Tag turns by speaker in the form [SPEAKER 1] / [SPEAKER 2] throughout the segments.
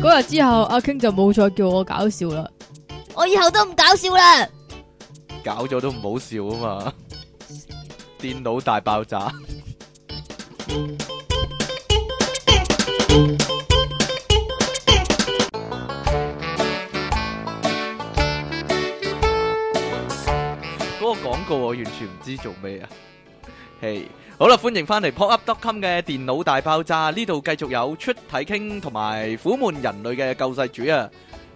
[SPEAKER 1] 日之後，阿 King 就冇再叫我搞笑啦。
[SPEAKER 2] 我以後都唔搞笑啦。
[SPEAKER 3] 搞咗都唔好笑啊嘛！電腦大爆炸，嗰個廣告我完全唔知做咩啊！係好啦，歡迎翻嚟 popup.com 嘅電腦大爆炸，呢度繼續有出體傾同埋苦悶人類嘅救世主啊！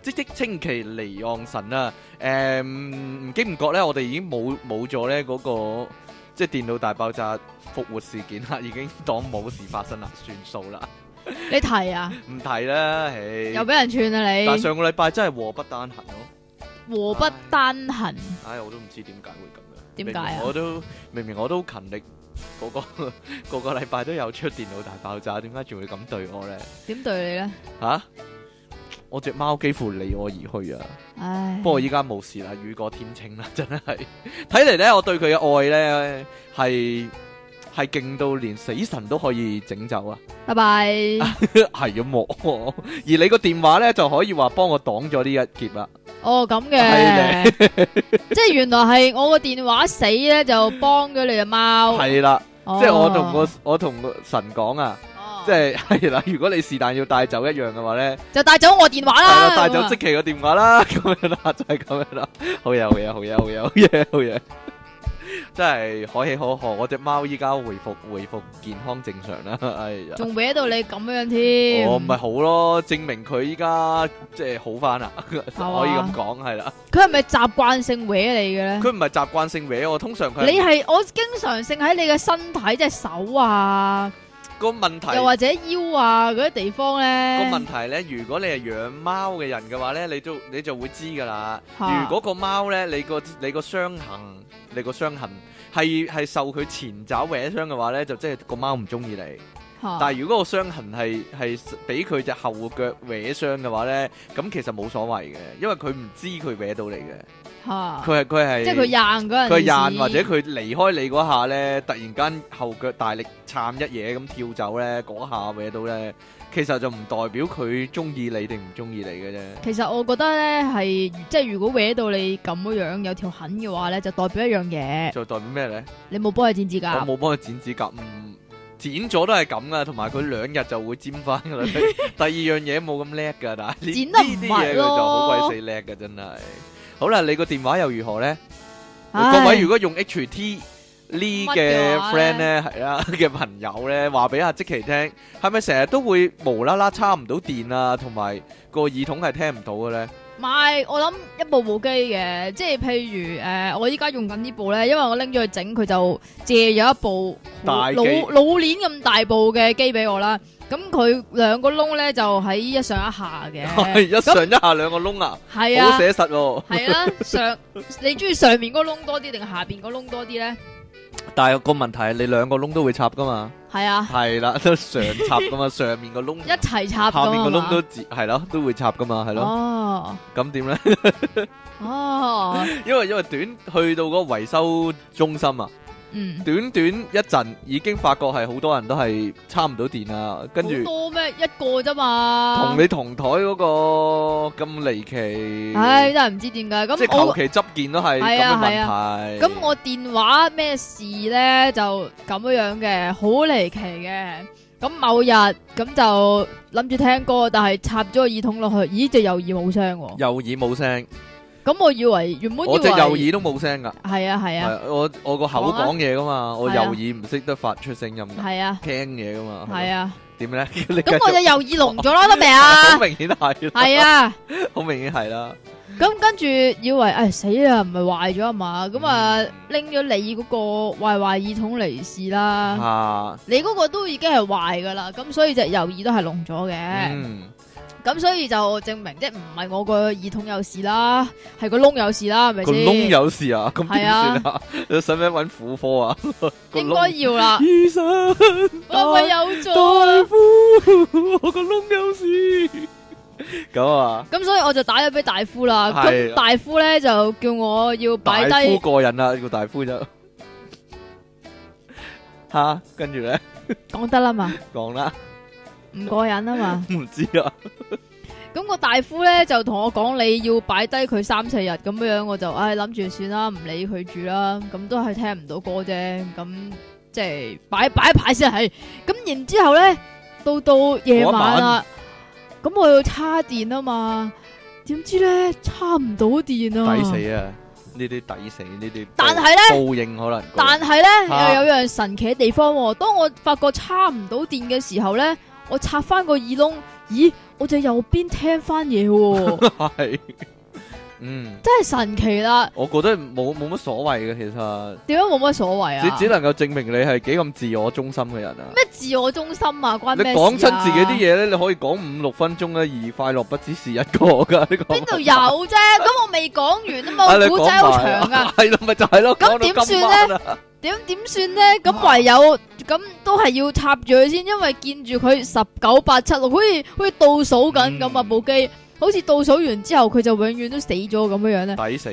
[SPEAKER 3] 即即稱其離岸神啊！誒唔經唔覺咧，我哋已經冇冇咗咧嗰個即係電腦大爆炸復活事件啦，已經當冇事發生啦， 算數啦，
[SPEAKER 1] 你提啊，
[SPEAKER 3] 唔提啦，唉。
[SPEAKER 1] 又俾人串啊
[SPEAKER 3] 但上個禮拜真係禍不單行咯，
[SPEAKER 1] 你，禍不單行。
[SPEAKER 3] 唉，我都唔知點解會咁樣。
[SPEAKER 1] 點解啊
[SPEAKER 3] 明明我都明明我都勤力，個個 個個禮拜都有出電腦大爆炸，點解仲會咁對我咧？
[SPEAKER 1] 點對你咧？
[SPEAKER 3] 吓、我只貓幾乎離我而去啊！
[SPEAKER 1] 唉，
[SPEAKER 3] 不過依家冇事啦，雨過天晴啦， 真係。睇嚟咧，我對佢嘅愛咧係係勁到連死神都可以整走啊！
[SPEAKER 1] 拜拜。
[SPEAKER 3] 係咁喎，而你個電話咧就可以話幫我擋咗呢一劫啦。
[SPEAKER 1] 哦，咁
[SPEAKER 3] 係
[SPEAKER 1] 嘅， 即係原來係我個電話死咧，就幫咗你隻貓。
[SPEAKER 3] 係啦，
[SPEAKER 1] 哦，
[SPEAKER 3] 即係我同個我同個神講啊，
[SPEAKER 1] 哦
[SPEAKER 3] 即係 係啦。如果你是但要帶走一樣嘅話咧，
[SPEAKER 1] 就帶走我電話
[SPEAKER 3] 係啦，
[SPEAKER 1] 啦。
[SPEAKER 3] 帶走
[SPEAKER 1] 咁啊
[SPEAKER 3] 積淇嘅電話啦， 咁樣啦，就係咁樣啦。好嘢，好嘢，好嘢，好嘢，好嘢，好嘢。真係可喜可賀，我只貓依家回復回復健康正常啦， 哎呀！
[SPEAKER 1] 仲搲到你咁樣添。
[SPEAKER 3] 我咪好咯，證明佢依家即係好翻啦， 可以
[SPEAKER 1] 嘛
[SPEAKER 3] 咁講係啦。
[SPEAKER 1] 佢係咪習慣性搲你嘅咧？
[SPEAKER 3] 佢唔係習慣性搲我，通常佢
[SPEAKER 1] 你
[SPEAKER 3] 係
[SPEAKER 1] 係我經常性喺你嘅身體，即係手啊，
[SPEAKER 3] 個問題
[SPEAKER 1] 又或者腰啊嗰啲地方
[SPEAKER 3] 個
[SPEAKER 1] 咧。
[SPEAKER 3] 問題咧，如果你係養貓嘅人嘅話咧，你都你就會知㗎啦。
[SPEAKER 1] 嚇
[SPEAKER 3] 如果個貓咧，你個你個傷痕，你個傷痕係係受佢前爪搲傷嘅話咧，就即係個貓唔中意你。
[SPEAKER 1] 嚇
[SPEAKER 3] 但係如果個傷痕係係俾佢隻後腳搲傷嘅話咧，咁其實冇所謂嘅，因為佢唔知佢搲到你嘅。
[SPEAKER 1] 嚇
[SPEAKER 3] 佢係佢係
[SPEAKER 1] 即係佢硬嗰陣時，
[SPEAKER 3] 佢硬或者佢離開你嗰下咧，突然間後腳大力撐一嘢咁跳走咧，嗰下搲到咧，其實就唔代表佢中意你定唔中意你嘅啫。
[SPEAKER 1] 其實我覺得咧係，即係如果搲到你咁樣有條痕嘅話咧，就代表一樣嘢，
[SPEAKER 3] 就代表咩咧？
[SPEAKER 1] 你冇幫佢剪指
[SPEAKER 3] 我
[SPEAKER 1] 甲。
[SPEAKER 3] 冇幫佢剪指甲，嗯，剪咗都係咁噶，同埋佢兩日就會尖翻 噶啦。第二樣嘢冇咁叻噶，但係呢
[SPEAKER 1] 剪得唔
[SPEAKER 3] 呢啲
[SPEAKER 1] 密
[SPEAKER 3] 嘢佢就好
[SPEAKER 1] 咯
[SPEAKER 3] 鬼死叻噶，真係。好啦，你個電話又如何咧？
[SPEAKER 1] 唉
[SPEAKER 3] 各位如果用 HT 呢嘅
[SPEAKER 1] 乜嘅話
[SPEAKER 3] friend 咧，係啦 嘅朋友咧，話俾阿即奇聽，係咪成日都會無啦啦插唔到電啊，同埋個耳筒係聽唔到嘅咧？
[SPEAKER 1] 唔係，我諗一部部機嘅，即係譬如誒、呃我依家用緊呢部咧，因為我拎咗去整，佢就借咗一部
[SPEAKER 3] 大
[SPEAKER 1] 老
[SPEAKER 3] 機
[SPEAKER 1] 老鏈咁大部嘅機俾我啦。咁佢兩個窿咧就喺一上一下 嘅，
[SPEAKER 3] 一上一下兩個窿啊，
[SPEAKER 1] 係
[SPEAKER 3] 好
[SPEAKER 1] 啊，
[SPEAKER 3] 寫實喎。
[SPEAKER 1] 係啦，上 你中意上面嗰個窿多啲定下邊嗰個窿多啲咧？
[SPEAKER 3] 但係個問題係你兩個窿都會插噶嘛，
[SPEAKER 1] 係啊，
[SPEAKER 3] 係 啦，都上插噶嘛，上面個窿
[SPEAKER 1] 一。齊插
[SPEAKER 3] 下面
[SPEAKER 1] 個
[SPEAKER 3] 個窿都接係咯，都會插噶嘛，係
[SPEAKER 1] Ờ.
[SPEAKER 3] 咯，
[SPEAKER 1] 哦
[SPEAKER 3] 咁點 咧？
[SPEAKER 1] 哦，
[SPEAKER 3] 因為因為短去到嗰個維修中心啊，
[SPEAKER 1] 嗯，
[SPEAKER 3] 短短一陣已經發覺係好多人都係插唔到電啊，跟住
[SPEAKER 1] 好。多咩一個啫嘛
[SPEAKER 3] 同，你同台嗰個咁離奇，
[SPEAKER 1] 唉真係唔知點解
[SPEAKER 3] 即係
[SPEAKER 1] 咁我
[SPEAKER 3] 求。其執件都係咁
[SPEAKER 1] 係啊
[SPEAKER 3] 嘅問題。
[SPEAKER 1] 咁我電話咩事咧就咁樣樣嘅，好離奇嘅。咁某日咁就諗住聽歌，但係插咗個耳筒落去，咦隻右耳冇聲喎。
[SPEAKER 3] 右耳冇聲，
[SPEAKER 1] 咁我以為原本以
[SPEAKER 3] 我隻
[SPEAKER 1] 為
[SPEAKER 3] 右耳都冇聲噶。
[SPEAKER 1] 係啊係啊
[SPEAKER 3] 係我我個
[SPEAKER 1] 講
[SPEAKER 3] 口
[SPEAKER 1] 啊
[SPEAKER 3] 講嘢噶嘛，我
[SPEAKER 1] 係
[SPEAKER 3] 右
[SPEAKER 1] 啊
[SPEAKER 3] 耳唔識得發出聲音噶，
[SPEAKER 1] 係啊
[SPEAKER 3] 聽嘢噶嘛。
[SPEAKER 1] 係
[SPEAKER 3] 啊，
[SPEAKER 1] 啊。
[SPEAKER 3] 點咧？ 你繼
[SPEAKER 1] 咁我
[SPEAKER 3] 續
[SPEAKER 1] 隻右耳聾咗啦，得未啊
[SPEAKER 3] 好？明顯係啦，
[SPEAKER 1] 係啊。
[SPEAKER 3] 好明顯係啦。
[SPEAKER 1] 咁跟住以為唉死啦，唔係壞咗啊嘛？咁
[SPEAKER 3] 嗯
[SPEAKER 1] 啊拎咗你嗰個壞壞耳筒嚟試啦。
[SPEAKER 3] 啊，
[SPEAKER 1] 你嗰個都已經係壞噶啦，咁所以隻右耳都係聾咗嘅。
[SPEAKER 3] 嗯，
[SPEAKER 1] 咁所以就證明即係唔係我個耳筒有事啦，係個窿有事啦，係咪
[SPEAKER 3] 個
[SPEAKER 1] 先？
[SPEAKER 3] 窿有事啊，咁點
[SPEAKER 1] 係啊
[SPEAKER 3] 算啊？ 你使唔使揾婦科啊？ 個
[SPEAKER 1] 應該
[SPEAKER 3] 窿，
[SPEAKER 1] 要啦
[SPEAKER 3] 醫生。
[SPEAKER 1] 我
[SPEAKER 3] Ờ,
[SPEAKER 1] 咪有咗啦
[SPEAKER 3] 大。 夫，我個窿有事。咁啊，
[SPEAKER 1] 咁所以我就打咗俾大夫啦。
[SPEAKER 3] 係
[SPEAKER 1] 咁大夫咧就叫我要擺
[SPEAKER 3] 大夫
[SPEAKER 1] 低，
[SPEAKER 3] 過癮啦，個大夫就吓，跟住咧
[SPEAKER 1] 講得啦嘛，
[SPEAKER 3] 講啦，
[SPEAKER 1] 唔過癮啊嘛。
[SPEAKER 3] 唔知啊，
[SPEAKER 1] 咁個大夫咧就同我講你要擺低佢三四日咁樣，我就唉諗住算啦，唔理佢住啦，咁都係聽唔到歌啫，咁即係擺擺一排先係。咁然之後咧，到到夜晚啦，咁我要叉電啊嘛，點知咧叉唔到電啊，
[SPEAKER 3] 抵死啊！呢啲抵死，呢啲
[SPEAKER 1] 但係
[SPEAKER 3] 係
[SPEAKER 1] 咧
[SPEAKER 3] 報應可能高。
[SPEAKER 1] 但系咧、
[SPEAKER 3] 啊
[SPEAKER 1] 又有樣神奇嘅地方、喎。當我發覺插唔到電嘅時候咧，我插翻個耳窿，咦，我就右邊聽翻嘢、喎，
[SPEAKER 3] 係嗯，
[SPEAKER 1] 真係神奇啦！
[SPEAKER 3] 我覺得冇冇乜所謂嘅，其實
[SPEAKER 1] 點解冇乜所謂
[SPEAKER 3] 只
[SPEAKER 1] 啊？
[SPEAKER 3] 只能夠證明你係幾咁自我中心嘅人啊！
[SPEAKER 1] 咩自我中心啊？關
[SPEAKER 3] 你
[SPEAKER 1] 咩事啊
[SPEAKER 3] 講親自己啲嘢咧，你可以講五六分鐘啊咧，而快樂不只是一 個噶呢個。
[SPEAKER 1] 邊度有啫？咁我未講完啊嘛，
[SPEAKER 3] 啊你
[SPEAKER 1] 我古
[SPEAKER 3] 講
[SPEAKER 1] 仔好
[SPEAKER 3] 埋
[SPEAKER 1] 長噶。
[SPEAKER 3] 啊係咯，咪就係咯。
[SPEAKER 1] 咁
[SPEAKER 3] 講到
[SPEAKER 1] 點
[SPEAKER 3] 今
[SPEAKER 1] 算
[SPEAKER 3] 晚啊
[SPEAKER 1] 點點算咧？咁唯有咁都係要插住佢先，因為見住佢十九八七六，好似好似倒數緊咁啊！
[SPEAKER 3] 嗯
[SPEAKER 1] 部機好似倒數完之後，佢就永遠都死咗咁樣樣咧
[SPEAKER 3] 抵死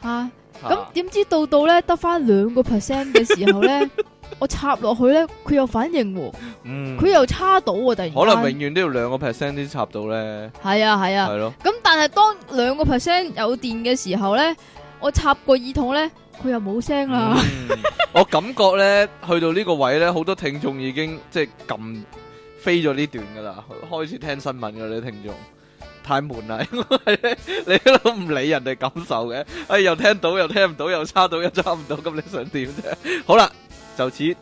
[SPEAKER 3] 啊！
[SPEAKER 1] 吓。
[SPEAKER 3] 嚇
[SPEAKER 1] 咁點知到到咧得翻兩個 percent 嘅時候 咧，我插落去咧，佢有反應喎，
[SPEAKER 3] 嗯
[SPEAKER 1] 佢又叉到喎，突然
[SPEAKER 3] 可能
[SPEAKER 1] 間
[SPEAKER 3] 永遠都要兩個 percent 先插到咧，
[SPEAKER 1] 係啊係啊。
[SPEAKER 3] 係咯。
[SPEAKER 1] 咁但係當兩個 percent 有電嘅時候咧，我插個耳筒咧，佢又冇 聲啦。
[SPEAKER 3] 嗯我感覺咧，去到呢個位咧，好多聽眾已經即係撳飛咗呢段噶啦，開始聽新聞噶啦，啲聽眾太悶啦，因為咧你都唔理人哋感受嘅，哎又聽到又聽唔到，又差到又差唔到，咁你想點啫？好啦，就此。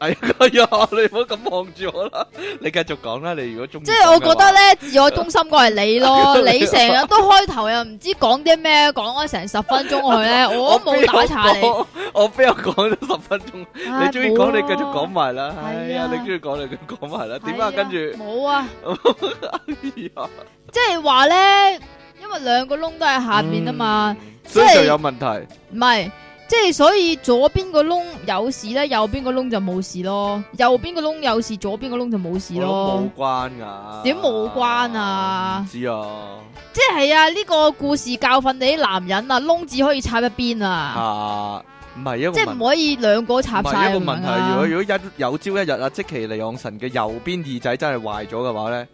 [SPEAKER 3] 哎呀，哎呀你唔好咁望住我啦！你繼續講啦，你如果中 意
[SPEAKER 1] 即係我
[SPEAKER 3] 講嘅
[SPEAKER 1] 覺
[SPEAKER 3] 話
[SPEAKER 1] 得咧，自我中心個係你 咯，你成日都開頭又唔知講啲咩，講咗成十分鐘去 咧，我都
[SPEAKER 3] 邊
[SPEAKER 1] 冇
[SPEAKER 3] 有
[SPEAKER 1] 打岔你。
[SPEAKER 3] 講，我邊有講咗十分鐘？
[SPEAKER 1] 唉
[SPEAKER 3] 你中意講，你繼續講
[SPEAKER 1] 冇啊
[SPEAKER 3] 埋啦。
[SPEAKER 1] 係
[SPEAKER 3] 係啊，
[SPEAKER 1] 啊
[SPEAKER 3] 你中意講，你繼續講埋啦。點啊？
[SPEAKER 1] 係
[SPEAKER 3] 跟住，
[SPEAKER 1] 冇啊。
[SPEAKER 3] 哎呀
[SPEAKER 1] 即係話咧，因為兩個窿都 喺下面啊嘛，，
[SPEAKER 3] 嗯所以
[SPEAKER 1] 即係
[SPEAKER 3] 就有問題。
[SPEAKER 1] 唔係，即係所以左邊個窿有事咧，右邊個窿就冇事咯；右邊個窿有事，左邊個窿就冇事
[SPEAKER 3] 我
[SPEAKER 1] 咯
[SPEAKER 3] 諗冇。關㗎。
[SPEAKER 1] 點冇關啊
[SPEAKER 3] 唔知啊，
[SPEAKER 1] 即係啊，呢、個故事教訓你啲男人啊，窿只可以插一邊啊，
[SPEAKER 3] 啊，唔係一個
[SPEAKER 1] 即係
[SPEAKER 3] 問
[SPEAKER 1] 唔可以兩個插
[SPEAKER 3] 唔係
[SPEAKER 1] 晒
[SPEAKER 3] 一
[SPEAKER 1] 咁
[SPEAKER 3] 個問
[SPEAKER 1] 樣
[SPEAKER 3] 題。如
[SPEAKER 1] 啊
[SPEAKER 3] 果。如果一有朝一日啊，即其利昂神嘅右邊耳仔真係壞咗嘅話咧，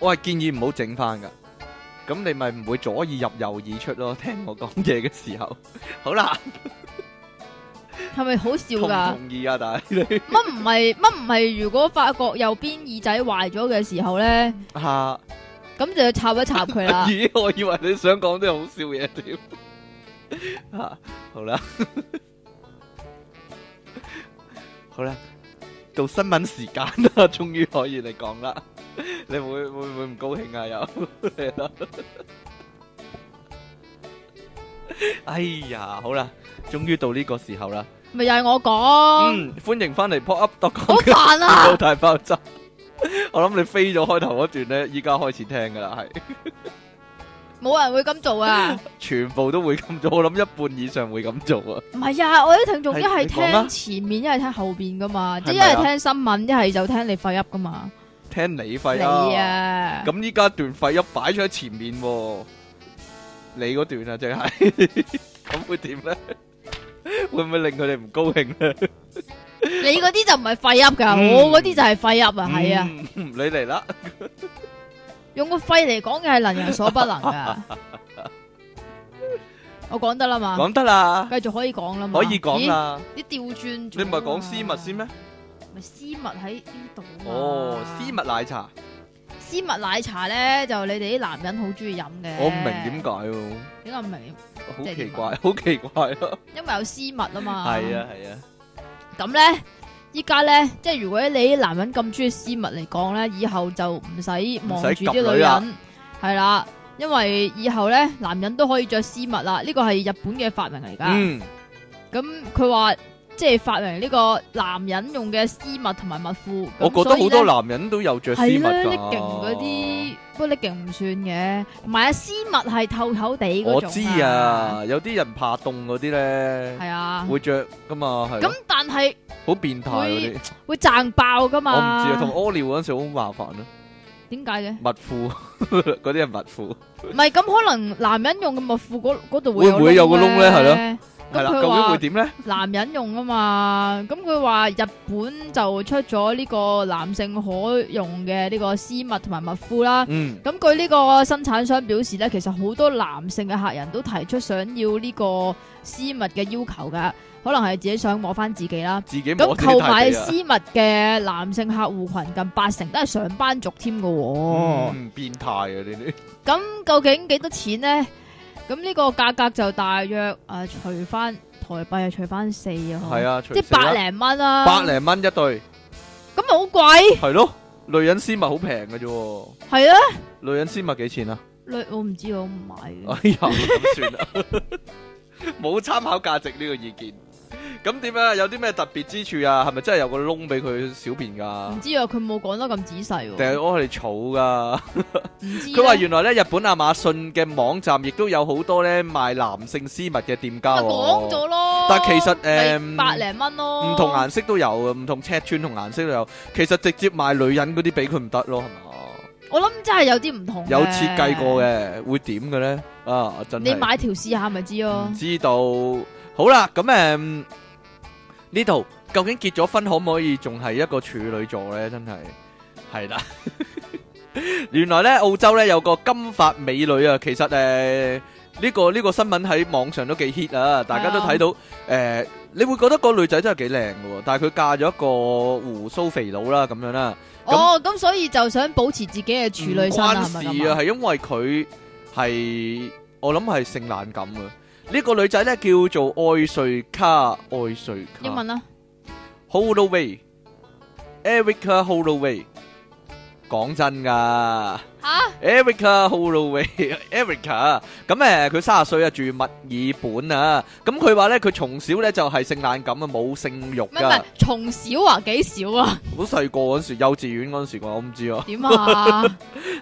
[SPEAKER 3] 我係建議唔好整翻㗎。咁你咪唔會左耳入右耳出咯， 聽我講嘢嘅時候。好啦，
[SPEAKER 1] 係咪好笑
[SPEAKER 3] 同唔
[SPEAKER 1] 㗎？
[SPEAKER 3] 同意啊？但係你
[SPEAKER 1] 乜唔係乜唔係？如果發覺右邊耳仔壞咗嘅時候咧，
[SPEAKER 3] 嚇。
[SPEAKER 1] 咁就要插一插佢 啦。
[SPEAKER 3] 咦，我以為你想講啲好笑嘢添。 啊，好啦， 好啦，到新聞時間啦， 終於可以你講啦。 你會會唔會唔高興啊？又 嚟啦！哎呀，好啦，終於到呢個時候啦。
[SPEAKER 1] 咪又係我講，
[SPEAKER 3] 嗯，歡迎翻嚟 pop up dot
[SPEAKER 1] 好
[SPEAKER 3] com 嘅
[SPEAKER 1] 煩
[SPEAKER 3] 電
[SPEAKER 1] 啊
[SPEAKER 3] 腦！大爆炸。我諗你飛咗開頭嗰段咧，依家開始聽噶啦，係。
[SPEAKER 1] 冇人會咁做 啊！
[SPEAKER 3] 全部都會咁做，我諗一半以上會咁做 啊。
[SPEAKER 1] 唔係啊，我啲聽眾
[SPEAKER 3] 係
[SPEAKER 1] 一係
[SPEAKER 3] 你講啦
[SPEAKER 1] 聽前面，一係聽後边噶嘛，
[SPEAKER 3] 係
[SPEAKER 1] 即係一
[SPEAKER 3] 咪啊
[SPEAKER 1] 係聽新聞，一係就聽你廢噏噶嘛。
[SPEAKER 3] 聽你
[SPEAKER 1] 你
[SPEAKER 3] 廢啊，
[SPEAKER 1] 啊，
[SPEAKER 3] 咁依家段廢一擺咗喺前面、喎，你嗰段啊，即係 咁會點咧？會唔會令佢哋唔高興咧？
[SPEAKER 1] 你嗰啲就唔係廢噏噶，
[SPEAKER 3] 嗯
[SPEAKER 1] 我嗰啲就係廢噏啊，係啊，
[SPEAKER 3] 嗯，你嚟啦，
[SPEAKER 1] 用個廢嚟講嘅係能人所不能 噶。我講得啦嘛，
[SPEAKER 3] 講得啦，
[SPEAKER 1] 繼續可以講啦嘛，
[SPEAKER 3] 可以講啦。
[SPEAKER 1] 啊咦，你調轉咗
[SPEAKER 3] 你
[SPEAKER 1] 啊
[SPEAKER 3] 唔係講絲襪先？咩？
[SPEAKER 1] 咪絲襪喺呢度啊嘛
[SPEAKER 3] 哦，絲襪奶茶，
[SPEAKER 1] 絲襪奶茶咧，就你哋啲男人好中意飲嘅。
[SPEAKER 3] 我唔明點解喎，
[SPEAKER 1] 點解唔明？
[SPEAKER 3] 好
[SPEAKER 1] 即係
[SPEAKER 3] 奇
[SPEAKER 1] 點
[SPEAKER 3] 怪
[SPEAKER 1] 啊，
[SPEAKER 3] 好奇怪咯。
[SPEAKER 1] 因為有絲襪啊嘛。
[SPEAKER 3] 係啊，係啊，
[SPEAKER 1] 咁咧，依家咧，即係如果你啲男人咁中意絲襪嚟講咧，以後就唔使望住
[SPEAKER 3] 唔使及
[SPEAKER 1] 啲
[SPEAKER 3] 女
[SPEAKER 1] 女
[SPEAKER 3] 啦
[SPEAKER 1] 人，係啦，因為以後咧，男人都可以着絲襪啦。呢個係日本嘅發明嚟㗎。
[SPEAKER 3] 嗯，
[SPEAKER 1] 啊咁佢話即係發明呢個男人用嘅絲襪同埋襪褲。
[SPEAKER 3] 我覺得好多男人都有着絲
[SPEAKER 1] 係
[SPEAKER 3] 襪
[SPEAKER 1] 啦，
[SPEAKER 3] 㗎。
[SPEAKER 1] 呢勁嗰啲，不過呢勁唔算嘅，唔係啊，絲襪係透透地嗰
[SPEAKER 3] 我
[SPEAKER 1] 種。
[SPEAKER 3] 知，啊，有啲人怕凍嗰啲咧，
[SPEAKER 1] 係啊。
[SPEAKER 3] 會着噶嘛，係
[SPEAKER 1] 咁
[SPEAKER 3] 咯
[SPEAKER 1] 但係
[SPEAKER 3] 好變態嗰啲。
[SPEAKER 1] 會掙爆㗎
[SPEAKER 3] 我唔
[SPEAKER 1] 嘛？
[SPEAKER 3] 知啊，同屙尿嗰陣時好麻煩咯，
[SPEAKER 1] 點解嘅？
[SPEAKER 3] 襪褲 嗰啲係襪褲，
[SPEAKER 1] 唔係咁，可能男人用嘅襪褲嗰嗰度
[SPEAKER 3] 會唔會有個窿呢係
[SPEAKER 1] 咯，咁
[SPEAKER 3] 係啦，
[SPEAKER 1] 佢
[SPEAKER 3] 究竟
[SPEAKER 1] 話
[SPEAKER 3] 會點呢？
[SPEAKER 1] 男人用啊嘛，咁佢話日本就出咗呢個男性可用嘅呢個絲襪同埋襪褲啦。
[SPEAKER 3] 嗯，
[SPEAKER 1] 咁據呢個生產商表示咧，其實好多男性嘅客人都提出想要呢個絲襪嘅要求噶，可能係自己想摸翻自己啦。
[SPEAKER 3] 自己
[SPEAKER 1] 咁
[SPEAKER 3] 摸自己
[SPEAKER 1] 購
[SPEAKER 3] 大
[SPEAKER 1] 買
[SPEAKER 3] 髀啊。
[SPEAKER 1] 絲襪嘅男性客戶群近八成都係上班族添噶喎。
[SPEAKER 3] 嗯，變態啊，呢啲。
[SPEAKER 1] 咁、究竟幾多錢呢？咁呢個價格就大約啊，除翻台幣啊，除翻四啊，嗬
[SPEAKER 3] 係啊，除
[SPEAKER 1] 即係
[SPEAKER 3] 四
[SPEAKER 1] 百
[SPEAKER 3] 啦。
[SPEAKER 1] 零蚊啦。
[SPEAKER 3] 百零蚊一對，係咯，女人
[SPEAKER 1] 咁咪好貴？
[SPEAKER 3] 絲襪好平㗎啫喎，
[SPEAKER 1] 係啊，
[SPEAKER 3] 女人絲襪幾錢啊？
[SPEAKER 1] 女我唔知我唔買嘅。
[SPEAKER 3] 哎呀，咁 算啦，冇參考價值呢個意見。咁點啊？有啲咩特別之處啊？係咪真係有個窿俾佢小便
[SPEAKER 1] 唔
[SPEAKER 3] 㗎？
[SPEAKER 1] 知啊，佢冇講得咁仔細
[SPEAKER 3] 定係
[SPEAKER 1] 喎。
[SPEAKER 3] 我哋儲㗎？
[SPEAKER 1] 唔知啊
[SPEAKER 3] 佢話
[SPEAKER 1] 咧
[SPEAKER 3] 原來咧，日本亞馬遜嘅網站亦都有好多咧賣男性絲襪嘅店家
[SPEAKER 1] 咪
[SPEAKER 3] 喎。
[SPEAKER 1] 啊講咗咯。
[SPEAKER 3] 但其實誒
[SPEAKER 1] 咪百零蚊咯，
[SPEAKER 3] 唔同顏色都有嘅，唔同尺寸同顏色都有。其實直接賣女人嗰啲俾佢唔得咯，係嘛？
[SPEAKER 1] 我諗真係有啲唔同。
[SPEAKER 3] 有設計過，嘅，會點嘅咧？啊，真
[SPEAKER 1] 你
[SPEAKER 3] 係。
[SPEAKER 1] 買條試下咪知咯
[SPEAKER 3] 唔。知道。好啦，咁誒呢度究竟結咗婚可唔可以仲係一個處女座呢？真係係啦。 原來呢，澳洲呢有個金髮美女啊，其實誒呢、個呢、個新聞喺網上都幾 hit 啊，大家都睇到誒、你會覺得個女仔真係幾靚嘅喎，但係佢嫁咗一個胡鬚肥佬啦咁樣啦，咁
[SPEAKER 1] 哦，咁所以就想保持自己嘅處女
[SPEAKER 3] 唔
[SPEAKER 1] 身啦，
[SPEAKER 3] 關
[SPEAKER 1] 係咪
[SPEAKER 3] 事
[SPEAKER 1] 咁
[SPEAKER 3] 啊，
[SPEAKER 1] 啊？
[SPEAKER 3] 係因為佢係我諗係性冷感啊。呢個女仔咧叫做愛瑞卡，愛瑞卡
[SPEAKER 1] 啊英文啦，
[SPEAKER 3] Holloway，Erica Holloway。講真㗎
[SPEAKER 1] 吓
[SPEAKER 3] ，Erica Holloway，Erica 咁誒，佢三十歲啊，住墨爾本啊。咁佢話咧，佢從小咧就係性冷感啊，冇性慾
[SPEAKER 1] 唔係唔係
[SPEAKER 3] 㗎，，
[SPEAKER 1] 從小啊，幾少啊？
[SPEAKER 3] 好細個嗰時，幼稚園嗰時啩，我唔知啊。
[SPEAKER 1] 點 啊？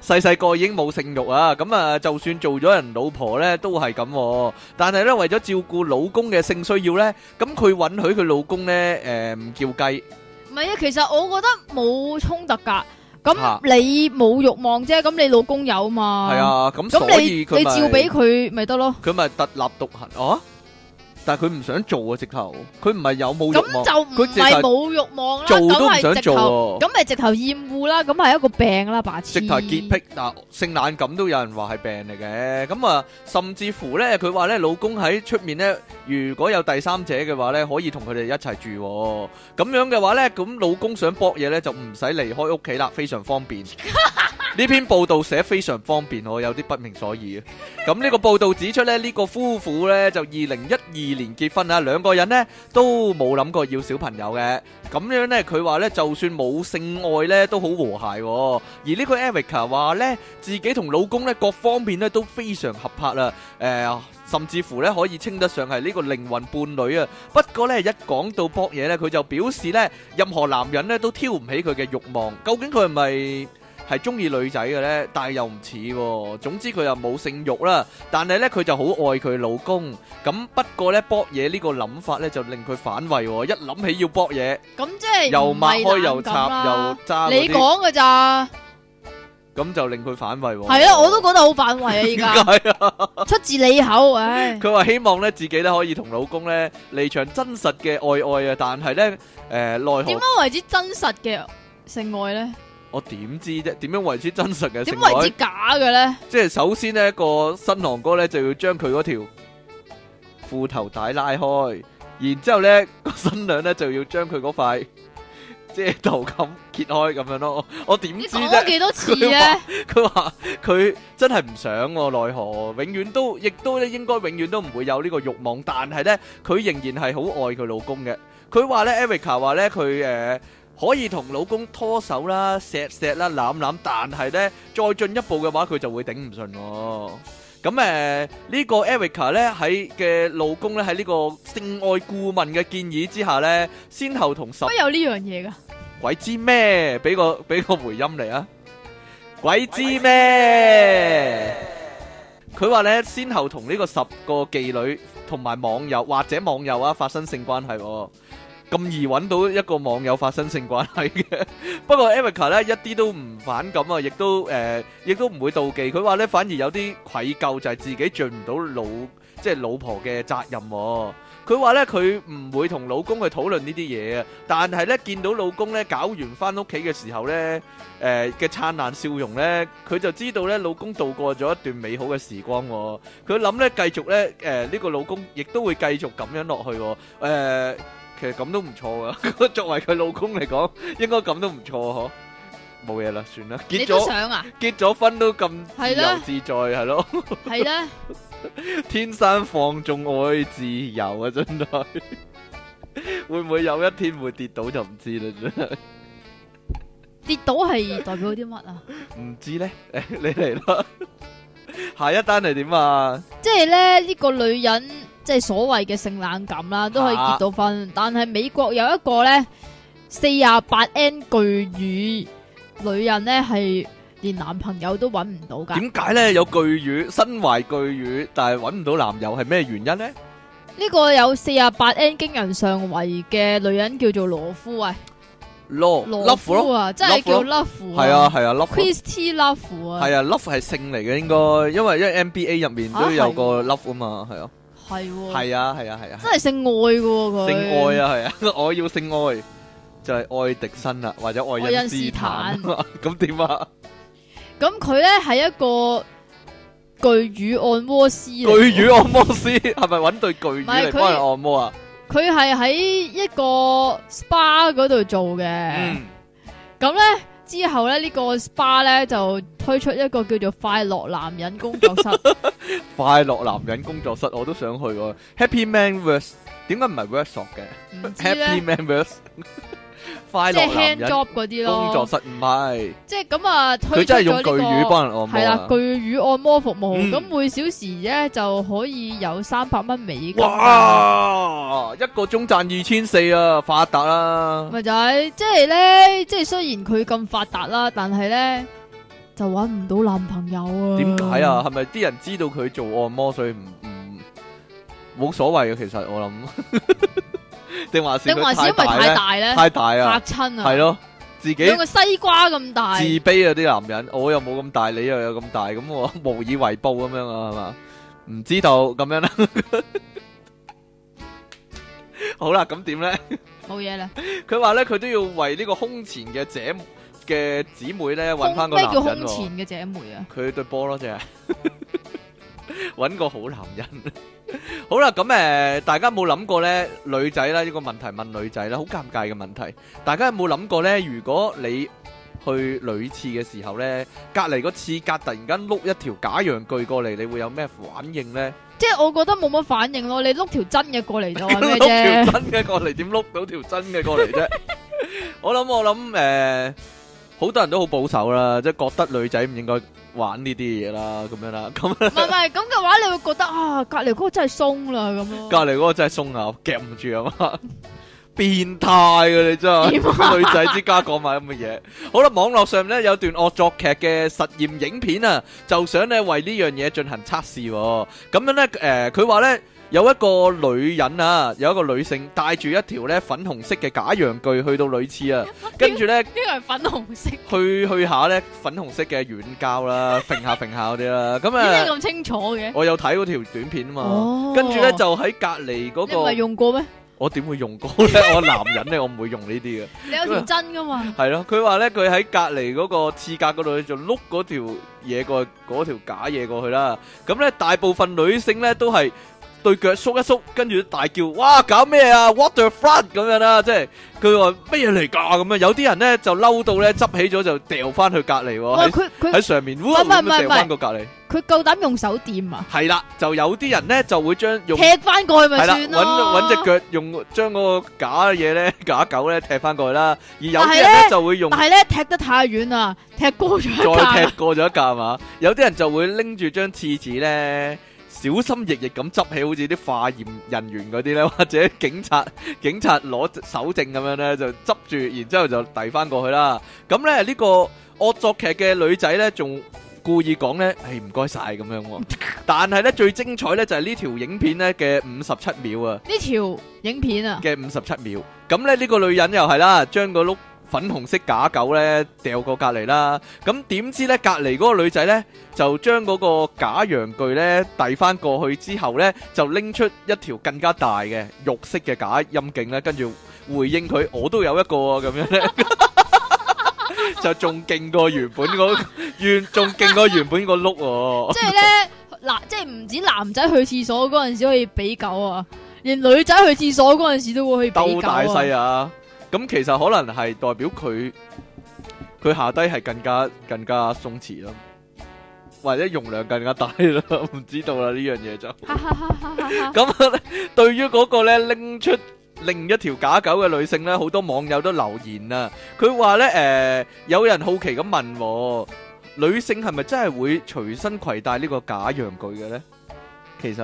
[SPEAKER 3] 細細個已經冇性慾啊，咁啊，就算做咗人老婆呢，都係咁喎。但係呢，為咗照顧老公嘅性需要呢，咁佢允許佢老公呢，誒、唔叫雞，
[SPEAKER 1] 唔係啊，其實我覺得冇衝突㗎。咁
[SPEAKER 3] 啊
[SPEAKER 1] 你冇慾望啫，咁你老公有嘛？
[SPEAKER 3] 係，啊，咁
[SPEAKER 1] 咁
[SPEAKER 3] 所
[SPEAKER 1] 你
[SPEAKER 3] 以佢
[SPEAKER 1] 你
[SPEAKER 3] 咪
[SPEAKER 1] 照俾佢咪得咯。
[SPEAKER 3] 佢咪特立獨行哦。但係佢唔想做啊，直頭，佢唔係有冇
[SPEAKER 1] 咁
[SPEAKER 3] 慾望，
[SPEAKER 1] 就唔
[SPEAKER 3] 佢直頭
[SPEAKER 1] 係冇慾望啦，
[SPEAKER 3] 做都唔
[SPEAKER 1] 咁
[SPEAKER 3] 想
[SPEAKER 1] 係直頭，
[SPEAKER 3] 做喎、
[SPEAKER 1] 咁咪直頭厭惡啦，咁係一個病啦，白痴。
[SPEAKER 3] 直頭係潔癖嗱，性冷感都有人話係病嚟嘅，咁啊，甚至乎咧，佢話咧，老公喺出面咧，如果有第三者嘅話咧，可以同佢哋一齊住、喎。咁樣嘅話咧，咁老公想搏嘢咧，就唔使離開屋企啦，非常方便。呢篇報道寫非常方便，我有啲不明所以啊。咁呢個報道指出咧，呢、個夫婦咧就二零一二年結婚啊，兩個人咧都冇諗過要小朋友嘅。咁樣咧，佢話咧就算冇性愛咧都好和諧、喎。而呢個 Erica 話咧，自己同老公咧各方面咧都非常合拍啦。誒、甚至乎咧可以稱得上係呢個靈魂伴侶啊。不過咧，一講到搏嘢咧，佢就表示咧，任何男人咧都挑唔起佢嘅慾望。究竟佢係咪？係中意女仔嘅咧，但係又唔似喎。總之佢又冇性慾啦，但係咧佢就好愛佢老公。咁不過咧，搏嘢呢個諗法咧就令佢反胃喎。一諗起要搏嘢，
[SPEAKER 1] 咁即係
[SPEAKER 3] 又
[SPEAKER 1] 唔係
[SPEAKER 3] 擘開又
[SPEAKER 1] 冷感
[SPEAKER 3] 插又
[SPEAKER 1] 啦。
[SPEAKER 3] 揸
[SPEAKER 1] 你
[SPEAKER 3] 嗰啲，
[SPEAKER 1] 講㗎咋？
[SPEAKER 3] 咁就令佢反胃喎。
[SPEAKER 1] 係啊，我都覺得好反胃啊！
[SPEAKER 3] 點
[SPEAKER 1] 而
[SPEAKER 3] 解啊？
[SPEAKER 1] 家出自你口，唉，
[SPEAKER 3] 佢話希望咧自己咧可以同老公咧嚟場真實嘅愛愛啊，但係咧誒奈
[SPEAKER 1] 點
[SPEAKER 3] 何
[SPEAKER 1] 樣為之真實嘅性愛咧？
[SPEAKER 3] 我點知啫？點樣為之真實嘅性
[SPEAKER 1] 點為
[SPEAKER 3] 愛
[SPEAKER 1] 之？假嘅咧？
[SPEAKER 3] 即係首先呢個新郎哥咧就要將佢嗰條褲頭帶拉開，然之後咧個新娘咧就要將佢嗰塊遮頭冚揭開咁樣咯。我點
[SPEAKER 1] 你
[SPEAKER 3] 知
[SPEAKER 1] 講咗
[SPEAKER 3] 啫？
[SPEAKER 1] 幾多次
[SPEAKER 3] 佢
[SPEAKER 1] 咧？
[SPEAKER 3] 佢話佢真係唔想喎、奈何永遠都亦都咧應該永遠都唔會有呢個慾望，但係咧佢仍然係好愛佢老公嘅。佢話咧，Erica 話咧佢誒。可以同老公拖手啦、錫錫啦、攬攬，但係咧再進一步嘅話，佢就會頂唔順喎。咁誒呢個 Erica 咧喺嘅老公咧喺呢個性愛顧問嘅建議之下咧，先後同十
[SPEAKER 1] 乜有呢樣嘢㗎？
[SPEAKER 3] 鬼知咩？俾 個俾個回音嚟啊！鬼知咩？佢話咧，先後同呢個十個妓女同埋網友或者網友啊發生性關係、喎，咁易揾到一個網友發生性關係嘅。不過 Erica 咧一啲都唔反感啊，亦都誒、呃亦都唔會妒忌。佢話咧，反而有啲愧疚，就係自己盡唔到老即係老婆嘅責任、喎。佢話咧佢唔會同老公去討論呢啲嘢啊，但係咧見到老公咧搞完翻屋企嘅時候咧，誒嘅燦爛笑容咧，佢就知道咧老公度過咗一段美好嘅時光喎。佢諗咧繼續咧誒呢、個老公亦都會繼續咁樣落去喎、誒其實咁都唔錯噶， 作為佢老公嚟講，應該咁都唔錯嗬。冇嘢啦，算啦，
[SPEAKER 1] 你
[SPEAKER 3] 結
[SPEAKER 1] 都
[SPEAKER 3] 咗
[SPEAKER 1] 想 啊？
[SPEAKER 3] 結咗婚都咁自
[SPEAKER 1] 係
[SPEAKER 3] 由
[SPEAKER 1] 啦
[SPEAKER 3] 自在係咯。
[SPEAKER 1] 係啦，
[SPEAKER 3] 天生放縱愛自由啊，真係 會唔會有一天會跌倒就唔知啦，真係
[SPEAKER 1] 跌倒係代表啲乜啊？
[SPEAKER 3] 唔知咧。 你嚟啦，下一單係點啊？
[SPEAKER 1] 即係咧呢個女人，即係所謂嘅性冷感啦，都可以結到婚。但係美國有一個咧四廿八 N 巨乳女人咧，係連男朋友都揾唔到㗎。
[SPEAKER 3] 點解咧有巨乳，身懷巨乳，但係揾唔到男友係咩原因咧？
[SPEAKER 1] 呢個有四廿八 N 惊人上圍嘅女人叫做羅夫啊，
[SPEAKER 3] 咯
[SPEAKER 1] 羅
[SPEAKER 3] love
[SPEAKER 1] 夫
[SPEAKER 3] 咯，
[SPEAKER 1] 啊，真係叫
[SPEAKER 3] Love 咯
[SPEAKER 1] Love
[SPEAKER 3] 係啊係啊 love 咯。
[SPEAKER 1] ，Christy Love 啊，
[SPEAKER 3] 係啊，love 係姓嚟嘅應該，因為因為 NBA 入面
[SPEAKER 1] 啊
[SPEAKER 3] 都
[SPEAKER 1] 係
[SPEAKER 3] 有個 love 啊嘛，係啊，
[SPEAKER 1] 係喎
[SPEAKER 3] 係啊，係啊，係啊，
[SPEAKER 1] 真係姓愛嘅喎佢，
[SPEAKER 3] 性愛，啊， 係啊，我要性愛就係愛迪生啦，或者愛因斯坦
[SPEAKER 1] 愛因斯
[SPEAKER 3] 咁點啊？
[SPEAKER 1] 咁佢咧係一個巨乳按摩師嚟嘅，
[SPEAKER 3] 巨乳按摩 師係咪揾對巨乳
[SPEAKER 1] 唔係
[SPEAKER 3] 嚟
[SPEAKER 1] 佢
[SPEAKER 3] 幫人按摩啊？
[SPEAKER 1] 佢係喺一個 SPA 嗰度做嘅，
[SPEAKER 3] 嗯，
[SPEAKER 1] 咁咧之後咧呢個 SPA 咧就推出一個叫做快樂男人工作 室，
[SPEAKER 3] 快樂男人工作室我都想去喎。Happy Man Works 點解唔係 Workshop 嘅
[SPEAKER 1] 唔知
[SPEAKER 3] ？Happy
[SPEAKER 1] 咧
[SPEAKER 3] Man Works 快
[SPEAKER 1] 即係
[SPEAKER 3] 樂男
[SPEAKER 1] hand
[SPEAKER 3] 人
[SPEAKER 1] job 嗰啲
[SPEAKER 3] 工
[SPEAKER 1] 咯，
[SPEAKER 3] 作室唔係，
[SPEAKER 1] 即係咁啊推
[SPEAKER 3] 佢
[SPEAKER 1] 出
[SPEAKER 3] 真係
[SPEAKER 1] 咗
[SPEAKER 3] 用
[SPEAKER 1] 呢
[SPEAKER 3] 巨
[SPEAKER 1] 個
[SPEAKER 3] 乳幫人按摩
[SPEAKER 1] 系啦，
[SPEAKER 3] 啊！
[SPEAKER 1] 巨乳按摩服務，
[SPEAKER 3] 嗯
[SPEAKER 1] 咁、每小時咧就可以有三百蚊美金啊，
[SPEAKER 3] 哇，一個鐘賺二千四啊，發達啦！
[SPEAKER 1] 咪就係即係咧，即係雖然佢咁發達啦，但係咧就搵唔到男朋友啊。
[SPEAKER 3] 點解啊？？係咪啲人知道佢做按摩，所以唔唔冇所謂嘅？其實我諗， 定還是
[SPEAKER 1] 定
[SPEAKER 3] 佢
[SPEAKER 1] 還是因為
[SPEAKER 3] 大
[SPEAKER 1] 太
[SPEAKER 3] 咧？
[SPEAKER 1] 大咧，
[SPEAKER 3] 太大啊
[SPEAKER 1] 嚇！親啊？
[SPEAKER 3] 係，咯，自己
[SPEAKER 1] 兩個西瓜咁大
[SPEAKER 3] 自，卑啊！啲男人，我又冇咁大，你又有咁大，咁我 無以為報咁樣啊，係嘛？唔知道咁樣啦。 好啦，咁點咧？
[SPEAKER 1] 冇嘢啦。
[SPEAKER 3] 佢話咧，佢都要為呢個胸前嘅姐嘅姊妹咧揾翻
[SPEAKER 1] 胸
[SPEAKER 3] 個
[SPEAKER 1] 咩
[SPEAKER 3] 男
[SPEAKER 1] 叫
[SPEAKER 3] 人
[SPEAKER 1] 胸
[SPEAKER 3] 喎。
[SPEAKER 1] 前嘅姐妹啊？
[SPEAKER 3] 佢對波咯，啫， 揾個好男人。好啦，咁誒、呃大家有冇諗過呢？女仔啦，呢、個問題問女仔啦，好尷尬嘅問題。大家有冇諗過呢？如果你去女廁嘅時候呢，隔離個廁格突然間碌一條假陽具過嚟，你會有咩反應呢？
[SPEAKER 1] 即係我覺得冇乜反應咯，你碌條真嘅過嚟 就話咩
[SPEAKER 3] 碌
[SPEAKER 1] 啫？
[SPEAKER 3] 條真嘅過嚟，點碌到條真嘅過嚟 啫？我諗我諗誒，呃好、多人都好保守啦，即係覺得女仔唔應該玩呢啲嘢啦，咁樣啦，咁。
[SPEAKER 1] 唔係唔係咁嘅話，你會覺得啊，隔離嗰個真係鬆啦咁咯。
[SPEAKER 3] 隔離嗰個真係鬆啊，夾唔住啊嘛， 變態嘅你真
[SPEAKER 1] 點
[SPEAKER 3] 係，
[SPEAKER 1] 啊
[SPEAKER 3] 女仔之家講埋咁嘅嘢。好啦，網絡上咧有段惡作劇嘅實驗影片啊，就想咧為呢樣嘢進行測試喎。咁樣咧，誒佢話咧。有一個女人啊，有一個女性帶住一條咧粉紅色嘅假陽具去到 女廁啊， 跟住咧
[SPEAKER 1] 呢個係粉紅色，點
[SPEAKER 3] 去去下咧粉紅色嘅軟 膠啦，揈下揈下嗰啲啦，咁
[SPEAKER 1] 解
[SPEAKER 3] 啊，
[SPEAKER 1] 咁清楚嘅？
[SPEAKER 3] 我有睇嗰條短片啊嘛，
[SPEAKER 1] 哦
[SPEAKER 3] 跟住咧就喺隔離嗰
[SPEAKER 1] 你唔
[SPEAKER 3] 個
[SPEAKER 1] 係。用過咩？
[SPEAKER 3] 我點會用過 咧？我男人咧，我唔會用呢啲嘅。
[SPEAKER 1] 你有條真噶嘛？
[SPEAKER 3] 係咯，佢話咧，佢喺隔離嗰個廁格嗰度就碌嗰條嘢過去嗰條假嘢過去啦。咁咧，大部分女性咧都係對腳縮一縮，跟住大叫：哇！搞咩啊？What the fuck 咁樣啦，即係佢話乜嘢嚟㗎咁樣。有啲人咧就嬲到咧執起咗就掉翻去隔離
[SPEAKER 1] 哇！
[SPEAKER 3] 喎，喺
[SPEAKER 1] 佢佢
[SPEAKER 3] 喺上面，
[SPEAKER 1] 係
[SPEAKER 3] 哇！
[SPEAKER 1] 唔係
[SPEAKER 3] 咁
[SPEAKER 1] 唔係
[SPEAKER 3] 樣掉翻個隔離。
[SPEAKER 1] 佢夠膽用手掂啊！
[SPEAKER 3] 係啦，就有啲人咧就會將用。
[SPEAKER 1] 踢翻過去咪
[SPEAKER 3] 係啦，
[SPEAKER 1] 算咯。
[SPEAKER 3] 揾揾只腳用將嗰個假嘢咧， 假狗咧踢翻過去啦。而有啲人
[SPEAKER 1] 但係
[SPEAKER 3] 咧
[SPEAKER 1] 呢
[SPEAKER 3] 就會用
[SPEAKER 1] 但係咧踢得太遠啦，踢高咗一
[SPEAKER 3] 再
[SPEAKER 1] 格
[SPEAKER 3] 踢。過咗一架係嘛，有啲人就會拎住張廁紙咧，小心翼翼咁執起，好似啲化驗人員嗰啲咧， 或者警察警察攞手證咁樣咧，就執住，然之後就遞翻過去啦。咁咧呢個惡作劇嘅女仔咧，仲故意講咧，誒唔該晒咁樣喎。但係咧最精彩咧就係呢條影片咧嘅五十七秒啊！
[SPEAKER 1] 呢條影片啊，
[SPEAKER 3] 嘅57秒。咁呢，呢個女人又係啦，將個碌粉紅色假狗咧掉過隔離啦。咁點知咧隔離嗰個女仔咧就將嗰個假陽具咧遞翻過去之後咧，就拎出一條更加大嘅肉色嘅假陰莖咧，跟住回應佢我都有一個啊咁樣咧。 就仲勁過原本嗰原仲勁過原本個碌喎，
[SPEAKER 1] 即系咧，嗱，即系唔止男仔去厕所嗰阵时可以俾狗啊，连女仔去厕所嗰阵时都會去俾
[SPEAKER 3] 鬥
[SPEAKER 1] 狗
[SPEAKER 3] 大細
[SPEAKER 1] 啊。
[SPEAKER 3] 啊！咁其實可能係代表佢佢下低係更加更加鬆弛咯，或者容量更加大咯， 唔知道啦呢樣嘢就
[SPEAKER 1] 哈哈哈哈哈哈
[SPEAKER 3] 咁咧。對於嗰個咧拎出另一條假狗嘅女性咧，好多網友都留言啊，佢話咧誒有人好奇咁問喎，女性係咪真係會隨身攜帶呢個假陽具嘅咧？其實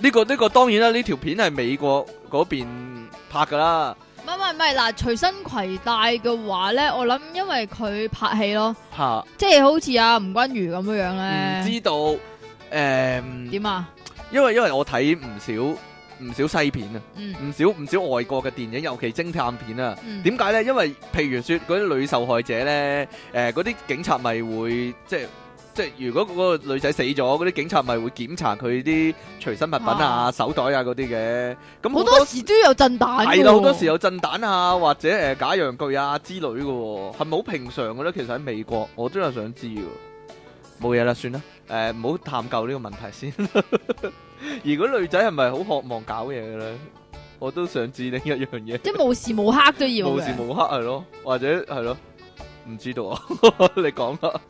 [SPEAKER 3] 呢、個呢、個當然啦，呢條片係美國嗰邊拍噶啦。
[SPEAKER 1] 唔係唔係唔係，嗱，隨身攜帶嘅話咧，我諗因為佢拍戲咯，
[SPEAKER 3] 吓，唔
[SPEAKER 1] 即係好似阿吳君如咁樣樣咧，
[SPEAKER 3] 知道诶，
[SPEAKER 1] 點啊？
[SPEAKER 3] 因為因為我睇唔少唔少西片啊，
[SPEAKER 1] 嗯
[SPEAKER 3] 唔少唔少外國嘅電影，尤其偵探片啊。
[SPEAKER 1] 嗯，
[SPEAKER 3] 點解呢？因為譬如說嗰啲女受害者呢，诶、嗰啲警察咪會即係即係如果嗰個女仔死咗，嗰啲警察咪會檢查佢啲隨身物品啊、
[SPEAKER 1] 啊
[SPEAKER 3] 手袋啊嗰啲嘅。咁
[SPEAKER 1] 好多時都有震彈㗎
[SPEAKER 3] 係啦，好多
[SPEAKER 1] 喎
[SPEAKER 3] 時有震彈啊，或者诶、呃假陽具啊之類嘅喎，係咪好平常嘅咧？其實喺美國，我真係想知喎。冇嘢啦，算啦，诶唔好探究呢個問題先。 而果女仔係咪好渴望搞嘢嘅咧？我都想知另一樣嘢，
[SPEAKER 1] 即係無時無刻都要
[SPEAKER 3] 無時
[SPEAKER 1] 嘅。
[SPEAKER 3] 無刻係啊咯，或者係咯，唔知道啊， 你講啦。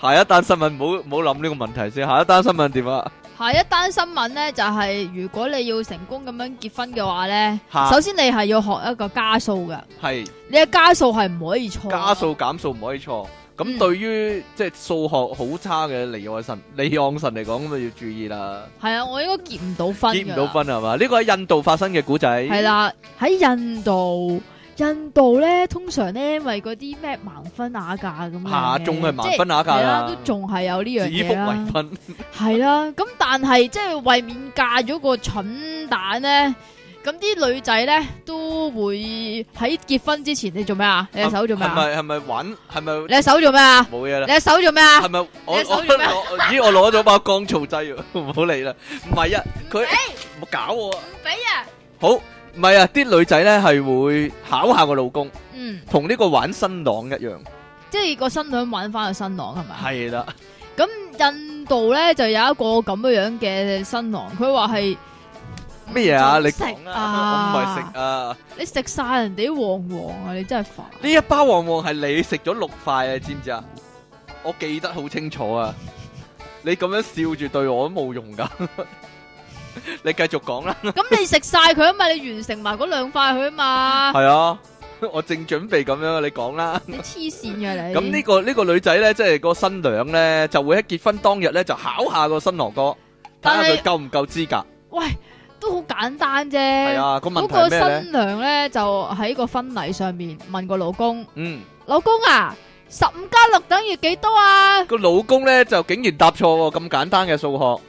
[SPEAKER 3] 下一單新聞唔好唔好諗呢個問題先，下一單新聞點啊？
[SPEAKER 1] 下一單新聞咧就係、如果你要成功咁樣結婚嘅話咧，
[SPEAKER 3] 嚇
[SPEAKER 1] 首先你係要學一個加數嘅，
[SPEAKER 3] 係。
[SPEAKER 1] 你嘅加數係唔可以錯。
[SPEAKER 3] 加數減數唔可以錯。咁
[SPEAKER 1] 嗯
[SPEAKER 3] 對於即係數學好差嘅離岸神、 離岸神嚟講，咁就要注意啦，
[SPEAKER 1] 係啊，我應該結唔到婚㗎
[SPEAKER 3] 結唔到。婚係嘛？呢個喺印度發生嘅古仔，
[SPEAKER 1] 係啦，喺印度。印度咧，通常咧，為嗰啲咩盲婚啞嫁咁樣嘅
[SPEAKER 3] 下仲係盲婚
[SPEAKER 1] 即係
[SPEAKER 3] 啞嫁
[SPEAKER 1] 係
[SPEAKER 3] 啦
[SPEAKER 1] 啦，都仲係有呢樣
[SPEAKER 3] 指腹
[SPEAKER 1] 嘢啦
[SPEAKER 3] 為，婚，
[SPEAKER 1] 係啦。咁但係即係為免嫁咗個蠢蛋咧，咁啲女仔咧都會喺結婚之前，你做咩啊？你隻手做咩
[SPEAKER 3] 係
[SPEAKER 1] 啊？
[SPEAKER 3] 咪係咪玩？係咪
[SPEAKER 1] 你隻手做咩啊？
[SPEAKER 3] 冇嘢啦？
[SPEAKER 1] 你隻手做咩啊
[SPEAKER 3] 係？咪我我
[SPEAKER 1] 你手做咩
[SPEAKER 3] 我咦？我攞咗把乾燥劑喎， 唔好理啦。唔係啊，佢唔好搞我啊！
[SPEAKER 1] 唔俾啊！
[SPEAKER 3] 好，唔係啊，啲女仔咧係會考下個老公，
[SPEAKER 1] 嗯，
[SPEAKER 3] 同呢個玩新郎一樣。
[SPEAKER 1] 即係個新娘揾翻個新郎係咪？
[SPEAKER 3] 係啦，
[SPEAKER 1] 咁印度咧就有一個咁樣樣嘅新郎，佢話係
[SPEAKER 3] 咩嘢啊？你
[SPEAKER 1] 食
[SPEAKER 3] 講
[SPEAKER 1] 啊
[SPEAKER 3] 我唔係食啊。
[SPEAKER 1] 你食晒人哋啲黃黃啊，你真係煩。
[SPEAKER 3] 呢一包旺旺係你食咗六塊啊，知唔知啊？我記得好清楚啊！你咁樣笑住對我都冇用噶， 你繼續講啦。
[SPEAKER 1] 咁你食晒佢啊嘛，你完成埋嗰兩塊佢啊嘛，
[SPEAKER 3] 係啊，我正準備咁樣，你講啦。
[SPEAKER 1] 你黐線嘅你。
[SPEAKER 3] 咁呢、個呢、個女仔呢，即係個新娘呢，就會喺結婚當日呢，就考下個新郎哥，睇下
[SPEAKER 1] 但係
[SPEAKER 3] 佢夠唔夠資格。
[SPEAKER 1] 喂都好簡單啫。
[SPEAKER 3] 係啊，個
[SPEAKER 1] 嗰
[SPEAKER 3] 問題
[SPEAKER 1] 個
[SPEAKER 3] 係咩呢？
[SPEAKER 1] 新娘咧就喺個婚禮上面問個老公：
[SPEAKER 3] 嗯，
[SPEAKER 1] 老公啊，十五加六等於幾多啊？
[SPEAKER 3] 個老公呢，就竟然答錯喎，咁簡單嘅數學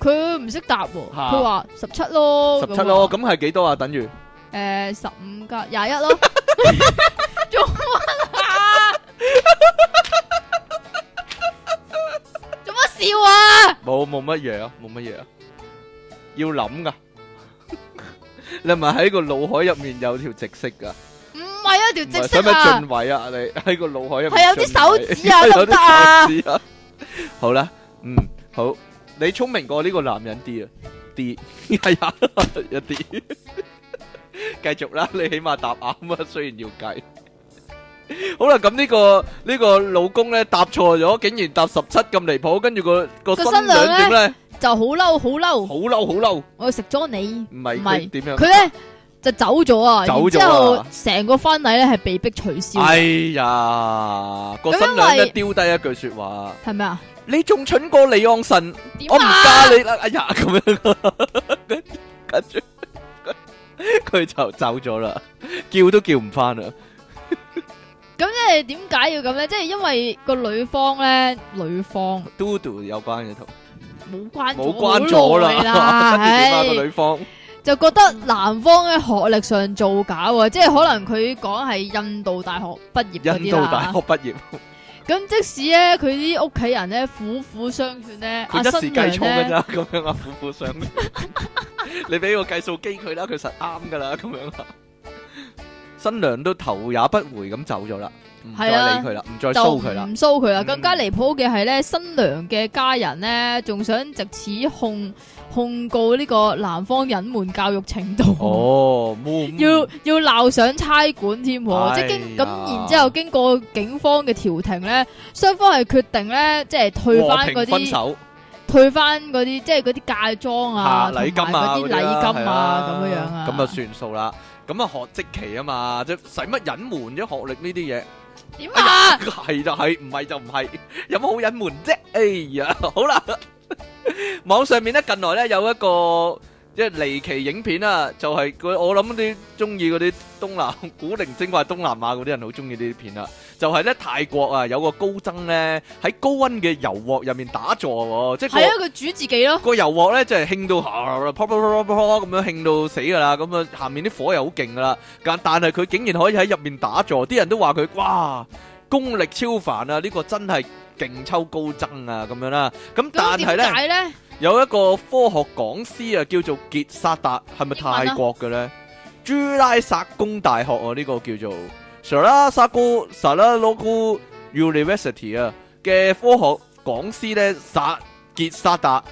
[SPEAKER 1] 佢唔識答喎，
[SPEAKER 3] 嚇
[SPEAKER 1] 佢話十七咯，
[SPEAKER 3] 十七咯，
[SPEAKER 1] 咁啊
[SPEAKER 3] 咁係幾多啊？等於
[SPEAKER 1] 誒呃十五加廿一咯，做乜啊？做乜笑啊？
[SPEAKER 3] 冇冇乜嘢啊，冇乜嘢啊，要諗 噶。你係咪喺個腦海入面有條直色噶，
[SPEAKER 1] 唔係啊，條
[SPEAKER 3] 唔係
[SPEAKER 1] 直
[SPEAKER 3] 使唔
[SPEAKER 1] 色
[SPEAKER 3] 使
[SPEAKER 1] 啊
[SPEAKER 3] 進，位啊？你喺個腦海入面
[SPEAKER 1] 係有啲
[SPEAKER 3] 進位
[SPEAKER 1] 手 指啊
[SPEAKER 3] 有
[SPEAKER 1] 得唔得啊
[SPEAKER 3] 啲手指啊！好啦，嗯，好，你聰明過呢個男人啲啊， 啲係啊，一啲。 繼續啦，你起碼答啱啊，雖然要計。好啦，咁呢、個呢、個老公咧答錯咗，竟然答十七咁離譜，跟住個個
[SPEAKER 1] 個
[SPEAKER 3] 新
[SPEAKER 1] 新娘
[SPEAKER 3] 娘點咧？
[SPEAKER 1] 就好嬲，好嬲，
[SPEAKER 3] 好嬲，好嬲！
[SPEAKER 1] 我食咗你。
[SPEAKER 3] 唔係
[SPEAKER 1] 唔
[SPEAKER 3] 佢
[SPEAKER 1] 係
[SPEAKER 3] 點樣？
[SPEAKER 1] 佢咧就走咗啊，
[SPEAKER 3] 走
[SPEAKER 1] 然
[SPEAKER 3] 咗
[SPEAKER 1] 之
[SPEAKER 3] 啊
[SPEAKER 1] 後成個婚禮咧係被逼取消，
[SPEAKER 3] 哎呀，個新娘
[SPEAKER 1] 咁因
[SPEAKER 3] 咧
[SPEAKER 1] 為
[SPEAKER 3] 丟低一句説話：
[SPEAKER 1] 係咪啊？
[SPEAKER 3] 你仲蠢過李昂臣，
[SPEAKER 1] 點
[SPEAKER 3] 我唔
[SPEAKER 1] 啊
[SPEAKER 3] 嫁？你啦！哎呀， 咁樣跟住 佢就走咗啦，叫都叫唔翻啦。
[SPEAKER 1] 咁即係點解要咁咧？即係因為個女方咧，女方
[SPEAKER 3] 嘟嘟有關嘅同
[SPEAKER 1] 冇關
[SPEAKER 3] 冇關咗
[SPEAKER 1] 好耐啦，
[SPEAKER 3] 啦，跟住點啊
[SPEAKER 1] 唉
[SPEAKER 3] 個女方？
[SPEAKER 1] 就覺得南方喺學歷上造假喎，即係可能佢講係印度大學畢業嗰
[SPEAKER 3] 印
[SPEAKER 1] 啲
[SPEAKER 3] 度
[SPEAKER 1] 啦
[SPEAKER 3] 大學畢業，
[SPEAKER 1] 咁即使咧，佢啲屋企人咧苦苦相勸咧，阿
[SPEAKER 3] 佢一時
[SPEAKER 1] 新娘
[SPEAKER 3] 計錯
[SPEAKER 1] 咧
[SPEAKER 3] 嘅咋，咁樣啊， 苦苦相戀。你俾個計數機佢啦，佢實啱噶啦，咁樣啦。新娘都頭也不回咁走咗啦，唔再
[SPEAKER 1] 係啊
[SPEAKER 3] 理佢啦，唔再
[SPEAKER 1] 就
[SPEAKER 3] 騷
[SPEAKER 1] 唔
[SPEAKER 3] 佢啦。
[SPEAKER 1] 騷佢啦。
[SPEAKER 3] 嗯
[SPEAKER 1] 更加離譜嘅係咧，新娘嘅家人咧仲想藉此控控告呢個南方隱瞞教育程度。
[SPEAKER 3] 哦，冇
[SPEAKER 1] 要要鬧上差館添喎，即係經
[SPEAKER 3] 哎呀
[SPEAKER 1] 咁，然之後經過警方嘅調停咧，雙方係決定咧，即係退
[SPEAKER 3] 和
[SPEAKER 1] 翻
[SPEAKER 3] 平
[SPEAKER 1] 嗰
[SPEAKER 3] 分
[SPEAKER 1] 啲，
[SPEAKER 3] 手，
[SPEAKER 1] 退翻嗰啲，即係嗰啲嫁妝啊，
[SPEAKER 3] 嚇禮金
[SPEAKER 1] 同埋
[SPEAKER 3] 啊，
[SPEAKER 1] 嗰啲
[SPEAKER 3] 啲啦
[SPEAKER 1] 禮金啊，
[SPEAKER 3] 係
[SPEAKER 1] 咁樣樣啊，
[SPEAKER 3] 咁啊算數啦。咁啊學即期啊嘛，即係使乜隱瞞啫？學歷呢啲嘢。
[SPEAKER 1] 點啊？
[SPEAKER 3] 系哎就系，唔系就唔系，有冇好隐瞒啫？哎呀，好啦，网上面咧近来咧有一个即系离奇影片啊，就系、佢我谂啲中意嗰啲东南古灵精怪东南亚嗰啲人好中意呢啲片啊，就系、呢咧泰国啊有个高僧咧喺高温嘅油镬入面打坐、喎，即系、
[SPEAKER 1] 係啊，佢煮自己咯，
[SPEAKER 3] 個油鑊咧就係興到啪啪啪啪啪啪咁樣興到死㗎啦，咁啊下面啲火又好勁㗎啦，但但係佢竟然可以喺入面打坐，啲人都話佢哇功力超凡啊！呢、個真係勁抽高僧啊咁樣啦，咁
[SPEAKER 1] 咁
[SPEAKER 3] 但係咧
[SPEAKER 1] 點解咧？
[SPEAKER 3] 有一個科學講師啊叫做傑薩達，係咪泰國嘅咧？朱拉薩工大學啊，呢、個叫做 Sarasago s a r a l o g o University 啊嘅科學講師咧，薩傑薩達。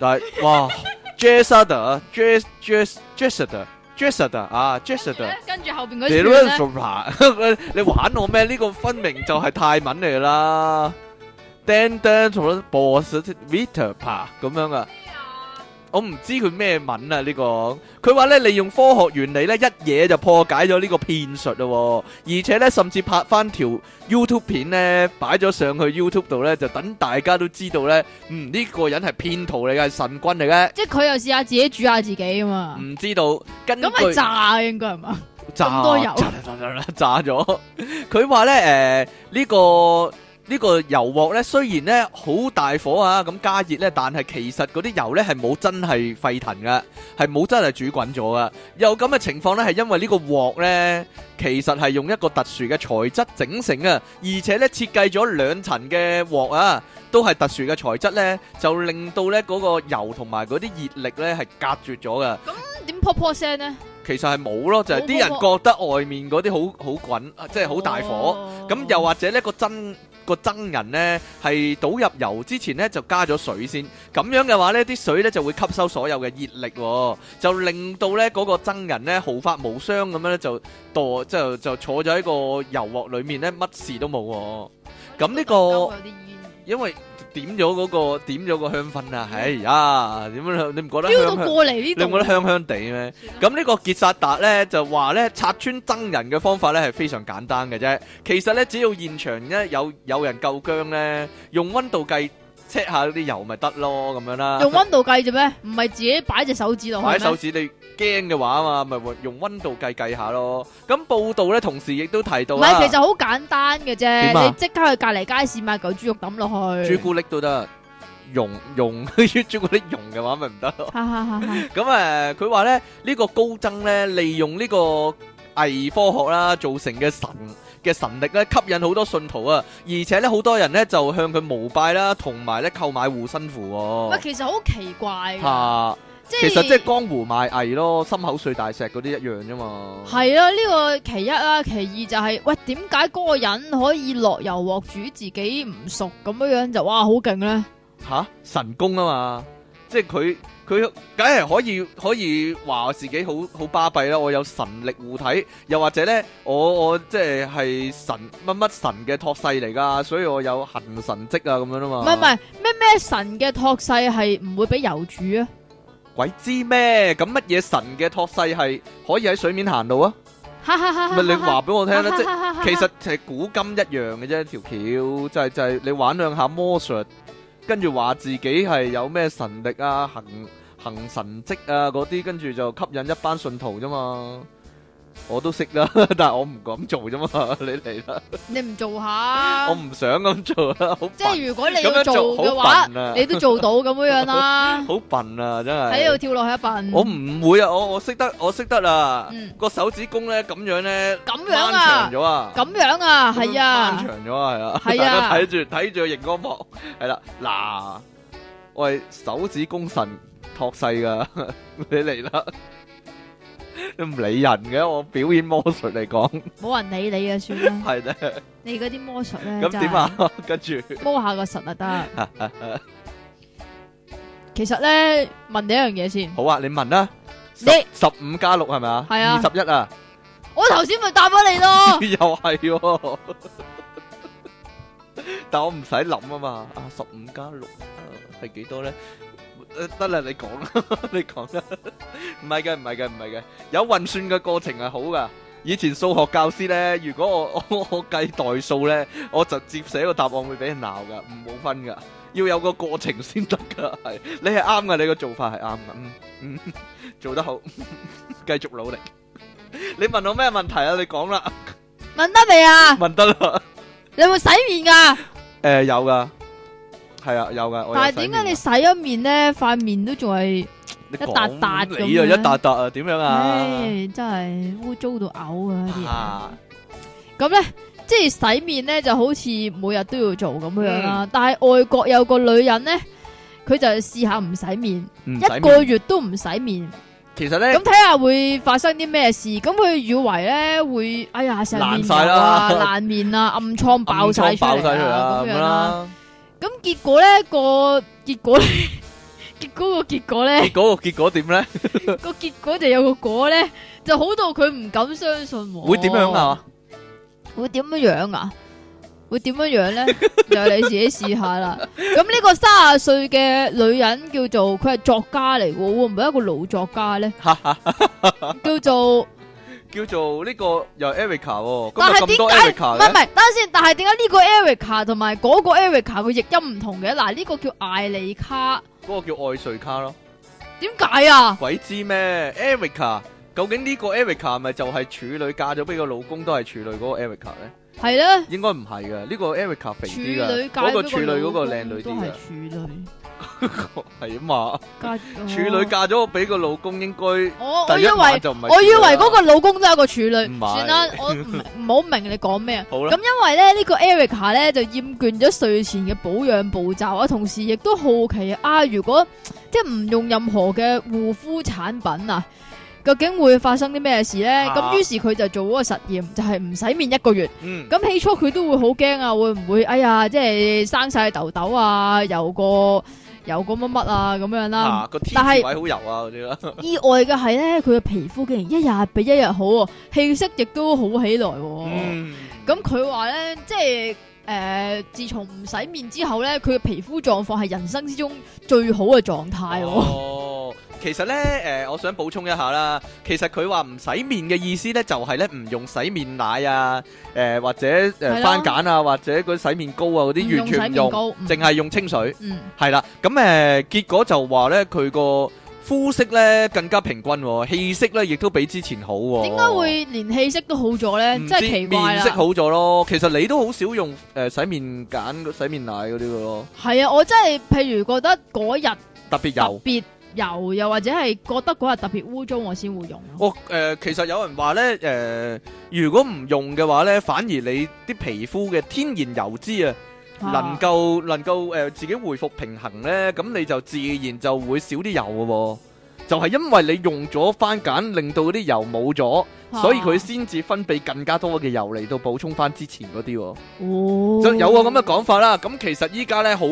[SPEAKER 3] 但係哇 j e s a d a j e s j e s j e s a d a j e s a d a 啊 j e s a d a
[SPEAKER 1] 跟住後邊嗰
[SPEAKER 3] d e
[SPEAKER 1] 啲
[SPEAKER 3] l
[SPEAKER 1] 段
[SPEAKER 3] u
[SPEAKER 1] 咧
[SPEAKER 3] s o r a 你玩我咩？呢、個分明就係泰文嚟㗎啦。Dan Dan 同咗 Boss Vita 爬咁樣啊。我唔知佢咩文啊呢、個，佢話咧利用科學原理咧一嘢就破解咗呢個騙術咯、而且咧甚至拍翻條 YouTube 片咧擺咗上去 YouTube 度咧，就等大家都知道咧，嗯呢、個人係騙徒嚟嘅，係神棍嚟嘅，
[SPEAKER 1] 即係佢又試下自己煮下自己啊嘛，
[SPEAKER 3] 唔知道根
[SPEAKER 1] 咁係
[SPEAKER 3] 據
[SPEAKER 1] 炸應該係嘛？
[SPEAKER 3] 炸
[SPEAKER 1] 咁多油
[SPEAKER 3] 炸炸炸炸炸咗，佢話咧誒呢、個。呢個油鑊咧，雖然咧好大火啊，咁加熱咧，但係其實嗰啲油咧係冇真係沸騰噶，係冇真係煮滾咗噶。有咁嘅情況咧，係因為呢個鑊咧其實係用一個特殊嘅材質整成啊，而且咧設計咗兩層嘅鑊啊，都係特殊嘅材質咧，就令到咧嗰個油同埋嗰啲熱力咧係隔絕咗 噶。
[SPEAKER 1] 咁點噗噗聲咧？
[SPEAKER 3] 其實係冇咯，就係、
[SPEAKER 1] 冇
[SPEAKER 3] 啲人覺得外面嗰啲好好滾，啊即係好大火。
[SPEAKER 1] 哦
[SPEAKER 3] 咁、又或者呢個真個真人呢，係倒入油之前呢，就加咗水先，咁樣嘅話呢啲水呢就會吸收所有嘅熱力、喎，就令到呢嗰、個真人呢毫髮無傷咁樣呢，就墮就就坐咗喺個油鑊裡面呢，乜事都冇、喎。咁呢個
[SPEAKER 1] 有啲煙
[SPEAKER 3] 因為點咗嗰、個點咗個香薰啊，唉呀，點樣你唔覺得
[SPEAKER 1] 飆
[SPEAKER 3] 香
[SPEAKER 1] 到
[SPEAKER 3] 香？
[SPEAKER 1] 過嚟呢
[SPEAKER 3] 你
[SPEAKER 1] 度，
[SPEAKER 3] 唔覺得香香地咩？咁呢個傑薩達呢，就話呢，拆穿僧人嘅方法呢係非常簡單嘅啫。其實呢，只要現場呢有有人夠姜呢，用温度計 check 下啲油咪得咯，咁樣啦。
[SPEAKER 1] 用温度計啫咩？唔係自己擺隻手指落去
[SPEAKER 3] 擺
[SPEAKER 1] 咩
[SPEAKER 3] 手指你驚嘅話啊嘛，咪用温度計計下咯。咁報道呢，同時亦都提到
[SPEAKER 1] 唔
[SPEAKER 3] 啦
[SPEAKER 1] 係，其，實好簡單嘅
[SPEAKER 3] 啊點
[SPEAKER 1] 啫，
[SPEAKER 3] 啊
[SPEAKER 1] 你即刻去隔離街市買嚿豬肉抌落去。
[SPEAKER 3] 朱古力都得，溶溶 朱古力溶嘅話咪唔得咯。
[SPEAKER 1] 哈哈哈哈！
[SPEAKER 3] 咁誒，佢話咧呢個高僧咧，利用呢個偽科學啦，造成嘅神嘅神力咧，吸引好多信徒啊，而且咧好多人咧就向佢膜拜啦，同埋咧購買護身符
[SPEAKER 1] 喂，
[SPEAKER 3] 喎。
[SPEAKER 1] 其實好奇怪㗎
[SPEAKER 3] 哦嚇、
[SPEAKER 1] 即
[SPEAKER 3] 其
[SPEAKER 1] 係
[SPEAKER 3] 實即係江湖賣藝咯，心口碎大石嗰啲一樣啫嘛。
[SPEAKER 1] 係啊啦，呢個其一啦，其二就係喂，點解嗰個人可以落油鑊煮自己唔熟咁樣樣就哇好勁咧？
[SPEAKER 3] 吓、神功啊嘛，即係佢佢梗係可以可以話自己好好巴閉啦，我有神力護體，又或者咧我我即係係神乜乜神嘅托世嚟噶，所以我有行神跡啊咁樣啊嘛。
[SPEAKER 1] 唔係唔係咩咩神嘅托世係唔會俾油煮啊？
[SPEAKER 3] 鬼知咩？咁乜嘢神嘅托世係可以喺水面行路啊？
[SPEAKER 1] 哈哈哈哈！
[SPEAKER 3] 咪你話俾我聽
[SPEAKER 1] 啊
[SPEAKER 3] 啦，即係
[SPEAKER 1] 係
[SPEAKER 3] 其實係古今一樣嘅啫，條橋就係就係你玩兩下魔術，跟住話自己係有咩神力啊、行行神蹟啊嗰啲，跟住就吸引一班信徒啫嘛。我都識啦， 但係我唔敢做啫嘛， 你嚟啦，
[SPEAKER 1] 你唔做下
[SPEAKER 3] 我，唔想咁做啦，好
[SPEAKER 1] 即係
[SPEAKER 3] 笨，
[SPEAKER 1] 如果你
[SPEAKER 3] 咁
[SPEAKER 1] 要
[SPEAKER 3] 樣
[SPEAKER 1] 做
[SPEAKER 3] 做
[SPEAKER 1] 嘅
[SPEAKER 3] 好
[SPEAKER 1] 話，
[SPEAKER 3] 笨啊，，
[SPEAKER 1] 你都做到咁樣樣啦
[SPEAKER 3] 好笨啊，真係。
[SPEAKER 1] 喺度跳落去一笨，
[SPEAKER 3] 我唔會啊，我我識得，我識得啦
[SPEAKER 1] 嗯，
[SPEAKER 3] 個手指公咧咁樣咧，
[SPEAKER 1] 咁樣
[SPEAKER 3] 掹
[SPEAKER 1] 啊
[SPEAKER 3] 長，咗啊，
[SPEAKER 1] 咁樣啊，
[SPEAKER 3] 咁樣
[SPEAKER 1] 係啊
[SPEAKER 3] 掹。長咗啊，係啊，
[SPEAKER 1] 係啊
[SPEAKER 3] 大家睇住睇住個熒光幕，係啦，嗱，我係手指公神托世噶， 你嚟啦， 你唔理人嘅，我表演魔術嚟講
[SPEAKER 1] 冇人理你啊，算啦。
[SPEAKER 3] 係咧，
[SPEAKER 1] 你嗰啲魔術咧，
[SPEAKER 3] 咁
[SPEAKER 1] 真
[SPEAKER 3] 點
[SPEAKER 1] 係
[SPEAKER 3] 啊？ 跟住
[SPEAKER 1] 摸下個實啊得。 其實咧，問你一樣嘢先。
[SPEAKER 3] 好啊，你問啦，十
[SPEAKER 1] 你
[SPEAKER 3] 十五加六係咪啊？
[SPEAKER 1] 係啊
[SPEAKER 3] 二十一啊，
[SPEAKER 1] 我頭先咪答咗你咯，
[SPEAKER 3] 又係喎，但我唔使諗啊嘛，啊十五加六係幾多咧？誒得啦，你講啦，你講啦， 唔係嘅，唔係嘅，唔係嘅，有運算嘅過程係好噶。以前數學教師咧，如果我 我我計代數咧，我就接寫個答案會俾人鬧噶，唔冇分噶，要有個過程先得噶。係你係啱噶，你個做法係啱噶，嗯嗯，做得好，繼續努力。你問我咩問題啊？你講啦，
[SPEAKER 1] 問得未啊？
[SPEAKER 3] 問得 啦。
[SPEAKER 1] 你有冇洗面噶？
[SPEAKER 3] 诶，有噶，係啊，有噶。我有
[SPEAKER 1] 但係
[SPEAKER 3] 洗
[SPEAKER 1] 點
[SPEAKER 3] 面
[SPEAKER 1] 解你洗咗面咧，塊面都仲係？
[SPEAKER 3] 你
[SPEAKER 1] 一笪笪
[SPEAKER 3] 講
[SPEAKER 1] 咁
[SPEAKER 3] 你啊，一
[SPEAKER 1] 樣
[SPEAKER 3] 笪笪啊，點樣啊？
[SPEAKER 1] 唉，真係污糟到嘔啊！
[SPEAKER 3] 啊，
[SPEAKER 1] 啲嘢咁咧，即係洗面咧就好似每日都要做咁樣啦。
[SPEAKER 3] 嗯
[SPEAKER 1] 但係外國有個女人咧，佢就試下唔洗面，
[SPEAKER 3] 唔
[SPEAKER 1] 一
[SPEAKER 3] 使
[SPEAKER 1] 個
[SPEAKER 3] 面。
[SPEAKER 1] 月都唔洗面，
[SPEAKER 3] 其實咧
[SPEAKER 1] 咁，睇下會發生啲咩事。咁佢以為咧會，哎呀，成面
[SPEAKER 3] 爛晒
[SPEAKER 1] 油
[SPEAKER 3] 啦
[SPEAKER 1] 啊，爛面啊，暗瘡爆晒
[SPEAKER 3] 暗瘡
[SPEAKER 1] 出
[SPEAKER 3] 爆
[SPEAKER 1] 嚟
[SPEAKER 3] 晒出嚟
[SPEAKER 1] 啊
[SPEAKER 3] 啦，
[SPEAKER 1] 咁
[SPEAKER 3] 咁
[SPEAKER 1] 樣啦。
[SPEAKER 3] 啦。
[SPEAKER 1] 咁結果咧個結果 咧，結果個結果 咧。
[SPEAKER 3] 結果個結果點咧？
[SPEAKER 1] 个结果就有个果咧，就好到佢唔敢相信我。
[SPEAKER 3] 會點樣？啊？
[SPEAKER 1] 会点样样啊？会点样 样咧？就你自己试下啦。咁呢个三十岁嘅女人叫做佢系作家嚟嘅喎，会唔会一个老作家咧？叫做
[SPEAKER 3] 叫做呢個又 Erica 喎，
[SPEAKER 1] 但
[SPEAKER 3] 咁
[SPEAKER 1] 係
[SPEAKER 3] 又咁多
[SPEAKER 1] 點解唔
[SPEAKER 3] Erica
[SPEAKER 1] 系唔
[SPEAKER 3] 嘅，
[SPEAKER 1] 系？等陣先，但系点解呢个 Erica 同埋嗰个 Erica 佢譯音唔同嘅？嗱，呢个叫艾利卡，
[SPEAKER 3] 嗰個叫愛瑞卡咯，
[SPEAKER 1] 点解啊？
[SPEAKER 3] 鬼知咩？Erica 究竟呢個 Erica 係咪就係處女嫁咗俾個老公都係處女嗰個 Erica 咧？
[SPEAKER 1] 系咧，
[SPEAKER 3] 應該唔係嘅，呢個 Erica 肥
[SPEAKER 1] 处
[SPEAKER 3] 啲
[SPEAKER 1] 女
[SPEAKER 3] 嘅，
[SPEAKER 1] 界
[SPEAKER 3] 嗰個處女嗰個
[SPEAKER 1] 个
[SPEAKER 3] 靚女
[SPEAKER 1] 都
[SPEAKER 3] 啲
[SPEAKER 1] 系
[SPEAKER 3] 嘅，
[SPEAKER 1] 处女
[SPEAKER 3] 係啊嘛。
[SPEAKER 1] 加
[SPEAKER 3] 處女嫁咗俾個老公，應該
[SPEAKER 1] 我哦我
[SPEAKER 3] 第一
[SPEAKER 1] 以
[SPEAKER 3] 晚
[SPEAKER 1] 為
[SPEAKER 3] 就唔係處女啦。
[SPEAKER 1] 我以為嗰個老公都係一個處女，
[SPEAKER 3] 唔係
[SPEAKER 1] 算啦，我唔唔好明你講咩。啊
[SPEAKER 3] 好
[SPEAKER 1] 咁
[SPEAKER 3] 啦，
[SPEAKER 1] 因為咧呢個 Erica 咧就厭倦咗睡前嘅保養步驟啊，同時亦都好奇啊，如果即係唔用任何嘅護膚產品啊，究竟會發生啲咩事咧？
[SPEAKER 3] 啊
[SPEAKER 1] 咁於是佢就做嗰個實驗，就係唔洗面一個月。
[SPEAKER 3] 嗯，
[SPEAKER 1] 咁起初佢都會好驚啊，會唔會哎呀，即係生晒痘痘啊，有個有個乜乜啊咁樣啦。
[SPEAKER 3] 啊個天
[SPEAKER 1] 但
[SPEAKER 3] 使
[SPEAKER 1] 係
[SPEAKER 3] 位好油啊嗰啲啦，
[SPEAKER 1] 意外嘅係咧，佢嘅皮膚竟然一日比一日好喎，氣色亦都好起來喎。
[SPEAKER 3] 嗯，
[SPEAKER 1] 咁佢話咧，即係诶、呃自從唔洗面之後咧，佢嘅皮膚狀況係人生之中最好嘅狀態喎。
[SPEAKER 3] 哦，其實咧，诶，我想補充一下啦，其實佢話唔洗面嘅意思咧，就係咧唔用洗面奶啊，诶或者诶
[SPEAKER 1] 係啦
[SPEAKER 3] 番梘啊，或者嗰啲洗面膏啊嗰
[SPEAKER 1] 唔
[SPEAKER 3] 啲，完
[SPEAKER 1] 用洗
[SPEAKER 3] 全唔
[SPEAKER 1] 面
[SPEAKER 3] 用，
[SPEAKER 1] 膏，
[SPEAKER 3] 淨係用清水。
[SPEAKER 1] 嗯
[SPEAKER 3] 係啦，咁誒、呃、結果就話咧，佢個膚色咧更加平均、喎，氣色咧亦都比之前好、喎。
[SPEAKER 1] 嗯，点解會連氣色都好咗咧？
[SPEAKER 3] 唔
[SPEAKER 1] 真
[SPEAKER 3] 知
[SPEAKER 1] 係奇怪
[SPEAKER 3] 嗯面色好
[SPEAKER 1] 啦。
[SPEAKER 3] 咗咯，其實你都好少用誒、呃洗面梘、洗面奶嗰啲嘅咯，
[SPEAKER 1] 係啊，我真係譬如覺得嗰日
[SPEAKER 3] 特別
[SPEAKER 1] 特
[SPEAKER 3] 油。
[SPEAKER 1] 別油，又或者係覺得嗰日特別污糟，我先會用咯。
[SPEAKER 3] 我誒、呃其實有人話咧誒，如果唔用嘅話咧，反而你啲皮膚嘅天然油脂啊，能
[SPEAKER 1] 啊
[SPEAKER 3] 夠能夠誒、呃自己回復平衡咧，咁你就自然就會少啲油嘅喎、就係、因為你用咗番梘，令到嗰啲油冇咗。
[SPEAKER 1] 啊
[SPEAKER 3] 所以佢先至分泌更加多嘅油嚟到補充翻之前嗰啲喎，
[SPEAKER 1] 哦
[SPEAKER 3] 就有個咁嘅講法啦。咁其實依家呢，好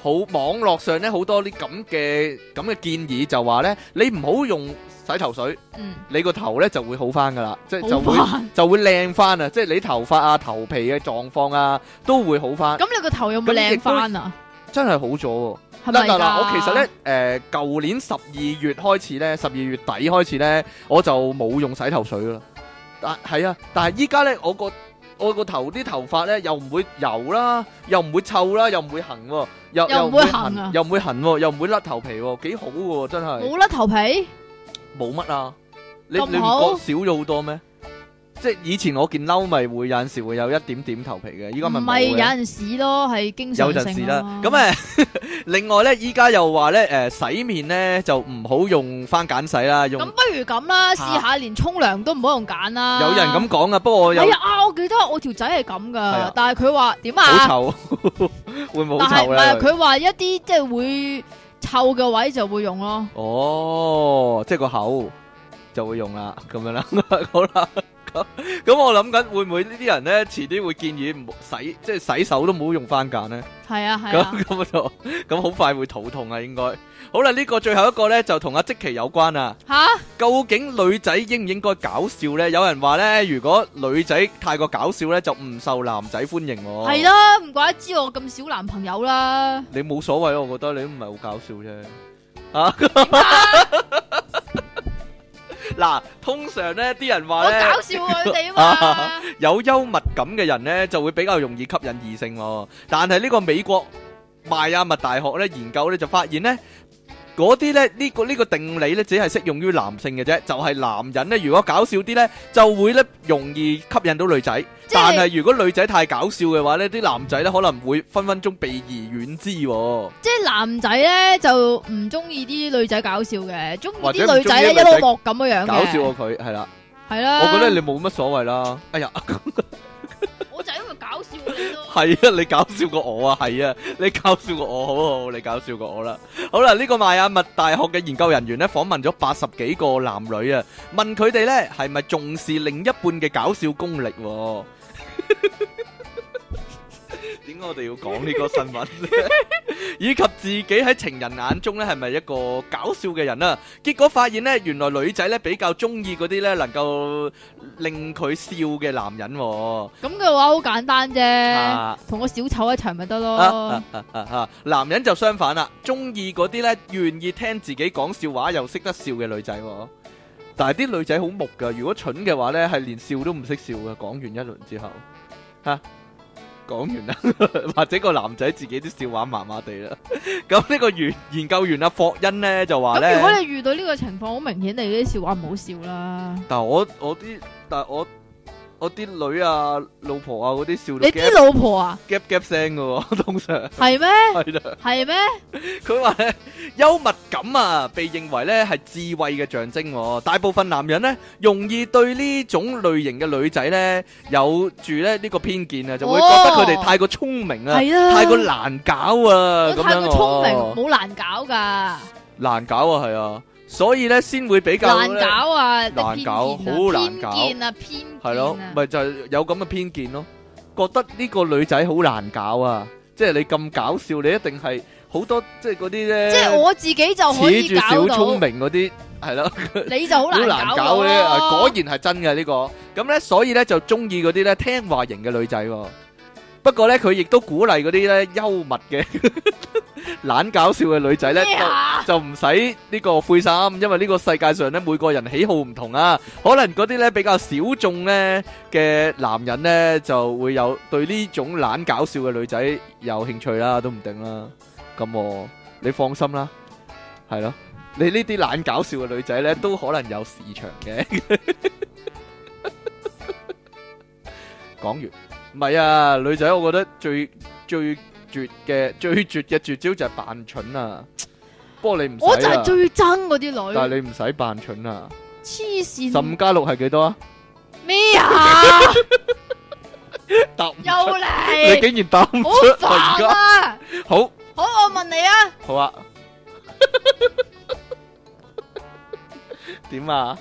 [SPEAKER 3] 好網絡上呢，好多啲咁嘅咁嘅建議就話呢：你唔好用洗頭水，
[SPEAKER 1] 嗯，
[SPEAKER 3] 你個頭呢就會好翻噶啦，即係就
[SPEAKER 1] 好
[SPEAKER 3] 會
[SPEAKER 1] 煩
[SPEAKER 3] 就會靚翻啊！即係你頭髮啊、頭皮嘅狀況啊都會好翻，
[SPEAKER 1] 咁你個頭有
[SPEAKER 3] 咁
[SPEAKER 1] 冇
[SPEAKER 3] 亦
[SPEAKER 1] 靚
[SPEAKER 3] 都
[SPEAKER 1] 翻啊？
[SPEAKER 3] 真係好咗喎。
[SPEAKER 1] 係
[SPEAKER 3] 嗱
[SPEAKER 1] 咪
[SPEAKER 3] 嗱
[SPEAKER 1] 㗎？
[SPEAKER 3] 嗱，我其實咧，誒、舊年十二月開始咧，十二月底開始咧，我就冇用洗頭水啦。但係啊，但係依家咧，我個我個頭啲頭髮咧，又唔會油啦，又唔會臭啦，又唔會痕喎，又
[SPEAKER 1] 又唔會
[SPEAKER 3] 會
[SPEAKER 1] 痕啊
[SPEAKER 3] 又唔會痕喎，又唔會甩頭皮喎，幾好喎，真係
[SPEAKER 1] 冇甩頭皮，
[SPEAKER 3] 冇乜啊！你
[SPEAKER 1] 咁
[SPEAKER 3] 你唔覺
[SPEAKER 1] 好
[SPEAKER 3] 少咗好多咩？即係以前我件褸咪會有陣時會有一點點頭皮嘅，依家咪
[SPEAKER 1] 唔
[SPEAKER 3] 冇
[SPEAKER 1] 係有
[SPEAKER 3] 嘅。
[SPEAKER 1] 陣時咯，係 經常
[SPEAKER 3] 有
[SPEAKER 1] 性
[SPEAKER 3] 陣時啦，咁啊誒， 另外咧，依家又話咧，誒、洗面咧就唔好用番梘洗啦，用
[SPEAKER 1] 咁不如咁啦，
[SPEAKER 3] 啊
[SPEAKER 1] 試下連沖涼都唔好用揀啦。
[SPEAKER 3] 有人咁講啊，不過我有
[SPEAKER 1] 係啊，我記得我條仔係咁
[SPEAKER 3] 係啊
[SPEAKER 1] 噶，但係佢話點啊？
[SPEAKER 3] 好臭， 會唔會
[SPEAKER 1] 但係
[SPEAKER 3] 好臭啊
[SPEAKER 1] 唔
[SPEAKER 3] 咧？
[SPEAKER 1] 係佢話一啲即係會臭嘅位就會用咯。
[SPEAKER 3] 哦，即係個口就會用啦，咁樣啦， 好啦。咁咁我諗緊會唔會呢啲人咧，遲啲會建議唔好洗，即係洗手都唔好用番梘咧。
[SPEAKER 1] 係啊係啊
[SPEAKER 3] 咁，咁就咁好快會肚痛啊，應該。好啦，呢、個最後一個咧就同阿即奇有關啊。
[SPEAKER 1] 吓
[SPEAKER 3] 究竟女仔應唔應該搞笑咧？有人話咧，如果女仔太過搞笑咧，就唔受男仔歡迎喎。
[SPEAKER 1] 係啦，唔怪得知我咁少男朋友 啦。
[SPEAKER 3] 你冇所謂，我覺得你都唔係好搞笑啫。 啊，嗱，通常咧啲人
[SPEAKER 1] 我
[SPEAKER 3] 話咧，
[SPEAKER 1] 搞笑佢哋 啊嘛，
[SPEAKER 3] 有幽默感嘅人咧就會比較容易吸引異性喎。但係呢個美國邁阿密大學咧研究咧就發現咧。嗰啲咧呢、個呢、個定理咧，只係適用於男性嘅啫，就係、男人咧，如果搞笑啲咧，就會咧容易吸引到女仔。
[SPEAKER 1] 即
[SPEAKER 3] 但
[SPEAKER 1] 係
[SPEAKER 3] 係如果女仔太搞笑嘅話咧，啲男仔咧可能會分分鐘避而遠之喎。
[SPEAKER 1] 即係男仔咧就唔中意啲女仔搞笑嘅，中意
[SPEAKER 3] 或者唔
[SPEAKER 1] 啲女仔咧
[SPEAKER 3] 鍾意
[SPEAKER 1] 一
[SPEAKER 3] 啲女仔
[SPEAKER 1] 碌落咁嘅樣嘅。
[SPEAKER 3] 搞笑過佢係啦，
[SPEAKER 1] 係啦，
[SPEAKER 3] 我覺得你冇乜所謂啦。哎呀，
[SPEAKER 1] 我就係因為搞笑你咯。
[SPEAKER 3] 係啊，你搞笑過我啊，係啊，你搞笑過我，好好，你搞笑過我啦。好啦，呢、個邁阿密大學嘅研究人員咧訪問咗八十幾個男女啊，問佢哋咧係咪重視另一半嘅搞笑功力、喎？ 點解我哋要講呢個新聞呢？ 以及自己喺情人眼中咧係咪一個搞笑嘅人啊？結果發現咧，原來女仔咧比較中意嗰啲咧能夠令佢笑嘅男人、喎。
[SPEAKER 1] 咁嘅話好簡單啫，
[SPEAKER 3] 啊
[SPEAKER 1] 同個小丑一齊咪得
[SPEAKER 3] 啊
[SPEAKER 1] 咯。
[SPEAKER 3] 啊啊啊！男人就相反啦，中意嗰啲咧願意聽自己講笑話又識得笑嘅女仔、喎。但係啲女仔好木噶，如果蠢嘅話咧，係連笑都唔識笑嘅。講完一輪之後，吓、講完啦， 或者個男仔自己啲笑話麻麻地啦。 咁呢個研研究員阿霍恩咧就話
[SPEAKER 1] 咁如果
[SPEAKER 3] 啊咧，
[SPEAKER 1] 你遇到呢個情況，好明顯你啲笑話唔好笑啦。
[SPEAKER 3] 但係我我啲但係我我啲女啊、老婆啊嗰啲笑到
[SPEAKER 1] 你啲
[SPEAKER 3] gap
[SPEAKER 1] 老婆啊，
[SPEAKER 3] gap gap 聲嘅喎， 通常
[SPEAKER 1] 係咩？
[SPEAKER 3] 係啦。
[SPEAKER 1] 係咩？
[SPEAKER 3] 佢話咧幽默感啊，被認為咧係智慧嘅象徵、喎。大部分男人咧容易對呢種類型嘅女仔咧有住咧呢個偏見啊，就會覺得佢哋太過聰明啊，
[SPEAKER 1] 係啦，
[SPEAKER 3] 太過難搞啊，咁
[SPEAKER 1] 太
[SPEAKER 3] 樣
[SPEAKER 1] 過聰明，
[SPEAKER 3] 喎
[SPEAKER 1] 冇難搞噶，
[SPEAKER 3] 難搞啊，係啊，所以咧先會比較
[SPEAKER 1] 難
[SPEAKER 3] 咧
[SPEAKER 1] 搞啊，
[SPEAKER 3] 難
[SPEAKER 1] 你
[SPEAKER 3] 搞
[SPEAKER 1] 偏見啊
[SPEAKER 3] 好難搞
[SPEAKER 1] 偏見啊，偏見
[SPEAKER 3] 係咯，
[SPEAKER 1] 啊，
[SPEAKER 3] 咪就係有咁嘅偏見咯，覺得呢個女仔好難搞啊，即係你咁搞笑，你一定係好多即係嗰啲咧，
[SPEAKER 1] 即係我自己就可
[SPEAKER 3] 恃
[SPEAKER 1] 以
[SPEAKER 3] 住
[SPEAKER 1] 搞
[SPEAKER 3] 小聰
[SPEAKER 1] 到，
[SPEAKER 3] 明嗰啲係咯。
[SPEAKER 1] 你就好
[SPEAKER 3] 好
[SPEAKER 1] 難
[SPEAKER 3] 難
[SPEAKER 1] 搞
[SPEAKER 3] 搞
[SPEAKER 1] 我
[SPEAKER 3] 咧，啊果
[SPEAKER 1] 咯。
[SPEAKER 3] 然係真嘅呢個。咁咧，所以咧就中意嗰啲咧聽話型嘅女仔喎。不過咧，佢亦都鼓勵嗰啲咧幽默嘅 懶搞笑嘅女仔咧，
[SPEAKER 1] 咩啊
[SPEAKER 3] 就就唔使呢個灰心，因為呢個世界上咧每個人喜好唔同啊。可能嗰啲咧比較小眾咧嘅男人咧就會有對呢種懶搞笑嘅女仔有興趣啦，都唔定啦。咁我你放心啦，係咯。你呢啲懶搞笑嘅女仔咧，都可能有市場嘅。 講完，唔係啊，女仔，我覺得最最絕嘅最絕嘅絕招就係扮蠢啊。不過你唔
[SPEAKER 1] 我
[SPEAKER 3] 使
[SPEAKER 1] 就係
[SPEAKER 3] 啊，
[SPEAKER 1] 最憎嗰啲
[SPEAKER 3] 但
[SPEAKER 1] 女，
[SPEAKER 3] 係你唔使扮蠢啊。
[SPEAKER 1] 黐
[SPEAKER 3] 十
[SPEAKER 1] 線
[SPEAKER 3] 五加六係幾多啊？
[SPEAKER 1] 咩 啊？
[SPEAKER 3] 答唔出
[SPEAKER 1] 又
[SPEAKER 3] 你
[SPEAKER 1] 嚟，
[SPEAKER 3] 竟然答唔
[SPEAKER 1] 好
[SPEAKER 3] 出啊！而
[SPEAKER 1] 煩
[SPEAKER 3] 家
[SPEAKER 1] 啊！
[SPEAKER 3] 好
[SPEAKER 1] 好，我問你啊，
[SPEAKER 3] 好 啊，點啊？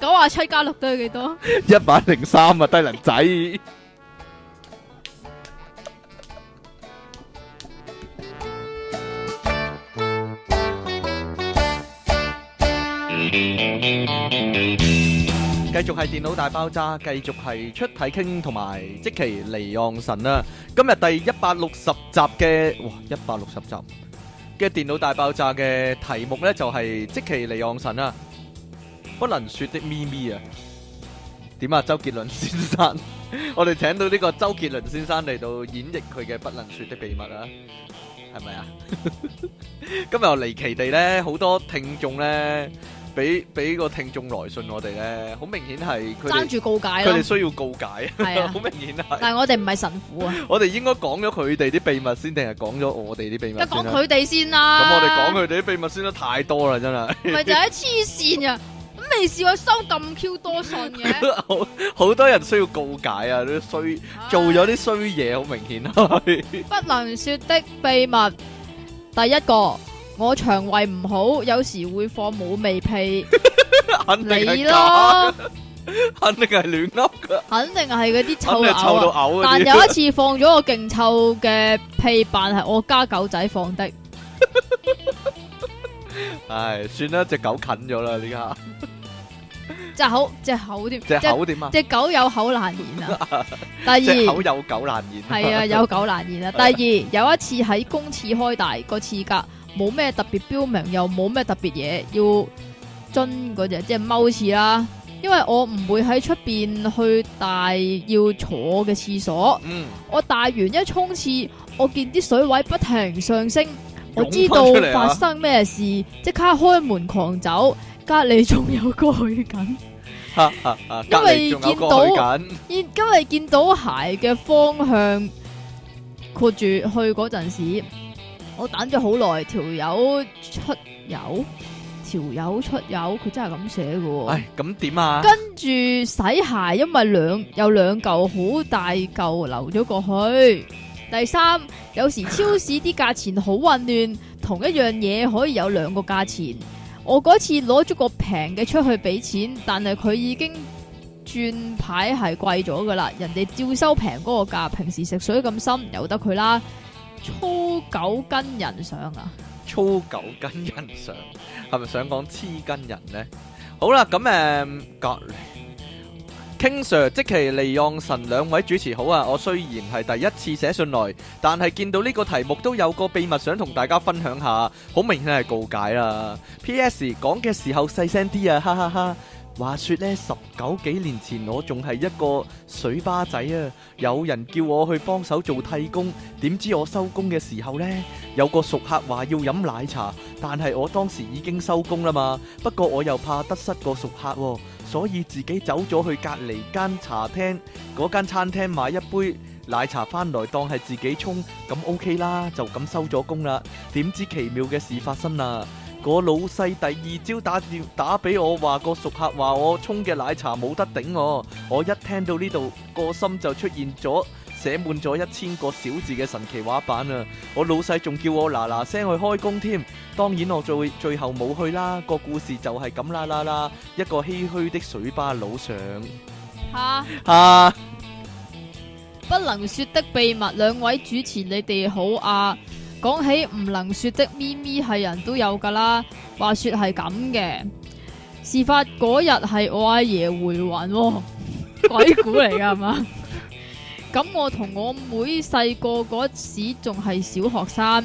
[SPEAKER 1] 九啊七加六等於幾多？
[SPEAKER 3] 一百零三啊，低能仔！繼續係電腦大爆炸，繼續係出體傾同埋即其離岸神啦。 今日第一百六十集嘅哇，一百六十集嘅電腦大爆炸嘅題目呢，就係即其離岸神啊，不能說的咪咪啊！點啊，周杰倫先生，我哋請到呢個周杰倫先生嚟到演繹佢嘅不能説的秘密啊， 係咪啊？今日又離奇地咧，好多聽眾咧俾俾個聽眾來信我哋咧，好明顯係佢
[SPEAKER 1] 爭
[SPEAKER 3] 哋
[SPEAKER 1] 住告解
[SPEAKER 3] 佢
[SPEAKER 1] 咯
[SPEAKER 3] 哋，需要告解，
[SPEAKER 1] 係啊
[SPEAKER 3] 好明顯係。
[SPEAKER 1] 但係我哋唔係神父啊，
[SPEAKER 3] 我哋應該講咗佢哋啲秘密先，定係講咗我哋啲秘密
[SPEAKER 1] 梗係
[SPEAKER 3] 先
[SPEAKER 1] 講
[SPEAKER 3] 啦？
[SPEAKER 1] 佢哋先
[SPEAKER 3] 咁
[SPEAKER 1] 啦。
[SPEAKER 3] 我哋講佢哋啲秘密先啦，太多啦，真係。
[SPEAKER 1] 咪就係黐線啊！咁未試過收咁 Q 多信嘅，
[SPEAKER 3] 好好多人需要告解啊！啲衰 做咗啲衰嘢，好明顯係。
[SPEAKER 1] 不能說的秘密。第一個，我腸胃唔好，有時會放冇味屁，
[SPEAKER 3] 肯 定
[SPEAKER 1] 你
[SPEAKER 3] 係假，
[SPEAKER 1] 咯，
[SPEAKER 3] 肯定係亂噏噶，
[SPEAKER 1] 肯定係嗰啲
[SPEAKER 3] 肯
[SPEAKER 1] 臭
[SPEAKER 3] 定係臭到
[SPEAKER 1] 牛啊。
[SPEAKER 3] 嘔
[SPEAKER 1] 但
[SPEAKER 3] 嗰
[SPEAKER 1] 有
[SPEAKER 3] 啲。
[SPEAKER 1] 一次放咗個勁臭嘅屁扮係我家狗仔放的，
[SPEAKER 3] 唉，算啦，只狗近咗啦，呢 家
[SPEAKER 1] 隻口隻口添，
[SPEAKER 3] 隻口點啊？
[SPEAKER 1] 隻狗有口難言啊。 第
[SPEAKER 3] 隻口
[SPEAKER 1] 二
[SPEAKER 3] 有狗難言。
[SPEAKER 1] 係 啊，有口難言啊。第二有一次喺公廁開大個廁格，冇咩特別標明，又冇咩特別嘢，要樽嗰只即係踎廁啦。因為我唔會喺出邊去大要坐嘅廁所，
[SPEAKER 3] 嗯，
[SPEAKER 1] 我大完一沖廁，我見啲水位不停上升，我知
[SPEAKER 3] 湧
[SPEAKER 1] 道
[SPEAKER 3] 返出嚟啊
[SPEAKER 1] 發生咩事，即刻開門狂走。隔離仲有個去緊，
[SPEAKER 3] 哈哈哈隔離仲有個去緊，
[SPEAKER 1] 因因為見到鞋嘅方向括住去嗰陣時，我等咗好耐，條友出油，條友出油，佢真係咁寫嘅喎。
[SPEAKER 3] 唉，咁點啊？
[SPEAKER 1] 跟住洗鞋，因為兩有兩嚿好大嚿流咗過去。第三，有時超市啲價錢好混亂，同一樣嘢可以有兩個價錢。我嗰次攞咗個平嘅出去俾錢，但係佢已經轉牌係貴咗噶啦，人哋照收平嗰個價。平時食水咁深，由得佢啦。粗狗跟人上啊！
[SPEAKER 3] 粗狗跟人上，係咪想講黐跟人咧？好啦，咁誒隔離。King Sir，即其利昂神兩位主持好啊！我雖然係第一次寫信來，但係見到呢個題目都有個秘密想同大家分享下，好明顯係告解啦。P.S. 講嘅時候細聲啲啊，哈哈哈！話說呢，十九幾年前我仲係一個水巴仔啊，有人叫我去幫手做替工，點知我收工嘅時候呢，有個熟客話要飲奶茶，但係我當時已經收工啦嘛，不過我又怕得失個熟客喎、所以自己走咗去隔離間茶廳嗰間餐廳買一杯奶茶翻來當係自己沖，咁 OK 啦，就咁收咗工啦。點知奇妙嘅事發生啦！個老細第二朝打電打俾我話個熟客話我沖嘅奶茶冇得頂我，我一聽到呢度個心就出現咗寫滿咗一千個小字嘅神奇畫板啊！我老細仲叫我嗱嗱聲去開工添，當然我最最後冇去啦。個故事就係咁啦啦啦，一個唏噓的水巴佬上
[SPEAKER 1] 吓，
[SPEAKER 3] 啊！
[SPEAKER 1] 不能說的秘密，兩位主持你哋好啊！講起唔能說的咪咪係人都有噶啦，話說係咁嘅。事發嗰日係我阿爺回魂、喎， 鬼故嚟噶係嘛？咁我同我妹細個嗰時仲係小學生，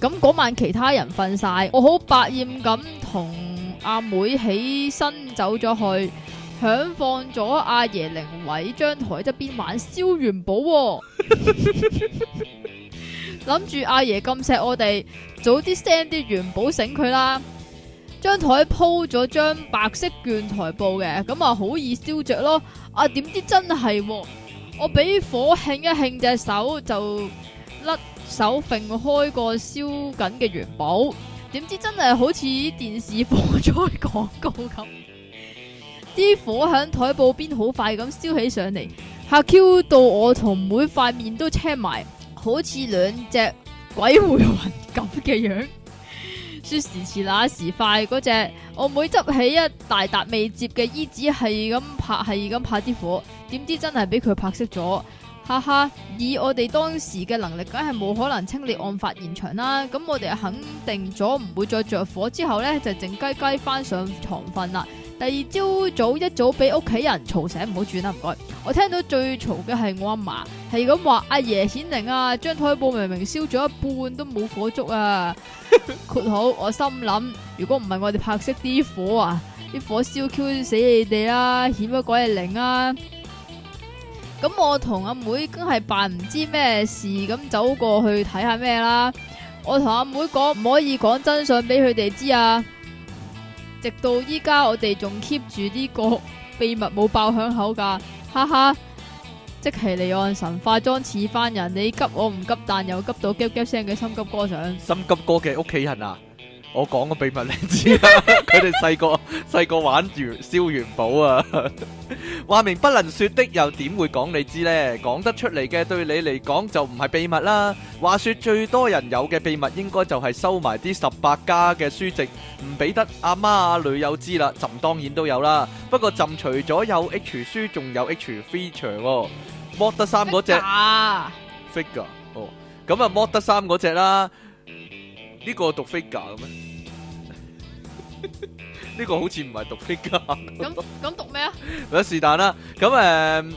[SPEAKER 1] 咁嗰晚其他人瞓晒，我好百厭咁同阿妹起身走咗去。享放咗阿爺靈位張台側邊玩燒元寶、喎，諗住阿爺咁錫我哋，早啲 send 啲元寶醒佢啦。張台鋪咗張白色卷台布嘅，咁啊好易燒着咯。啊點知真係、喎，我俾火慶一慶隻手就甩手揈開個燒緊嘅元寶，點知真係好似電視火災廣告咁。啲火喺台布邊好快咁燒起上嚟，吓 Q 到我同妹塊面都青埋，好似兩隻鬼回魂咁嘅樣。說時遲那時快，嗰隻我妹執起一大沓未接嘅衣紙，係咁拍，係咁拍啲火，點知真係俾佢拍熄咗。哈哈！以我哋當時嘅能力，梗係冇可能清理案發現場啦。咁我哋肯定咗唔會再着火之後呢，就靜雞雞翻上床瞓啦。第二朝早一早俾屋企人嘈醒，唔好轉啦，啊唔該。我聽到最嘈嘅係我阿嫲，係咁話阿爺顯靈啊，張台布明明燒咗一半都冇火燭啊。 括號我心諗，如果唔係我哋拍熄啲火啊，啲火燒 Q 死你哋啦，顯乜鬼係靈啊！咁我同阿妹梗係扮唔知咩事咁走過去睇下咩啦。我同阿妹講唔可以講真相俾佢哋知啊。直到依家我哋仲 keep 住呢個秘密冇爆響口㗎，哈哈！即其利岸神化妝似翻人，你急我唔急，但又急到急急聲嘅心急歌 上。
[SPEAKER 3] 心急哥嘅屋企人啊，我講個秘密你知啦，佢哋細個細個玩元燒元寶啊，話明不能說的又點會講你知呢？講得出嚟嘅對你嚟講就唔係秘密啦。話說最多人有嘅秘密應該就係收埋啲十八家嘅書籍，唔俾得阿媽啊女友知啦。朕當然都有啦，不過朕除咗有 H 書，仲有 H feature 喎，剝得衫嗰只。
[SPEAKER 1] 啊，
[SPEAKER 3] figure 哦，咁啊剝得衫嗰只啦，呢、個讀 figure 嘅咩？ 呢個好似唔係讀 figure，
[SPEAKER 1] 咁咁讀咩啊？
[SPEAKER 3] 咁是但啦。咁誒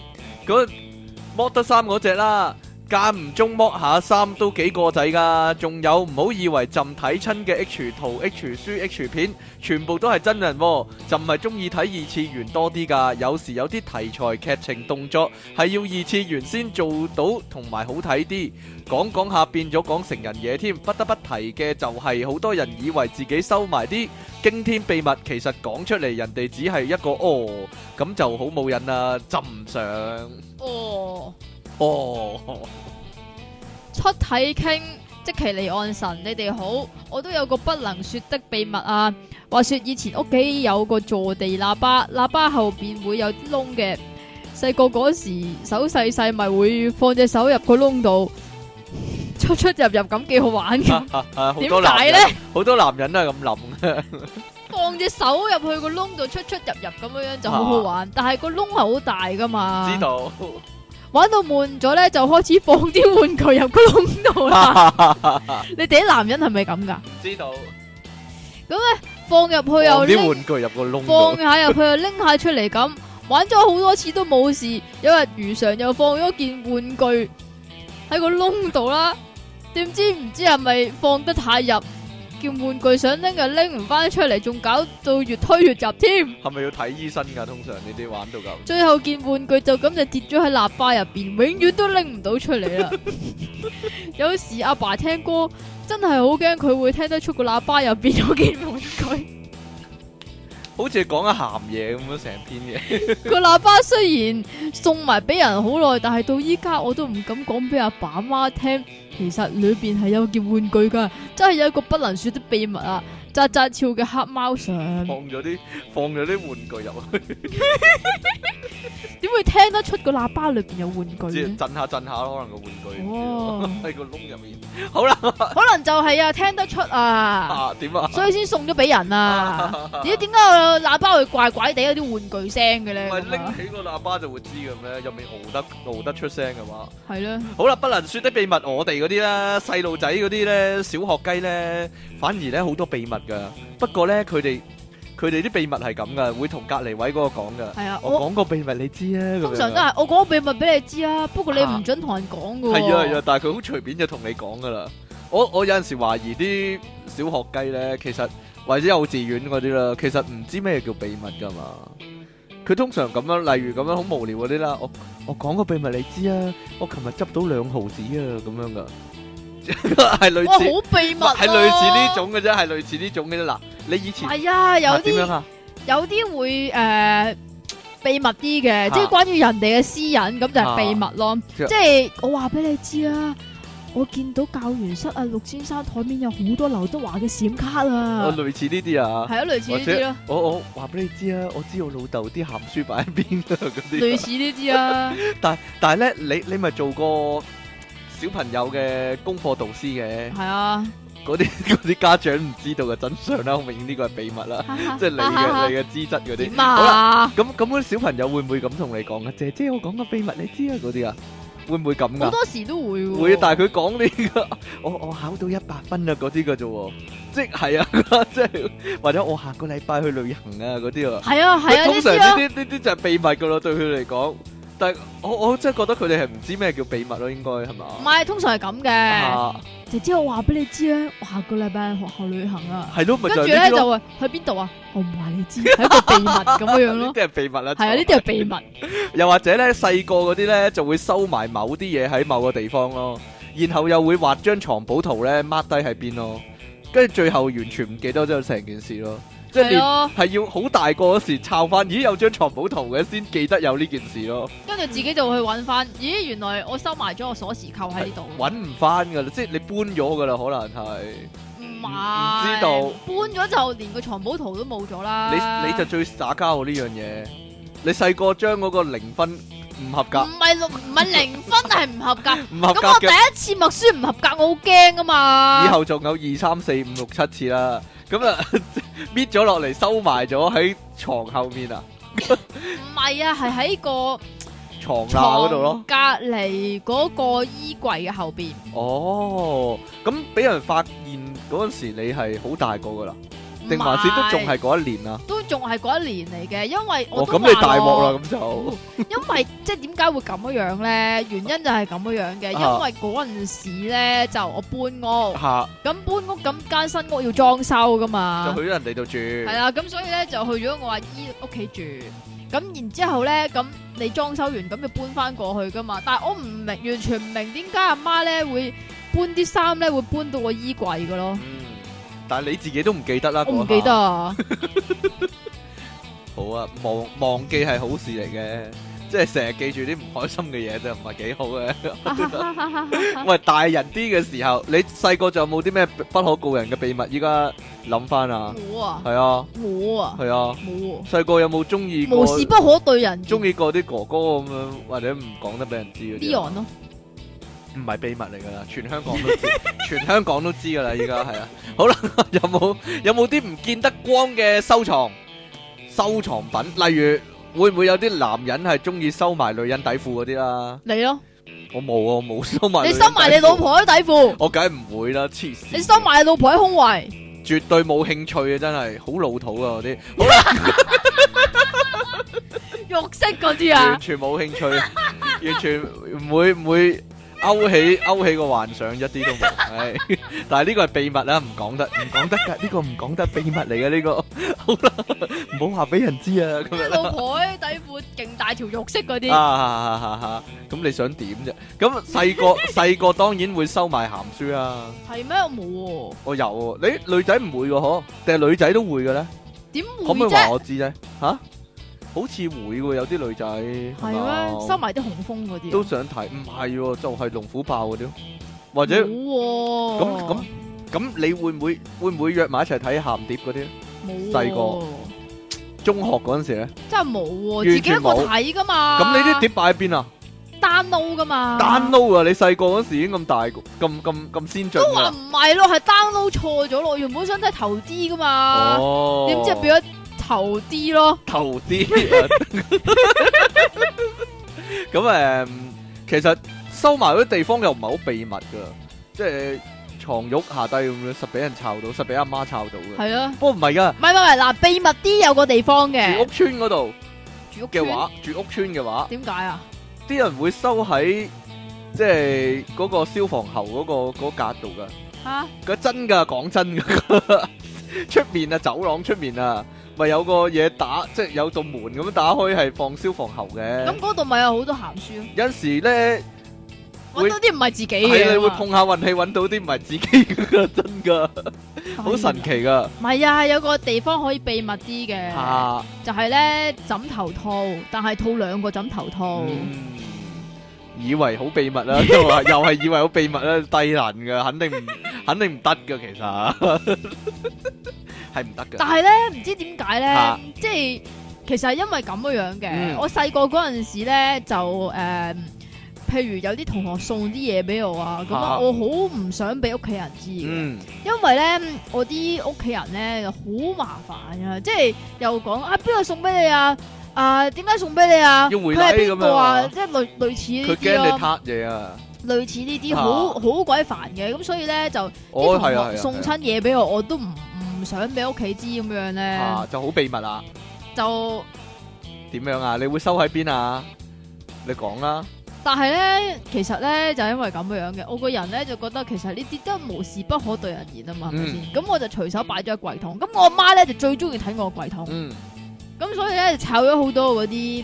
[SPEAKER 3] 嗰剝得衫嗰只啦，間唔中剝下衫都幾過仔噶。仲有唔好以為朕睇親嘅 H 圖、H 書、H 片，全部都係真人、喎。朕係中意睇二次元多啲噶，有時有啲題材、劇情、動作係要二次元先做到，同埋好睇啲。講講下變咗講成人嘢添，不得不提嘅就係好多人以為自己收埋啲驚天秘密，其實講出嚟人哋只係一個哦，咁就好冇癮啦，浸唔上
[SPEAKER 1] 哦，
[SPEAKER 3] 哦，
[SPEAKER 1] 出體傾，即其利岸神，你哋好，我都有個不能說的秘密啊。話說以前屋企有個坐地喇叭，喇叭後邊會有啲窿嘅。細個嗰時手細細，咪會放隻手入個窿度，出出入入咁幾好玩嘅。
[SPEAKER 3] 啊好
[SPEAKER 1] 點
[SPEAKER 3] 多男
[SPEAKER 1] 解
[SPEAKER 3] 人
[SPEAKER 1] 咧？
[SPEAKER 3] 好多男人都係咁諗嘅，
[SPEAKER 1] 放隻手入去個窿度出出入入咁樣樣就好好玩，但係個窿係好大噶嘛。
[SPEAKER 3] 啊知道
[SPEAKER 1] 玩到悶咗咧，就開始放啲玩具入個窿度啦。 你哋啲男人係咪咁噶？
[SPEAKER 3] 知道，
[SPEAKER 1] 放入去又
[SPEAKER 3] 放啲
[SPEAKER 1] 拎，
[SPEAKER 3] 玩具入個窿
[SPEAKER 1] 放
[SPEAKER 3] 度，
[SPEAKER 1] 下入去又拎下出嚟咁，玩咗好多次都冇事。有日如常又放咗件玩具喺個窿度啦，點知唔知係咪放得太入，件玩具想拎又拎唔翻出嚟，仲搞到越推越入添。
[SPEAKER 3] 係咪要睇醫生㗎？通常呢啲玩到咁，
[SPEAKER 1] 最後件玩具就咁就跌咗喺喇叭入邊，永遠都拎唔到出嚟啦。 有時阿爸聽歌真係好驚，佢會聽得出個喇叭入邊有件玩具。
[SPEAKER 3] 好似講緊鹹嘢咁樣成篇嘢。
[SPEAKER 1] 個喇叭雖然送埋俾人好耐，但係到依家我都唔敢講俾阿爸阿媽聽。其實裏邊係有件玩具噶，真係有一個不能說的秘密啊！扎扎俏嘅黑貓上，
[SPEAKER 3] 放咗啲放咗啲玩具入去，
[SPEAKER 1] 點會聽得出個喇叭裏邊有玩具
[SPEAKER 3] 即
[SPEAKER 1] 呢
[SPEAKER 3] 係？震下震下咯，可能個玩具唔知
[SPEAKER 1] 哦
[SPEAKER 3] 喎喺個窿入面。好啦，
[SPEAKER 1] 可能就係啊，聽得出啊。
[SPEAKER 3] 啊點啊？
[SPEAKER 1] 所以先送咗俾人啊！ 咦，點解我喇叭會怪怪地有啲玩具聲嘅啊
[SPEAKER 3] 唔
[SPEAKER 1] 咧？
[SPEAKER 3] 係拎起個喇叭就會知嘅咩？入面熬得熬得出聲嘅話，
[SPEAKER 1] 係咧，
[SPEAKER 3] 好啦，不能説的秘密，我哋嗰啲啦，細路仔嗰啲咧，小學雞咧，反而咧好多秘密㗎。不過咧，佢哋佢哋啲秘密係咁㗎，會同隔離位嗰個講㗎。
[SPEAKER 1] 係啊，
[SPEAKER 3] 我
[SPEAKER 1] 我
[SPEAKER 3] 講個秘密你知啊，咁樣
[SPEAKER 1] 通常都係我講個秘密俾你知啊，不過你
[SPEAKER 3] 啊
[SPEAKER 1] 唔准同人講噶。
[SPEAKER 3] 係啊係啊，，但係佢好隨便就同你講噶啦。我我有陣時懷疑啲小學雞咧，其實或者幼稚園嗰啲啦，其實唔知咩叫秘密噶嘛。佢通常咁樣，例如咁樣好無聊嗰啲啦。我我講個秘密你知啊，我琴日執到兩毫子啊，咁樣噶， 係
[SPEAKER 1] 哇，
[SPEAKER 3] 類
[SPEAKER 1] 好
[SPEAKER 3] 似
[SPEAKER 1] 秘密啊，
[SPEAKER 3] 係類似呢種嘅啫，係類似呢種嘅啫。嗱，你以前
[SPEAKER 1] 係啊，有
[SPEAKER 3] 啊點樣
[SPEAKER 1] 啲
[SPEAKER 3] 啊？
[SPEAKER 1] 有啲會誒秘密啲
[SPEAKER 3] 啊
[SPEAKER 1] 嘅，即係關於人哋嘅私隱，咁就係秘密咯。
[SPEAKER 3] 即
[SPEAKER 1] 即係我話俾你知啊，我見到教員室啊，陸先生台面有好多劉德華嘅閃卡
[SPEAKER 3] 我
[SPEAKER 1] 啊，
[SPEAKER 3] 類似呢啲啊。
[SPEAKER 1] 係啊，類似呢
[SPEAKER 3] 或者
[SPEAKER 1] 啲咯，
[SPEAKER 3] 我我話俾你知啊，我知我老豆啲鹹書擺喺邊啊，嗰啲啊。
[SPEAKER 1] 類似呢啲啊。
[SPEAKER 3] 但但係咧，你你咪做過小朋友嘅功課導師嘅，
[SPEAKER 1] 系啊，
[SPEAKER 3] 嗰啲 嗰啲家長唔知道嘅真相啦，永遠呢個係秘密啦，即係你嘅你嘅資質嗰啲。
[SPEAKER 1] 点
[SPEAKER 3] 好啦，
[SPEAKER 1] 啊？
[SPEAKER 3] 咁咁嗰啲小朋友會唔會咁同你講啊？姐姐，我講個秘密你知啊嗰啲啊，會唔會咁
[SPEAKER 1] 好
[SPEAKER 3] 噶？
[SPEAKER 1] 多時都會喎
[SPEAKER 3] 會，但係佢講呢個， 我我考到一百分啊嗰啲嘅啫喎，即係啊， 即係或者我下個禮拜去旅行啊嗰啲啊。
[SPEAKER 1] 係啊係啊，
[SPEAKER 3] 通
[SPEAKER 1] 呢
[SPEAKER 3] 常
[SPEAKER 1] 啲
[SPEAKER 3] 呢
[SPEAKER 1] 啊，
[SPEAKER 3] 啲呢啲就係秘密噶咯，對佢嚟講。但係我我真係覺得佢哋係唔知咩叫秘密咯，應該係嘛？
[SPEAKER 1] 唔係通常係咁嘅。
[SPEAKER 3] 啊，
[SPEAKER 1] 姐姐，我話俾你知啊，我下個禮拜去學校旅行啊，
[SPEAKER 3] 係咯，咪
[SPEAKER 1] 跟
[SPEAKER 3] 就
[SPEAKER 1] 住
[SPEAKER 3] 係
[SPEAKER 1] 咧
[SPEAKER 3] 呢啲咯。
[SPEAKER 1] 就話去邊度啊？我唔話你知，係一個秘密咁樣樣
[SPEAKER 3] 呢
[SPEAKER 1] 咯。
[SPEAKER 3] 啲係秘密啦。
[SPEAKER 1] 係啊，呢啲係秘密。
[SPEAKER 3] 又或者咧，細個嗰啲咧就會收埋某啲嘢喺某個地方咯，然後又會畫張床鋪圖咧，mark 低喺邊咯，跟住最後完全唔記得咗成件事咯。即係
[SPEAKER 1] 係
[SPEAKER 3] 連
[SPEAKER 1] 咯，
[SPEAKER 3] 係要好大個嗰時抄翻，咦有張藏寶圖嘅先記得有呢件事咯，
[SPEAKER 1] 跟住自己就去揾翻，咦，原來我收埋咗個鎖匙扣喺呢度，
[SPEAKER 3] 揾唔翻噶啦，即係你搬咗噶啦，可能係
[SPEAKER 1] 唔係
[SPEAKER 3] 唔知道
[SPEAKER 1] 搬咗就連個藏寶圖都冇咗啦。
[SPEAKER 3] 你你就最耍交喎呢樣嘢，你細個將嗰個零分唔合格
[SPEAKER 1] 唔係六唔係零分係唔合格，
[SPEAKER 3] 唔 合格
[SPEAKER 1] 咁我第
[SPEAKER 3] 嘅，
[SPEAKER 1] 一次默書唔合格，我好驚噶嘛。
[SPEAKER 3] 以後仲有二三四五六七次啦，咁啊 搣咗落嚟收埋咗喺床後面啊，
[SPEAKER 1] 唔係啊，係喺個
[SPEAKER 3] 床罅嗰
[SPEAKER 1] 床
[SPEAKER 3] 度咯。
[SPEAKER 1] 隔離嗰個衣櫃嘅後邊，
[SPEAKER 3] 哦，咁俾人發現嗰陣時，你係好大個噶啦，定還是都仲
[SPEAKER 1] 唔係
[SPEAKER 3] 係嗰一年啊？
[SPEAKER 1] 都仲係嗰一年嚟嘅，因為我
[SPEAKER 3] 哦，
[SPEAKER 1] 都
[SPEAKER 3] 咁你
[SPEAKER 1] 話
[SPEAKER 3] 大鑊
[SPEAKER 1] 咯
[SPEAKER 3] 啦，咁就
[SPEAKER 1] 因為即係點解會咁樣樣咧？原因就係咁樣樣嘅，因
[SPEAKER 3] 啊
[SPEAKER 1] 為嗰陣時咧就我搬屋，
[SPEAKER 3] 嚇
[SPEAKER 1] 咁搬屋咁間新屋要裝修噶嘛
[SPEAKER 3] 就，去咗人哋度住，
[SPEAKER 1] 係啦，咁所以咧就去咗我阿姨屋企住，咁然之後咧咁你裝修完咁就搬翻過去噶嘛，但係我唔明，完全唔明點解阿媽咧會搬啲衫咧會搬到個衣櫃噶咯，
[SPEAKER 3] 嗯，但係你自己都唔記得啦，
[SPEAKER 1] 我唔
[SPEAKER 3] 嗰下
[SPEAKER 1] 記得 啊，
[SPEAKER 3] 好啊，忘忘記係好事嚟嘅，即係成日記住啲唔開心嘅嘢就唔係幾好嘅。
[SPEAKER 1] 啊
[SPEAKER 3] 喂，大人啲嘅時候，你細個仲有冇啲咩不可告人嘅秘密？依家諗翻啊，
[SPEAKER 1] 冇啊
[SPEAKER 3] 係啊，
[SPEAKER 1] 冇啊
[SPEAKER 3] 係啊，
[SPEAKER 1] 冇啊，
[SPEAKER 3] 細個有冇中意過
[SPEAKER 1] 無事不可對人
[SPEAKER 3] 中意過啲哥哥咁樣，或者唔講得俾人知嗰啲啊？
[SPEAKER 1] Leon 咯。
[SPEAKER 3] 唔係秘密嚟㗎啦，全香港都知， 全香港都知㗎啦，依家係啊。好啦， 有冇有冇啲唔見得光嘅收藏收藏品？例如會唔會有啲男人係中意收埋女人底褲嗰啲啦？
[SPEAKER 1] 你咯，
[SPEAKER 3] 我冇啊，我冇 收埋。
[SPEAKER 1] 你收埋你老，婆啲底褲，
[SPEAKER 3] 我梗係唔會啦，黐線。
[SPEAKER 1] 你收埋你老婆啲胸圍，
[SPEAKER 3] 絕對冇興趣嘅，真係好老土啊！嗰啲好啦，
[SPEAKER 1] 肉色嗰 啲
[SPEAKER 3] 完
[SPEAKER 1] 啊，
[SPEAKER 3] 全冇興趣，完全唔會唔會勾起勾起個幻想，一啲都冇。唉， 但係呢個係秘密啦，唔講得，唔講得㗎，呢個唔講得秘密嚟嘅呢個。 好啦，唔好話俾人知啊，咁 樣啦。
[SPEAKER 1] 老婆啲底褲勁大條肉色嗰啲，
[SPEAKER 3] 啊，咁你想點啫？咁 細個細個當然會收埋鹹書啊，
[SPEAKER 1] 係咩？我
[SPEAKER 3] 我有喎。你女仔唔會嘅嗬，定係女仔都會嘅咧？
[SPEAKER 1] 冇喎，點
[SPEAKER 3] 可唔可
[SPEAKER 1] 會
[SPEAKER 3] 以話
[SPEAKER 1] 啫？
[SPEAKER 3] 我知啫？吓、好似會喎，有啲女仔係
[SPEAKER 1] 係咩？
[SPEAKER 3] 嘛
[SPEAKER 1] 收埋啲紅楓嗰啲啊，
[SPEAKER 3] 都想睇，唔係喎，就係、龍虎豹嗰啲咯，或者咁
[SPEAKER 1] 冇啊喎，
[SPEAKER 3] 咁咁，你會唔會會唔會約埋一齊睇鹹碟嗰啲？
[SPEAKER 1] 冇
[SPEAKER 3] 細
[SPEAKER 1] 個
[SPEAKER 3] 中學嗰陣時咧，
[SPEAKER 1] 真係冇喎，
[SPEAKER 3] 完
[SPEAKER 1] 自己一
[SPEAKER 3] 全
[SPEAKER 1] 個
[SPEAKER 3] 冇
[SPEAKER 1] 睇噶嘛，
[SPEAKER 3] 咁你啲碟擺喺邊啊
[SPEAKER 1] download 噶嘛
[SPEAKER 3] ？download 啊！你細個嗰時已經咁大個，咁咁咁先進
[SPEAKER 1] 都話
[SPEAKER 3] 㗎。
[SPEAKER 1] 啊唔係咯，係 download 錯咗咯，原本想睇頭啲噶嘛，啊
[SPEAKER 3] 哦，
[SPEAKER 1] 點知變咗頭啲咯，
[SPEAKER 3] 頭啲。啊 咁誒、其實收埋嗰啲地方又唔係好秘密噶，即係床褥下低咁樣，實俾人抄到，實俾阿媽抄到嘅。
[SPEAKER 1] 係啊，
[SPEAKER 3] 不過唔係噶，
[SPEAKER 1] 唔係唔係嗱，秘密啲有個地方
[SPEAKER 3] 住屋
[SPEAKER 1] 嘅
[SPEAKER 3] 村嗰度
[SPEAKER 1] 住屋
[SPEAKER 3] 嘅
[SPEAKER 1] 村
[SPEAKER 3] 話，住屋村嘅話，
[SPEAKER 1] 點解啊？
[SPEAKER 3] 啲人會收喺即係嗰個消防喉嗰、個嗰格度噶。
[SPEAKER 1] 吓，
[SPEAKER 3] 佢真噶，講真噶， 出面啊，走廊出面啊，咪有個嘢打，即係有道門咁樣打開，係放消防喉嘅。
[SPEAKER 1] 咁嗰度咪有好多鹹書咯，
[SPEAKER 3] 有陣時咧，會
[SPEAKER 1] 搵到啲唔係自己
[SPEAKER 3] 係啊你
[SPEAKER 1] 嘅啊
[SPEAKER 3] 會
[SPEAKER 1] 嘛，
[SPEAKER 3] 碰下運氣揾到啲唔係自己嘅，真噶，好神
[SPEAKER 1] 哎呀。
[SPEAKER 3] 奇噶
[SPEAKER 1] 唔係啊，有個地方可以秘密啲嘅，
[SPEAKER 3] 嚇。
[SPEAKER 1] 就係咧枕頭套，但係套兩個枕頭套，
[SPEAKER 3] 嗯以為好秘密 啦，都話又係以為好秘密啦，低能噶，肯定唔肯定唔得噶，其實 係唔得噶。
[SPEAKER 1] 但係咧唔知點解
[SPEAKER 3] 嚇
[SPEAKER 1] 咧，即係其實係因為咁樣樣嘅。
[SPEAKER 3] 嗯
[SPEAKER 1] 我細個嗰陣時咧就誒、譬如有啲同學送啲嘢俾我啊，咁
[SPEAKER 3] 嚇
[SPEAKER 1] 啊我好唔想俾屋企人知嘅。
[SPEAKER 3] 嗯，
[SPEAKER 1] 因為咧，我啲屋企人咧好麻煩啊，即係又講啊，邊個送俾你啊？啊，點解送俾你啊？
[SPEAKER 3] 要回
[SPEAKER 1] 佢
[SPEAKER 3] 禮
[SPEAKER 1] 係邊個
[SPEAKER 3] 咁樣啊
[SPEAKER 1] 啊？即係類類似
[SPEAKER 3] 佢
[SPEAKER 1] 呢
[SPEAKER 3] 驚
[SPEAKER 1] 啲
[SPEAKER 3] 你
[SPEAKER 1] 咯，
[SPEAKER 3] 撻嘢啊！
[SPEAKER 1] 類似呢啲
[SPEAKER 3] 啊
[SPEAKER 1] 好好鬼煩嘅。咁所以咧就啲
[SPEAKER 3] 哦，係啊，
[SPEAKER 1] 同
[SPEAKER 3] 係
[SPEAKER 1] 學
[SPEAKER 3] 啊
[SPEAKER 1] 送
[SPEAKER 3] 係
[SPEAKER 1] 親嘢俾我，我都唔唔想俾屋企知咁樣
[SPEAKER 3] 啊
[SPEAKER 1] 咧，
[SPEAKER 3] 啊，就好秘密啦。
[SPEAKER 1] 就
[SPEAKER 3] 點樣啊？你會收喺邊啊？你講啦。
[SPEAKER 1] 但係咧，其實咧就因為咁樣嘅，我個人咧就覺得其實呢啲都無事不可對人言啊嘛，係咪
[SPEAKER 3] 嗯
[SPEAKER 1] 先？咁我就隨手擺咗喺櫃桶，咁我阿媽咧就最中意睇我櫃桶。
[SPEAKER 3] 嗯，
[SPEAKER 1] 咁所以咧就炒咗好多嗰啲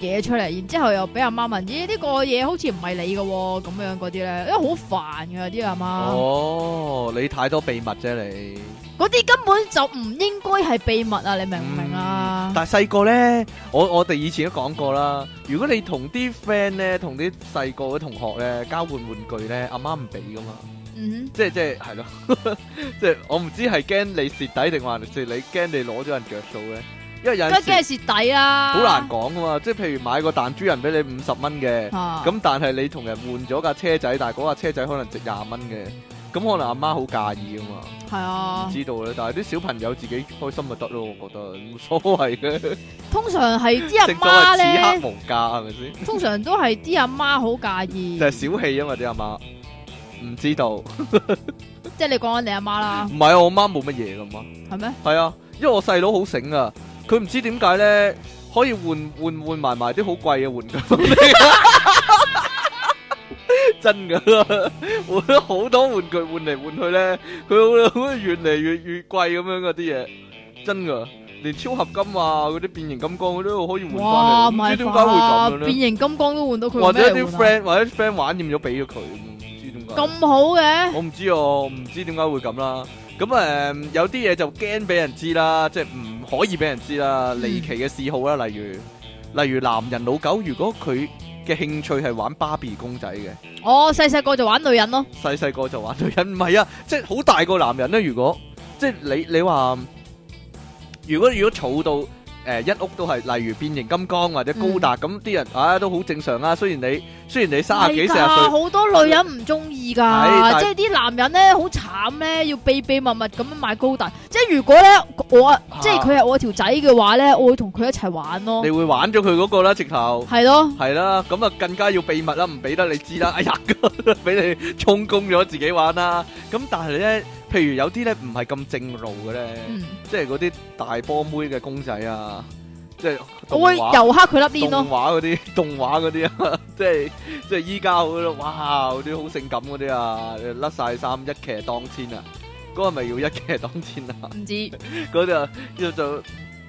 [SPEAKER 1] 嘢出嚟，然之後又俾阿媽問：咦，呢、個嘢好似唔係你嘅喎，咁啊
[SPEAKER 3] 哦
[SPEAKER 1] 樣嗰啲咧，因為好煩嘅啲阿媽。
[SPEAKER 3] 哦，你太多秘密啫你。
[SPEAKER 1] 嗰啲根本就唔應該係秘密啊！你明唔明啊？
[SPEAKER 3] 但系细个咧，我我哋以前都講過啦。如果你同啲 friend 咧，同啲細個嘅同學咧交換玩具咧，阿媽唔俾噶嘛，
[SPEAKER 1] 嗯
[SPEAKER 3] 即係即係係咯， 即係我唔知係驚你蝕底定還是你驚你攞咗人着數咧，因為有
[SPEAKER 1] 哼，
[SPEAKER 3] 阵
[SPEAKER 1] 梗
[SPEAKER 3] 時
[SPEAKER 1] 係蝕底啊啦，
[SPEAKER 3] 好難講噶嘛，即係譬如買個彈珠人俾你五十蚊嘅，
[SPEAKER 1] 啊
[SPEAKER 3] 咁但係你同人換咗架車仔，但係嗰架車仔可能值廿蚊嘅，咁可能阿媽好介意噶嘛。
[SPEAKER 1] 係啊，
[SPEAKER 3] 知道啦，但係啲小朋友自己開心咪得咯，我覺得冇所謂嘅，
[SPEAKER 1] 通常係啲
[SPEAKER 3] 正所
[SPEAKER 1] 阿媽
[SPEAKER 3] 謂此
[SPEAKER 1] 咧，
[SPEAKER 3] 刻無價係咪先？
[SPEAKER 1] 通常都係啲阿媽好介意，
[SPEAKER 3] 就係小氣啊嘛，啲阿媽唔知道，唔
[SPEAKER 1] 即係你講緊你阿媽啦，
[SPEAKER 3] 係啊，我媽冇乜嘢噶嘛，
[SPEAKER 1] 係咩？
[SPEAKER 3] 係啊，因為我細佬好醒啊，佢唔知點解咧可以換換換埋埋啲好貴嘅玩具翻嚟。 真噶，換咗好多玩具換嚟換去咧，佢好好越嚟越越貴咁樣嗰啲嘢，真噶，連超合金啊嗰啲變形金剛嗰啲都可以換
[SPEAKER 1] 哇，
[SPEAKER 3] 翻嚟，唔
[SPEAKER 1] 咪
[SPEAKER 3] 知點解會
[SPEAKER 1] 化啊
[SPEAKER 3] 咁樣
[SPEAKER 1] 變
[SPEAKER 3] 咧？
[SPEAKER 1] 形金剛都換到佢，
[SPEAKER 3] 或者
[SPEAKER 1] 咩
[SPEAKER 3] 啲
[SPEAKER 1] 換啊
[SPEAKER 3] friend 或者啲 friend 玩厭咗俾咗佢，唔知點解。
[SPEAKER 1] 咁好嘅，
[SPEAKER 3] 我唔知哦，唔知點解會咁啦。咁誒、有啲嘢就驚俾人知啦，即係唔可以俾人知
[SPEAKER 1] 嗯
[SPEAKER 3] 啦。離奇嘅嗜好啦，例如例如男人老狗，如果佢嘅興趣係玩芭比公仔嘅，
[SPEAKER 1] 我哦細細個就玩女人咯，
[SPEAKER 3] 細細個就玩女人，唔係啊，即係好大個男人咧。如果即係你你話，如果如果儲到誒、一屋都係，例如變形金剛或者高
[SPEAKER 1] 嗯
[SPEAKER 3] 達咁，啲、人啊都好正常啊。雖然你雖然你三十
[SPEAKER 1] 係
[SPEAKER 3] 幾四
[SPEAKER 1] 㗎
[SPEAKER 3] 十歲。
[SPEAKER 1] 好多女人唔中意
[SPEAKER 3] 係
[SPEAKER 1] 㗎，
[SPEAKER 3] 但
[SPEAKER 1] 即係啲男人咧好慘咧，要秘秘密密咁樣買高達。即係如果咧我啊
[SPEAKER 3] 啊
[SPEAKER 1] 即係佢係我條仔嘅話咧，我會同佢一齊玩咯
[SPEAKER 3] 你，會玩咗佢嗰個啦，直頭。
[SPEAKER 1] 係咯，
[SPEAKER 3] 系啦，咁啊更加要秘密啦，唔俾得你知啦。哎呀， 俾你充公咗自己玩啦。咁但係咧，譬如有啲咧唔係咁正路嘅咧，
[SPEAKER 1] 嗯，
[SPEAKER 3] 即係嗰啲大波妹嘅公仔啊，即係
[SPEAKER 1] 我
[SPEAKER 3] 動
[SPEAKER 1] 會
[SPEAKER 3] 畫
[SPEAKER 1] 遊黑佢粒鏈
[SPEAKER 3] 動
[SPEAKER 1] 咯，
[SPEAKER 3] 畫嗰啲 動畫嗰啲啊， 即係即係依家好咯，哇嗰啲好性感嗰啲啊，甩晒衫一騎當千啊，嗰、個咪要一騎當千啊？
[SPEAKER 1] 唔知
[SPEAKER 3] 嗰就要就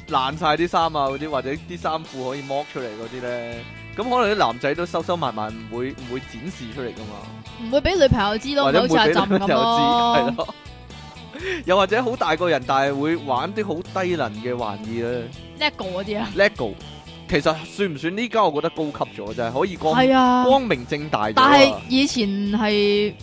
[SPEAKER 3] 爛晒啲衫啊嗰啲，或者啲衫褲可以剝出嚟嗰啲咧，咁可能啲男仔都收收埋埋，唔會唔會展示出嚟噶嘛，
[SPEAKER 1] 唔會俾女朋友知咯，
[SPEAKER 3] 或
[SPEAKER 1] 咪
[SPEAKER 3] 者
[SPEAKER 1] 好
[SPEAKER 3] 唔
[SPEAKER 1] 似阿
[SPEAKER 3] 會俾
[SPEAKER 1] 朕
[SPEAKER 3] 女朋
[SPEAKER 1] 咁
[SPEAKER 3] 友知， 係
[SPEAKER 1] 咯，
[SPEAKER 3] 咯。又或者好大個人，但係會玩啲好低能嘅玩意咧
[SPEAKER 1] 叻過嗰啲啊，
[SPEAKER 3] ，lego。其實算唔算呢家？我覺得高級咗，就係可以光
[SPEAKER 1] 係啊。
[SPEAKER 3] 光明正大咗
[SPEAKER 1] 但係
[SPEAKER 3] 啊。
[SPEAKER 1] 以前係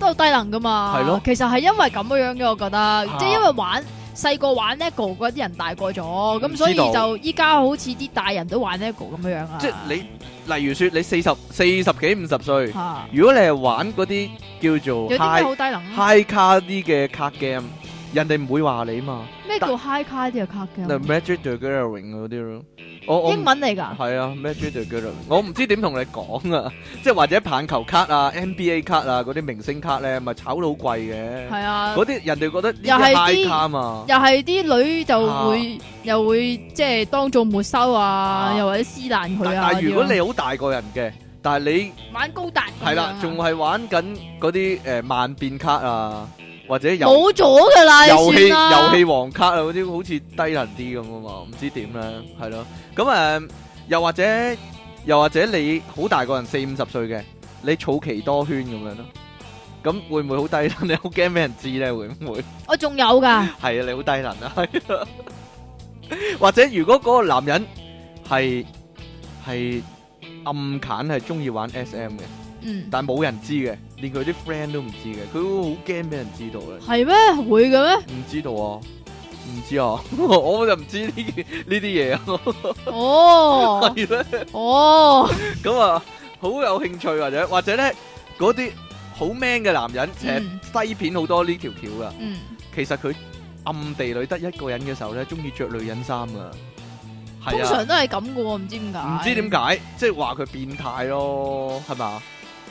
[SPEAKER 1] 都好低能噶嘛，
[SPEAKER 3] 係咯
[SPEAKER 1] 其實係因為咁樣樣嘅，我覺得，即係因為玩細個玩 LEGO 嗰啲人大個咗，
[SPEAKER 3] 知
[SPEAKER 1] 咁所以
[SPEAKER 3] 道
[SPEAKER 1] 就依家好似啲大人都玩 LEGO 咁樣樣啊。
[SPEAKER 3] 即係你，例如說你四十四十幾五十歲，
[SPEAKER 1] 嚇
[SPEAKER 3] 如果你係玩嗰啲叫做
[SPEAKER 1] 有啲咩
[SPEAKER 3] high
[SPEAKER 1] 好低能啊？
[SPEAKER 3] high 卡啲嘅卡 game，人哋唔會話你嘛。
[SPEAKER 1] 咩叫 high 卡啲嘅卡
[SPEAKER 3] 嗱
[SPEAKER 1] game？
[SPEAKER 3] Magic the Gathering 嗰啲咯，我我唔
[SPEAKER 1] 英文嚟㗎，
[SPEAKER 3] 係啊，Magic the Gathering，我唔知點同你講啊，即係或者棒球卡啊、NBA 卡啊嗰啲明星卡咧，咪炒到好貴嘅。
[SPEAKER 1] 係啊，
[SPEAKER 3] 嗰啲人哋覺得呢
[SPEAKER 1] 又係
[SPEAKER 3] 啲 high
[SPEAKER 1] 啲
[SPEAKER 3] 卡嘛，
[SPEAKER 1] 又係啲女就
[SPEAKER 3] 啊
[SPEAKER 1] 會又會即係當做沒收啊
[SPEAKER 3] 啊，
[SPEAKER 1] 又或者撕爛
[SPEAKER 3] 但
[SPEAKER 1] 佢啊。
[SPEAKER 3] 但係如果
[SPEAKER 1] 咁樣
[SPEAKER 3] 你好大個人嘅，但係你
[SPEAKER 1] 玩高達咁樣啊，
[SPEAKER 3] 係啦，仲係玩緊嗰啲誒萬變卡啊，或者遊
[SPEAKER 1] 冇咗㗎啦，你
[SPEAKER 3] 遊戲
[SPEAKER 1] 算啦
[SPEAKER 3] 遊戲王卡啊嗰啲好似低能啲咁啊嘛，唔知點咧，係咯。咁誒、呃又或者又或者你好大個人四五十歲嘅，你儲奇多圈咁樣咯。咁會唔會好低能？你好驚俾人知咧，會唔會？
[SPEAKER 1] 我仲有 㗎。
[SPEAKER 3] 係 啊，你好低能啊！ 係啊或者如果嗰個男人係係暗砍係中意玩 S.M. 嘅，
[SPEAKER 1] 嗯，
[SPEAKER 3] 但係冇人知嘅，連佢啲 friend 都唔知嘅，佢會好驚俾人知道咧。
[SPEAKER 1] 系咩？會嘅咩？
[SPEAKER 3] 唔知道啊，唔知啊， 我就唔知呢啲呢啲嘢啊，
[SPEAKER 1] 哦，
[SPEAKER 3] 係啊咧，
[SPEAKER 1] 哦，
[SPEAKER 3] 咁啊，好有興趣啊或者或者咧，嗰啲好 man 嘅男人，
[SPEAKER 1] 嗯
[SPEAKER 3] 成日西片好多呢條橋噶，
[SPEAKER 1] 嗯，
[SPEAKER 3] 其實佢暗地裏得一個人嘅時候咧，中意着女人衫噶，
[SPEAKER 1] 通
[SPEAKER 3] 係啊，
[SPEAKER 1] 常都係咁嘅喎，唔知點解。
[SPEAKER 3] 唔知點解，即係話佢變態咯，係嘛？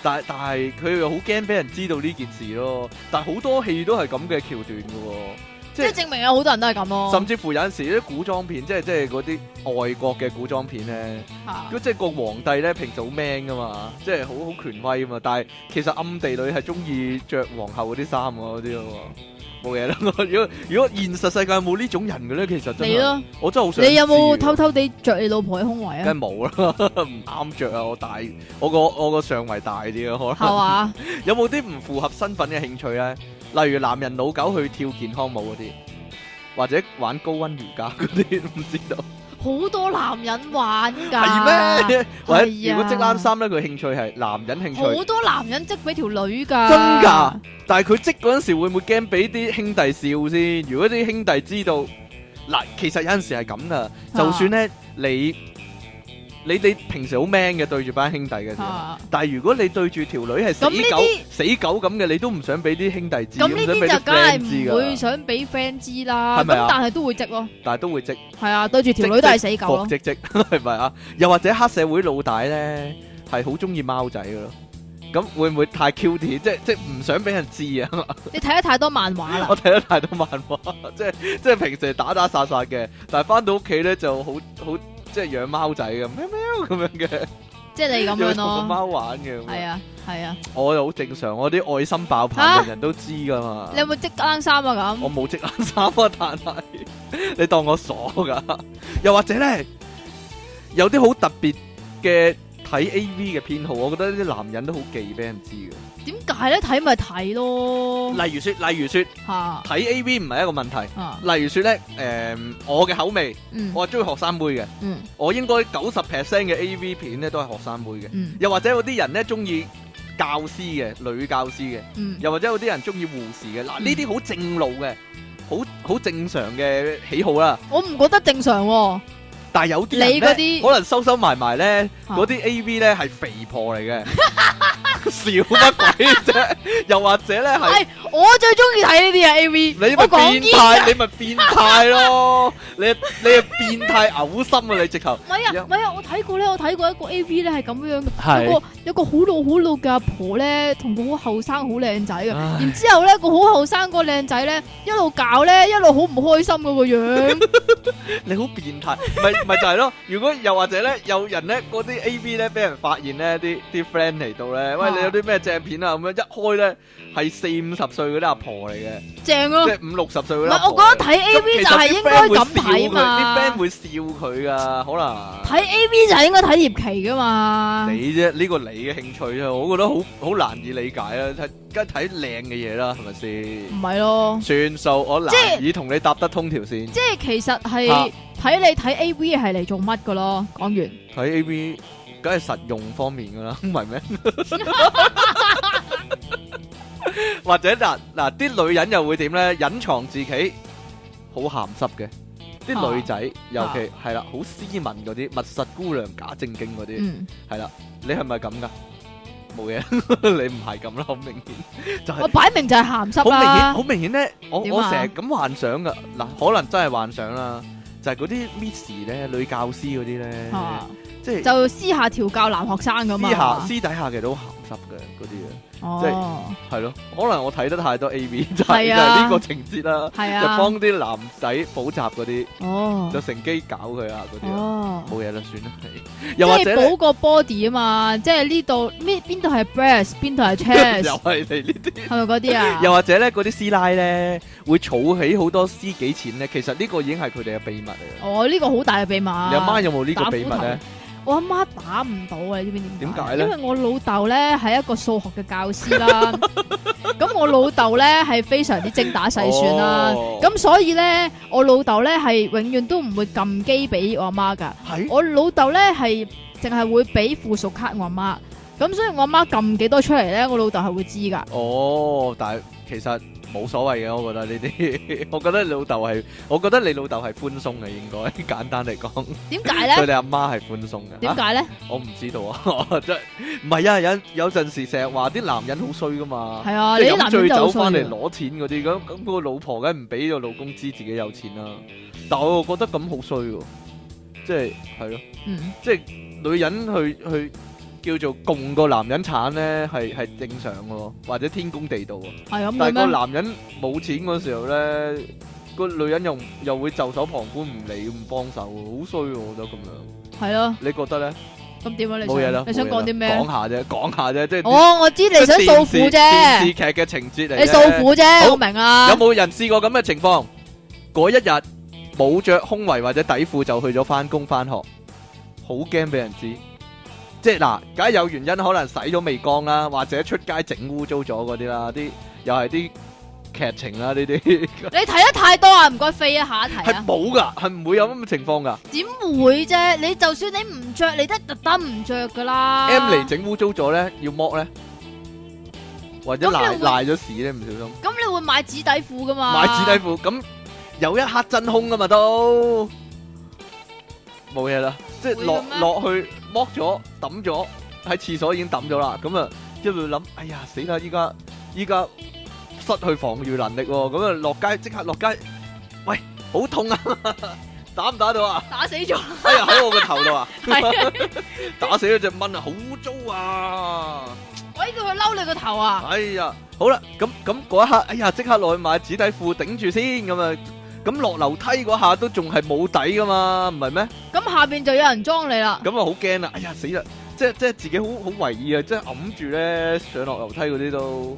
[SPEAKER 3] 但係但係佢又好驚俾人知道呢件事咯，但係好多戲都係咁嘅橋段噶喎。
[SPEAKER 1] 即係證明有好多人都係咁咯。
[SPEAKER 3] 甚至乎有陣時啲古裝片，即係即係嗰啲外國嘅古裝片咧，
[SPEAKER 1] 嚇
[SPEAKER 3] 咁即係個皇帝咧平時好 man 噶嘛，即係好好權威噶嘛，但係其實暗地裏係中意着皇后嗰啲衫啊嗰啲咯喎，冇嘢啦。 如果如果現實世界有冇呢種人嘅咧，其實真
[SPEAKER 1] 你
[SPEAKER 3] 係
[SPEAKER 1] 咯，
[SPEAKER 3] 我真係好想
[SPEAKER 1] 你有冇
[SPEAKER 3] 知喎
[SPEAKER 1] 偷？偷地着你老婆嘅胸圍啊？
[SPEAKER 3] 梗係冇啦， 唔啱着啊！我大我個我個上圍大啲啊，可
[SPEAKER 1] 係
[SPEAKER 3] 能。
[SPEAKER 1] 嘛？
[SPEAKER 3] 有冇啲唔符合身份嘅興趣咧？例如男人老狗去跳健康舞嗰啲，或者玩高温瑜伽嗰啲， 唔知道
[SPEAKER 1] 好多男人玩噶，
[SPEAKER 3] 係咩？或者
[SPEAKER 1] 係啊
[SPEAKER 3] 如果織冷衫咧，佢興趣係男人興趣
[SPEAKER 1] 好。多男人織俾條女噶，
[SPEAKER 3] 真㗎？但係佢織嗰陣時會唔會驚俾啲兄弟笑先？如果啲兄弟知道，嗱，其實有陣時係咁噶。就算咧，你你你平時好 man 嘅對住班兄弟嘅時候，
[SPEAKER 1] 啊。
[SPEAKER 3] 但係如果你對住條女係死
[SPEAKER 1] 咁呢
[SPEAKER 3] 狗
[SPEAKER 1] 啲
[SPEAKER 3] 死狗咁嘅，你都唔想俾啲兄弟知，
[SPEAKER 1] 咁
[SPEAKER 3] 唔
[SPEAKER 1] 呢
[SPEAKER 3] 想俾
[SPEAKER 1] 啲
[SPEAKER 3] 啲
[SPEAKER 1] 就梗
[SPEAKER 3] friend 知
[SPEAKER 1] 係唔會
[SPEAKER 3] 㗎。
[SPEAKER 1] 想俾 friend 知啦，
[SPEAKER 3] 係咪啊
[SPEAKER 1] 咁但係都會織咯，
[SPEAKER 3] 但係都會織
[SPEAKER 1] 係啊，對住條女都係死狗
[SPEAKER 3] 服
[SPEAKER 1] 咯，
[SPEAKER 3] 織織， 係咪啊？又或者黑社會老大咧係好中意貓仔嘅咯。咁會唔會太 cute 啲？即即唔想俾人知啊？
[SPEAKER 1] 你睇得太多漫畫啦，
[SPEAKER 3] 我睇得太多漫畫， 即係即係平時打打殺殺嘅，但係翻到屋企咧就好好即係養貓仔嘅，喵喵咁樣嘅，
[SPEAKER 1] 即係你咁
[SPEAKER 3] 要
[SPEAKER 1] 樣
[SPEAKER 3] 同個
[SPEAKER 1] 咯，
[SPEAKER 3] 貓玩嘅。
[SPEAKER 1] 係，啊係啊，
[SPEAKER 3] 我就好正常，我啲愛心爆棚
[SPEAKER 1] 啊
[SPEAKER 3] 人人都知噶嘛
[SPEAKER 1] 你。有冇織冷衫啊
[SPEAKER 3] 我
[SPEAKER 1] 咁？
[SPEAKER 3] 冇織冷衫啊，但係你當我傻噶？又或者咧，有啲好特別嘅睇 A V 嘅偏好，我覺得啲男人都好忌俾人知嘅。
[SPEAKER 1] 點解咧？睇咪睇咯，
[SPEAKER 3] 例如說，例如說
[SPEAKER 1] 吓
[SPEAKER 3] 睇 A V 唔係一個問題。
[SPEAKER 1] 啊
[SPEAKER 3] 例如說咧，誒、我嘅口味。
[SPEAKER 1] 嗯
[SPEAKER 3] 我係中意學生妹嘅，
[SPEAKER 1] 嗯
[SPEAKER 3] 我應該九十 percent 嘅 A.V. 片咧都係學生妹嘅，
[SPEAKER 1] 嗯
[SPEAKER 3] 又或者有啲人咧中意教師嘅女教師嘅，
[SPEAKER 1] 嗯，
[SPEAKER 3] 又或者有啲人中意護士嘅，嗱
[SPEAKER 1] 嗯
[SPEAKER 3] 呢啲好正路嘅，好好正常嘅喜好啦。
[SPEAKER 1] 我唔覺得正常喎，
[SPEAKER 3] 但係有啲人
[SPEAKER 1] 你嗰啲
[SPEAKER 3] 呢可能收收埋埋咧，
[SPEAKER 1] 啊
[SPEAKER 3] 嗰啲 A.V. 咧係肥婆嚟嘅， 笑乜鬼啫？ 又或者咧係。
[SPEAKER 1] 係我最中意睇呢啲啊 A V，
[SPEAKER 3] 你咪
[SPEAKER 1] 我講
[SPEAKER 3] 變
[SPEAKER 1] 煙
[SPEAKER 3] 態，你咪變態咯！你你係變態嘔心啊！你直頭
[SPEAKER 1] 唔係
[SPEAKER 3] 有
[SPEAKER 1] 啊，唔係啊，我睇過咧，我睇過一個 A V 咧係咁樣嘅，
[SPEAKER 3] 係
[SPEAKER 1] 有個有個好老好老嘅阿婆咧，同個好後生好靚仔嘅，
[SPEAKER 3] 唉
[SPEAKER 1] 然之後咧個好後生個靚仔咧一路搞咧，一路好唔開心嗰個樣，
[SPEAKER 3] 你好變態，咪咪就係咯。如果又或者咧，有人咧嗰啲 A V 咧俾人發現咧，啲啲 friend 嚟到咧，喂
[SPEAKER 1] 啊
[SPEAKER 3] 你有啲咩正片啊咁樣，一開咧係四五十歲嗰啲阿婆嚟嘅，
[SPEAKER 1] 正
[SPEAKER 3] 即
[SPEAKER 1] 咯。
[SPEAKER 3] 係五六十歲
[SPEAKER 1] 唔
[SPEAKER 3] 嗰啲阿
[SPEAKER 1] 係，我
[SPEAKER 3] 婆嚟嘅。
[SPEAKER 1] 覺得睇 A
[SPEAKER 3] 咁
[SPEAKER 1] V
[SPEAKER 3] 其
[SPEAKER 1] 就
[SPEAKER 3] 實啲
[SPEAKER 1] 係應該咁睇
[SPEAKER 3] friend 會笑佢啲
[SPEAKER 1] 嘛
[SPEAKER 3] friend，會笑佢噶，可
[SPEAKER 1] 睇 A V 就係應該睇葉奇噶嘛
[SPEAKER 3] 能。你啫，呢個你嘅興趣啫，我覺得好好難以理解啦。睇梗係睇靚嘅嘢啦，係咪
[SPEAKER 1] 唔係咯，
[SPEAKER 3] 先？算數，我
[SPEAKER 1] 即係
[SPEAKER 3] 難以同你搭得通條線。
[SPEAKER 1] 即係其實係
[SPEAKER 3] 啊
[SPEAKER 1] 睇你睇 A V 係嚟做乜噶咯？講完。
[SPEAKER 3] 睇 A V 梗係實用方面噶啦， 唔 係咩？或者嗱嗱啲女人又會點咧？隱藏自己，好鹹濕嘅。啲女仔、尤其係啦，好斯文嗰啲，密實姑娘假正經嗰啲，
[SPEAKER 1] 嗯，
[SPEAKER 3] 你係咪咁噶？冇嘢， 你唔係咁啦，好明顯就係、
[SPEAKER 1] 我擺明就係鹹濕
[SPEAKER 3] 好明顯，
[SPEAKER 1] 啦
[SPEAKER 3] 好。明顯咧，我
[SPEAKER 1] 點啊
[SPEAKER 3] 我成日咁幻想噶嗱，可能真係幻想啦，就係嗰啲 Miss 咧，女教師嗰啲咧，
[SPEAKER 1] 啊
[SPEAKER 3] 即係。
[SPEAKER 1] 就私下調教男學生咁
[SPEAKER 3] 私下
[SPEAKER 1] 啊
[SPEAKER 3] 私，底下嘅都好鹹濕嘅嗰啲即係
[SPEAKER 1] 哦，
[SPEAKER 3] 嘢，係咯，可能我睇得太多 A V 就係就
[SPEAKER 1] 係
[SPEAKER 3] 係
[SPEAKER 1] 啊
[SPEAKER 3] 呢個情節啦，
[SPEAKER 1] 係
[SPEAKER 3] 就
[SPEAKER 1] 啊，
[SPEAKER 3] 幫啲男仔補習嗰啲，
[SPEAKER 1] 哦
[SPEAKER 3] 就乘機搞佢啊嗰啲啊，
[SPEAKER 1] 哦，
[SPEAKER 3] 冇嘢啦，算啦，係
[SPEAKER 1] 即
[SPEAKER 3] 又或
[SPEAKER 1] 係
[SPEAKER 3] 者
[SPEAKER 1] 補個 body 啊嘛，即係呢度咩邊度係 breast，邊度係
[SPEAKER 3] 咧 又
[SPEAKER 1] chest，
[SPEAKER 3] 係你呢啲，
[SPEAKER 1] 係咪嗰啲啊？
[SPEAKER 3] 又或者咧嗰啲師奶咧會儲起好多私己錢咧，其實呢個已經係佢哋嘅秘密嚟嘅。
[SPEAKER 1] 哦，呢個好大嘅秘密。你
[SPEAKER 3] 你阿
[SPEAKER 1] 阿
[SPEAKER 3] 媽有冇呢個秘密咧？？
[SPEAKER 1] 我阿媽打唔到啊！你知唔知點
[SPEAKER 3] 點解
[SPEAKER 1] 解？
[SPEAKER 3] 咧
[SPEAKER 1] 因為我老豆咧係一個數學嘅教師 啦，咁我老豆咧係非常之精打細算啦，
[SPEAKER 3] 哦
[SPEAKER 1] 咁所以咧我老豆咧係永遠都唔會撳機俾我阿媽噶。
[SPEAKER 3] 係
[SPEAKER 1] 我老豆咧係淨係會俾附屬卡我阿媽，咁所以我阿媽撳幾多出嚟咧，我老豆係會知噶。
[SPEAKER 3] 哦，但係其實冇所謂嘅，我覺得呢啲， 我覺得你老豆係，我覺得你老豆係寬鬆嘅，應該 簡單嚟講。
[SPEAKER 1] 點解
[SPEAKER 3] 佢
[SPEAKER 1] 咧？
[SPEAKER 3] 哋阿媽係寬鬆嘅，
[SPEAKER 1] 點
[SPEAKER 3] 嚇
[SPEAKER 1] 解咧？
[SPEAKER 3] 我唔知道啊， 真係唔係啊！有有陣時成日話啲男人好衰噶嘛，
[SPEAKER 1] 係啊，
[SPEAKER 3] 即
[SPEAKER 1] 你
[SPEAKER 3] 係
[SPEAKER 1] 啲
[SPEAKER 3] 飲
[SPEAKER 1] 男人
[SPEAKER 3] 醉
[SPEAKER 1] 就
[SPEAKER 3] 酒
[SPEAKER 1] 好
[SPEAKER 3] 翻
[SPEAKER 1] 衰
[SPEAKER 3] 嚟
[SPEAKER 1] 㗎。
[SPEAKER 3] 攞錢嗰啲，咁咁個老婆梗係唔俾個老公知自己有錢啦。但我又覺得咁好衰喎，即係係咯，
[SPEAKER 1] 嗯，
[SPEAKER 3] 即係女人去去叫做共個男人產咧，係係正常嘅喎，或者天公地道啊。
[SPEAKER 1] 係咁
[SPEAKER 3] 但係
[SPEAKER 1] 嘅咩？
[SPEAKER 3] 個男人冇錢嗰時候咧，個女人又又會袖手旁觀，唔理唔幫手喎，好衰喎，我覺得咁樣。
[SPEAKER 1] 係咯，
[SPEAKER 3] 你覺得咧？
[SPEAKER 1] 咁點啊？你
[SPEAKER 3] 冇嘢啦
[SPEAKER 1] 想，你想
[SPEAKER 3] 冇嘢
[SPEAKER 1] 講
[SPEAKER 3] 啦
[SPEAKER 1] 啲咩啊
[SPEAKER 3] 講
[SPEAKER 1] 咧？
[SPEAKER 3] 下啫，講下啫，即係
[SPEAKER 1] 哦，我知你想
[SPEAKER 3] 即係
[SPEAKER 1] 訴
[SPEAKER 3] 電視
[SPEAKER 1] 苦
[SPEAKER 3] 電視
[SPEAKER 1] 啫，
[SPEAKER 3] 劇嘅情節嚟啫。
[SPEAKER 1] 你訴苦
[SPEAKER 3] 好
[SPEAKER 1] 啫，我明啊
[SPEAKER 3] 有。冇人試過咁嘅情況？嗰一日冇着胸圍或者底褲就去咗翻工翻學，好驚俾人知。即係嗱，梗係有原因，可能洗咗未乾啦，或者出街整污糟咗嗰啲啦，啲又係啲劇情啦，呢啲
[SPEAKER 1] 你睇得太多啊，唔該飛啊，下一題
[SPEAKER 3] 係
[SPEAKER 1] 啊。
[SPEAKER 3] 冇噶，係唔會有咁嘅情況噶。
[SPEAKER 1] 點會啫？你就算你唔着，你都特登唔着噶啦。
[SPEAKER 3] M 嚟整污糟咗咧，要剝咧，或者
[SPEAKER 1] 咁
[SPEAKER 3] 賴
[SPEAKER 1] 你會
[SPEAKER 3] 賴咗屎咧，唔小心
[SPEAKER 1] 咁你會買紙底褲噶嘛？
[SPEAKER 3] 買紙底褲，咁有一刻真空噶嘛都冇嘢啦，即係
[SPEAKER 1] 會
[SPEAKER 3] 落
[SPEAKER 1] 嘅咩
[SPEAKER 3] 落去剝咗抌咗喺廁所已經抌咗啦，咁啊一路諗，哎呀死啦！依家依家失去防禦能力喎，咁啊落街即刻落街，喂好痛啊！ 打唔打到啊？
[SPEAKER 1] 打死咗，
[SPEAKER 3] 哎呀喺我個頭度啊！
[SPEAKER 1] 係啊
[SPEAKER 3] 打死咗只蚊啊，好污糟啊！
[SPEAKER 1] 鬼叫佢嬲你個頭啊！
[SPEAKER 3] 哎呀，好啦，咁咁嗰一刻，哎呀，即刻落去買紙底褲頂住先咁啊！咁落樓梯嗰下都仲係冇底噶嘛，唔係咩？
[SPEAKER 1] 咁下邊就有人裝你啦。
[SPEAKER 3] 咁啊好驚啦！哎呀死啦！即係即係自己好好為意啊！即係揞住咧上落樓梯嗰啲都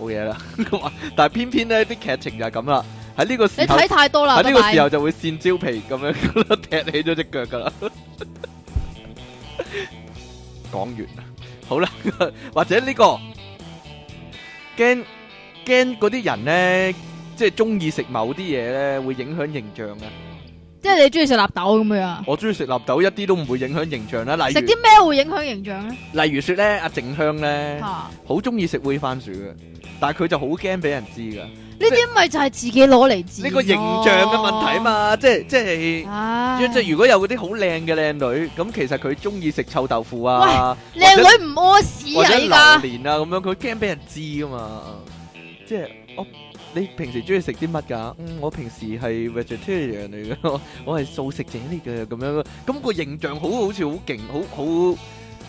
[SPEAKER 3] 冇嘢啦。咁啊但係偏偏咧啲劇情就係咁啦，喺呢個
[SPEAKER 1] 你
[SPEAKER 3] 時候
[SPEAKER 1] 睇太多啦，
[SPEAKER 3] 喺呢個
[SPEAKER 1] 拜拜
[SPEAKER 3] 時候就會跣蕉皮咁樣踢起咗只腳噶啦。講完啦， 好啦，或者呢、個驚驚嗰啲人咧，即係中意食某啲嘢咧，會影響形象啊！
[SPEAKER 1] 即係你中意食納豆咁樣啊？
[SPEAKER 3] 我中意食納豆，一啲都唔會影響形象啦。例
[SPEAKER 1] 食
[SPEAKER 3] 如
[SPEAKER 1] 啲咩會影響形象咧？
[SPEAKER 3] 例如説咧，阿靜香咧
[SPEAKER 1] 吓，，呢
[SPEAKER 3] 好中意食煨番薯嘅，但係佢就好驚俾人知噶。
[SPEAKER 1] 啲咪就係自己攞嚟自
[SPEAKER 3] 呢個形象嘅問題。啊嘛，即係即係。
[SPEAKER 1] 唉
[SPEAKER 3] 即，即係如果有嗰啲好靚嘅靚女，咁其實佢中意食臭豆腐啊，
[SPEAKER 1] 靚女唔屙屎
[SPEAKER 3] 或
[SPEAKER 1] 啊！
[SPEAKER 3] 者
[SPEAKER 1] 依
[SPEAKER 3] 榴
[SPEAKER 1] 家
[SPEAKER 3] 蓮啊咁樣，佢驚俾人知噶嘛。即係我你平時中意食啲乜㗎？嗯，我平時係 vegetarian 嚟嘅， 我我係素食者嚟嘅咁樣。咁個形象好好似好勁，好好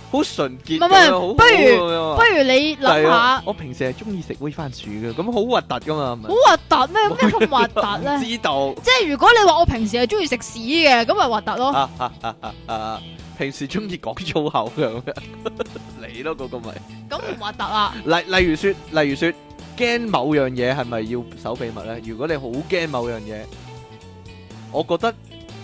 [SPEAKER 3] 好純潔
[SPEAKER 1] 唔係
[SPEAKER 3] 咁
[SPEAKER 1] 唔係不如
[SPEAKER 3] 樣，好好咁樣啊
[SPEAKER 1] 不如你諗
[SPEAKER 3] 但係啊
[SPEAKER 1] 下
[SPEAKER 3] 我，我平時係中意食煨番薯嘅，咁好核突噶嘛，
[SPEAKER 1] 好
[SPEAKER 3] 唔
[SPEAKER 1] 核突 咩？咩咁核突
[SPEAKER 3] 係
[SPEAKER 1] 咧？
[SPEAKER 3] 知道。
[SPEAKER 1] 即係如果你話我平時係中意食屎嘅，咁咪核突咯。
[SPEAKER 3] 啊啊啊啊啊！ 平時中意講粗口嘅咁樣， 你咯嗰個咪
[SPEAKER 1] 咁唔核突啊？
[SPEAKER 3] 例例如説，例如説驚某樣嘢係咪要守秘密咧？如果你好驚某樣嘢，我覺得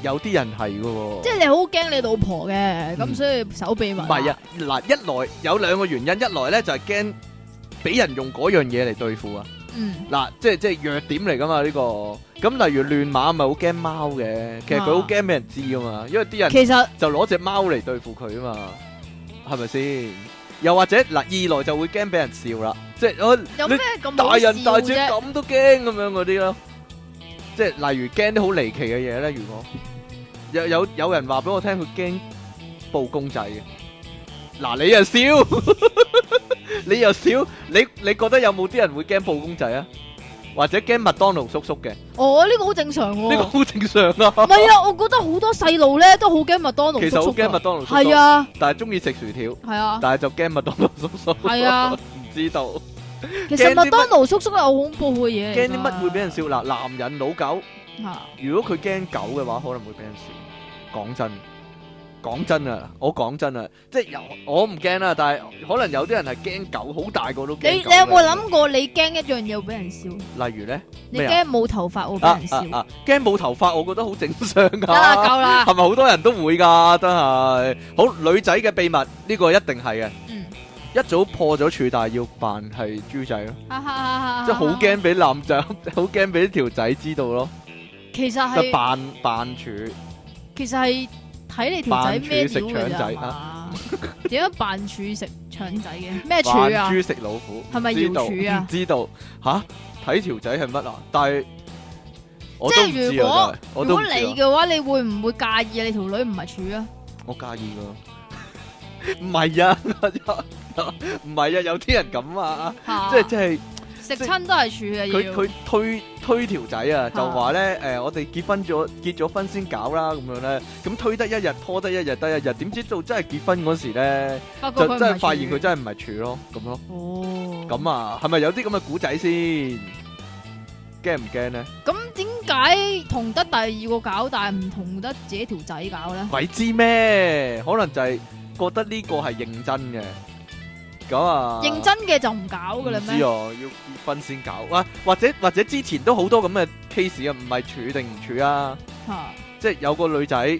[SPEAKER 3] 有啲人係嘅喎
[SPEAKER 1] 即。係你好驚你老婆嘅，咁所以守秘密。
[SPEAKER 3] 嗯唔係啊，，嗱，一來有兩個原因，一來咧就係驚俾人用嗰樣嘢嚟對付啊。
[SPEAKER 1] 嗯，
[SPEAKER 3] 嗱，即係即係弱點嚟噶嘛呢個。咁例如亂馬咪好驚貓嘅，其實佢好驚俾人知噶嘛，因為啲人。
[SPEAKER 1] 其實
[SPEAKER 3] 就攞只貓嚟對付佢啊嘛，係咪先？又或者嗱，二來就會驚俾人笑啦，即係我
[SPEAKER 1] 有
[SPEAKER 3] 你
[SPEAKER 1] 咩咁
[SPEAKER 3] 大
[SPEAKER 1] 好笑
[SPEAKER 3] 人大隻
[SPEAKER 1] 啫？
[SPEAKER 3] 咁都驚咁樣嗰啲咯，即係例如驚啲好離奇嘅嘢咧。如果有有有人話俾我聽佢驚布公仔嘅，嗱你又笑，你又笑，你你覺得有冇啲人會驚布公仔啊？或者驚麥當勞叔叔嘅？呢
[SPEAKER 1] 哦，呢個好正常喎。
[SPEAKER 3] 個
[SPEAKER 1] 唔
[SPEAKER 3] 好正常啊，
[SPEAKER 1] 係啊，我覺得好多細路咧都好驚麥當勞
[SPEAKER 3] 其實好
[SPEAKER 1] 叔叔
[SPEAKER 3] 驚麥
[SPEAKER 1] 㗎。
[SPEAKER 3] 當勞叔
[SPEAKER 1] 係
[SPEAKER 3] 叔，
[SPEAKER 1] 啊，
[SPEAKER 3] 但係中意食薯條。
[SPEAKER 1] 係啊，
[SPEAKER 3] 但係就驚麥當勞叔叔。
[SPEAKER 1] Ờ. 係啊
[SPEAKER 3] 唔知道
[SPEAKER 1] 其實
[SPEAKER 3] 驚啲乜
[SPEAKER 1] 麥當勞叔叔係好恐怖嘅嘢嚟㗎。
[SPEAKER 3] 驚啲乜會俾人笑嗱？男人老狗，
[SPEAKER 1] 嚇？
[SPEAKER 3] 如果佢驚狗嘅話，可能會俾人笑。講真，講真啊，我講真啊，即係有我唔驚啦，但係可能有啲人係驚狗，好大個都
[SPEAKER 1] 你
[SPEAKER 3] 驚。
[SPEAKER 1] 你有冇？諗過你驚一樣嘢會俾人笑？
[SPEAKER 3] 例如咧，
[SPEAKER 1] 你
[SPEAKER 3] 咩
[SPEAKER 1] 驚冇頭髮會俾
[SPEAKER 3] 啊
[SPEAKER 1] 人
[SPEAKER 3] 啊
[SPEAKER 1] 笑？
[SPEAKER 3] 啊，驚冇頭髮，我覺得好正常
[SPEAKER 1] 得 啦，
[SPEAKER 3] 噶。
[SPEAKER 1] 夠啦。
[SPEAKER 3] 係咪好多人都會㗎？真係好女仔嘅秘密呢個一定係嘅，
[SPEAKER 1] 嗯，
[SPEAKER 3] 一早破咗處，但係要扮係豬仔咯。
[SPEAKER 1] 哈哈哈哈！
[SPEAKER 3] 即係好。驚俾男仔， 好驚俾條仔知道咯，
[SPEAKER 1] 其實
[SPEAKER 3] 就
[SPEAKER 1] 係
[SPEAKER 3] 扮扮處，
[SPEAKER 1] 其實係睇你條仔咩料
[SPEAKER 3] 扮
[SPEAKER 1] 嘅
[SPEAKER 3] 柱食腸
[SPEAKER 1] 咋
[SPEAKER 3] 仔啊
[SPEAKER 1] 嘛？ 點樣扮柱食腸仔嘅？咩柱
[SPEAKER 3] 扮
[SPEAKER 1] 啊？
[SPEAKER 3] 豬食老虎，
[SPEAKER 1] 係咪
[SPEAKER 3] 唔知道
[SPEAKER 1] 瑤柱啊
[SPEAKER 3] 唔知道吓，睇條仔係乜啊？但係我
[SPEAKER 1] 即
[SPEAKER 3] 都
[SPEAKER 1] 係
[SPEAKER 3] 唔知
[SPEAKER 1] 如果
[SPEAKER 3] 啊，真係我
[SPEAKER 1] 如
[SPEAKER 3] 都
[SPEAKER 1] 果
[SPEAKER 3] 唔知
[SPEAKER 1] 你
[SPEAKER 3] 啊
[SPEAKER 1] 嘅話，你會唔會介意你條女唔係處啊？
[SPEAKER 3] 我介意噶， 唔係啊， 唔係啊，有啲人咁啊，
[SPEAKER 1] 嚇
[SPEAKER 3] 即係即係
[SPEAKER 1] 食親都係啊處嘅
[SPEAKER 3] 佢
[SPEAKER 1] 要。
[SPEAKER 3] 佢推推條仔啊，就
[SPEAKER 1] 啊
[SPEAKER 3] 話咧誒，我哋結婚咗結咗婚先搞啦咁樣咧，咁推得一日拖得一日得一日，點知到真係結婚嗰時咧？
[SPEAKER 1] 不過
[SPEAKER 3] 就
[SPEAKER 1] 佢唔
[SPEAKER 3] 真係
[SPEAKER 1] 係
[SPEAKER 3] 發
[SPEAKER 1] 處
[SPEAKER 3] 現佢真係唔係處咯，咁咯，
[SPEAKER 1] 哦。
[SPEAKER 3] 咁啊，係咪有啲咁嘅古仔先？驚唔驚咧？
[SPEAKER 1] 咁點解同得第二個搞，但係唔同得自己條仔搞咧？
[SPEAKER 3] 鬼知咩？可能就係覺得呢個係認真嘅，咁啊，
[SPEAKER 1] 認真嘅就唔搞噶啦
[SPEAKER 3] 唔知
[SPEAKER 1] 咩
[SPEAKER 3] 啊，？要結婚先搞啊，或者或者之前都好多咁嘅 case 啊，唔係處定唔處啊，
[SPEAKER 1] 嚇
[SPEAKER 3] 即係有個女仔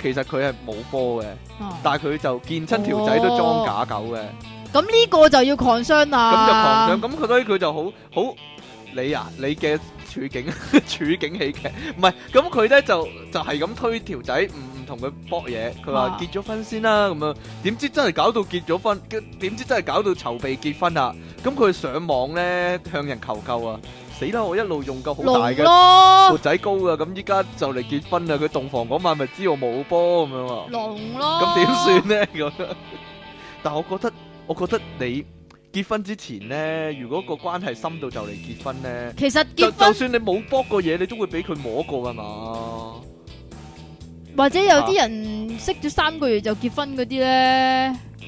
[SPEAKER 3] 其實佢係冇波嘅，
[SPEAKER 1] 嚇
[SPEAKER 3] 但係佢就見親條仔都裝假狗嘅。
[SPEAKER 1] 咁呢個就要 concern
[SPEAKER 3] 咁就狂
[SPEAKER 1] 啦。
[SPEAKER 3] 想，咁佢所以佢就好好你啊，你嘅處境 處境喜劇，唔係咁佢咧就就係咁推條仔，唔唔同佢搏嘢。佢話
[SPEAKER 1] 啊
[SPEAKER 3] 結咗婚先啦咁樣，點知真係搞到結咗婚，跟點知真係搞到籌備結婚啦。咁佢上網咧向人求救啊！死啦！我一路用夠好
[SPEAKER 1] 龍
[SPEAKER 3] 大嘅
[SPEAKER 1] 咯
[SPEAKER 3] 個，仔高啊，咁依家就嚟結婚啦。佢洞房嗰晚咪知我冇波咁樣啊喎。
[SPEAKER 1] 龍咯，
[SPEAKER 3] 咁點 算？呢？咁，但我覺得，我覺得你結婚之前呢，如果個關係深到就嚟結婚呢，
[SPEAKER 1] 其實
[SPEAKER 3] 就
[SPEAKER 1] 結
[SPEAKER 3] 就
[SPEAKER 1] 婚
[SPEAKER 3] 算你冇搏過嘢，你都會俾佢摸過噶嘛。
[SPEAKER 1] 或者有啲人識咗三個月就結婚嗰啲咧，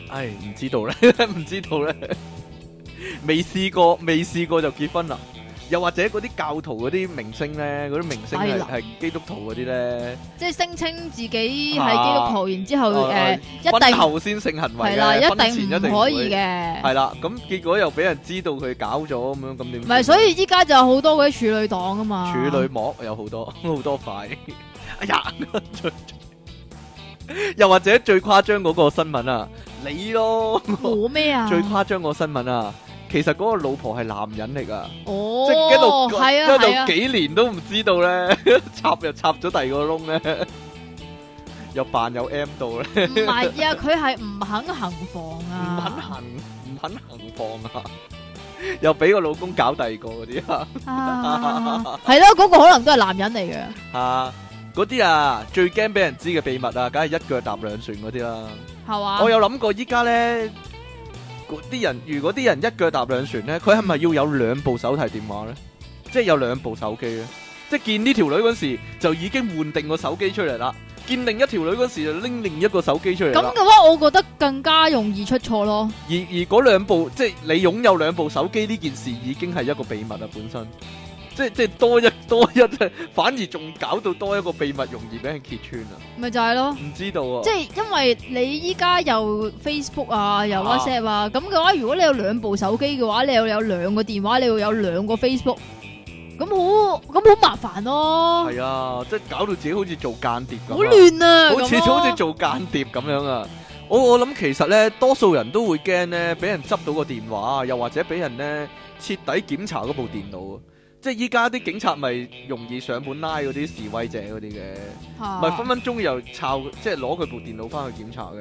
[SPEAKER 3] 唉，唔知道咧， 唔知道咧，未試過，未試過就結婚啦。又或者嗰啲教徒嗰啲明星呢，嗰啲明星
[SPEAKER 1] 哎
[SPEAKER 3] 係
[SPEAKER 1] 呀
[SPEAKER 3] 係基督徒嗰啲呢，
[SPEAKER 1] 即係聲稱自己係基督徒，然之後
[SPEAKER 3] 啊
[SPEAKER 1] 誒一
[SPEAKER 3] 婚
[SPEAKER 1] 定
[SPEAKER 3] 後先性行為
[SPEAKER 1] 係啦，
[SPEAKER 3] 嘅，婚前
[SPEAKER 1] 一
[SPEAKER 3] 一定
[SPEAKER 1] 定唔可
[SPEAKER 3] 會
[SPEAKER 1] 以。嘅。
[SPEAKER 3] 係啦，咁結果又俾人知道佢搞咗咁樣，咁點
[SPEAKER 1] 唔
[SPEAKER 3] 算呢
[SPEAKER 1] 係，所以依家就好多嗰啲處女黨啊嘛。
[SPEAKER 3] 處女膜有好多 好多塊，哎呀， 最又或者最誇張嗰個新聞啊，你咯，
[SPEAKER 1] 冇咩啊？
[SPEAKER 3] 最誇張個新聞啊，其實嗰個老婆係男人嚟噶，
[SPEAKER 1] 哦，
[SPEAKER 3] 即係一路
[SPEAKER 1] 係啊係啊
[SPEAKER 3] 一路，幾年都唔知道咧， 插又插咗第二個窿咧， 又扮有 M 到咧，
[SPEAKER 1] 唔係啊，佢係唔肯行房
[SPEAKER 3] 唔肯
[SPEAKER 1] 啊。
[SPEAKER 3] 行唔肯行放啊， 又俾個老公搞第二個嗰啲啊。
[SPEAKER 1] 啊係咯，嗰個可能都係男人嚟嘅。
[SPEAKER 3] 啊，嗰啲啊，最驚俾人知嘅秘密啊，梗係一腳踏兩船嗰啲啦。
[SPEAKER 1] 係嘛？
[SPEAKER 3] 我有諗過依家咧，嗰啲人如果啲人一腳踏兩船咧，佢係咪要有兩部手提電話咧？即係有兩部手機咧？即係見呢條女嗰時就已經換定個手機出嚟啦，見另一條女嗰時就拎另一個手機出嚟啦
[SPEAKER 1] 咁。嘅話，我覺得更加容易出錯咯。
[SPEAKER 3] 而而嗰兩部，即係你擁有兩部手機呢件事已經係一個秘密啦，本身即係即係多一 多一，反而仲搞到多一個秘密，容易俾人揭穿啊！
[SPEAKER 1] 咪就係咯。
[SPEAKER 3] 唔知道啊，
[SPEAKER 1] 即係因為你依家又 Facebook 啊，又 WhatsApp 啊，咁嘅話，如果你有兩部手機嘅話，你又有兩個電話，你又有兩個 Facebook，咁好咁好麻煩咯，
[SPEAKER 3] 係啊，即係搞到自己好似做間諜咁啊，
[SPEAKER 1] 好亂啊，
[SPEAKER 3] 好似
[SPEAKER 1] 咁咯
[SPEAKER 3] 好似做間諜咁樣啊！我我諗其實咧，多數人都會驚咧，俾人執到個電話，又或者俾人咧徹底檢查嗰部電腦啊！即係依家啲警察咪容易上門拉嗰啲示威者嗰啲嘅，
[SPEAKER 1] 嚇
[SPEAKER 3] 咪分分鐘又抄，即係攞佢部電腦翻去檢查嘅。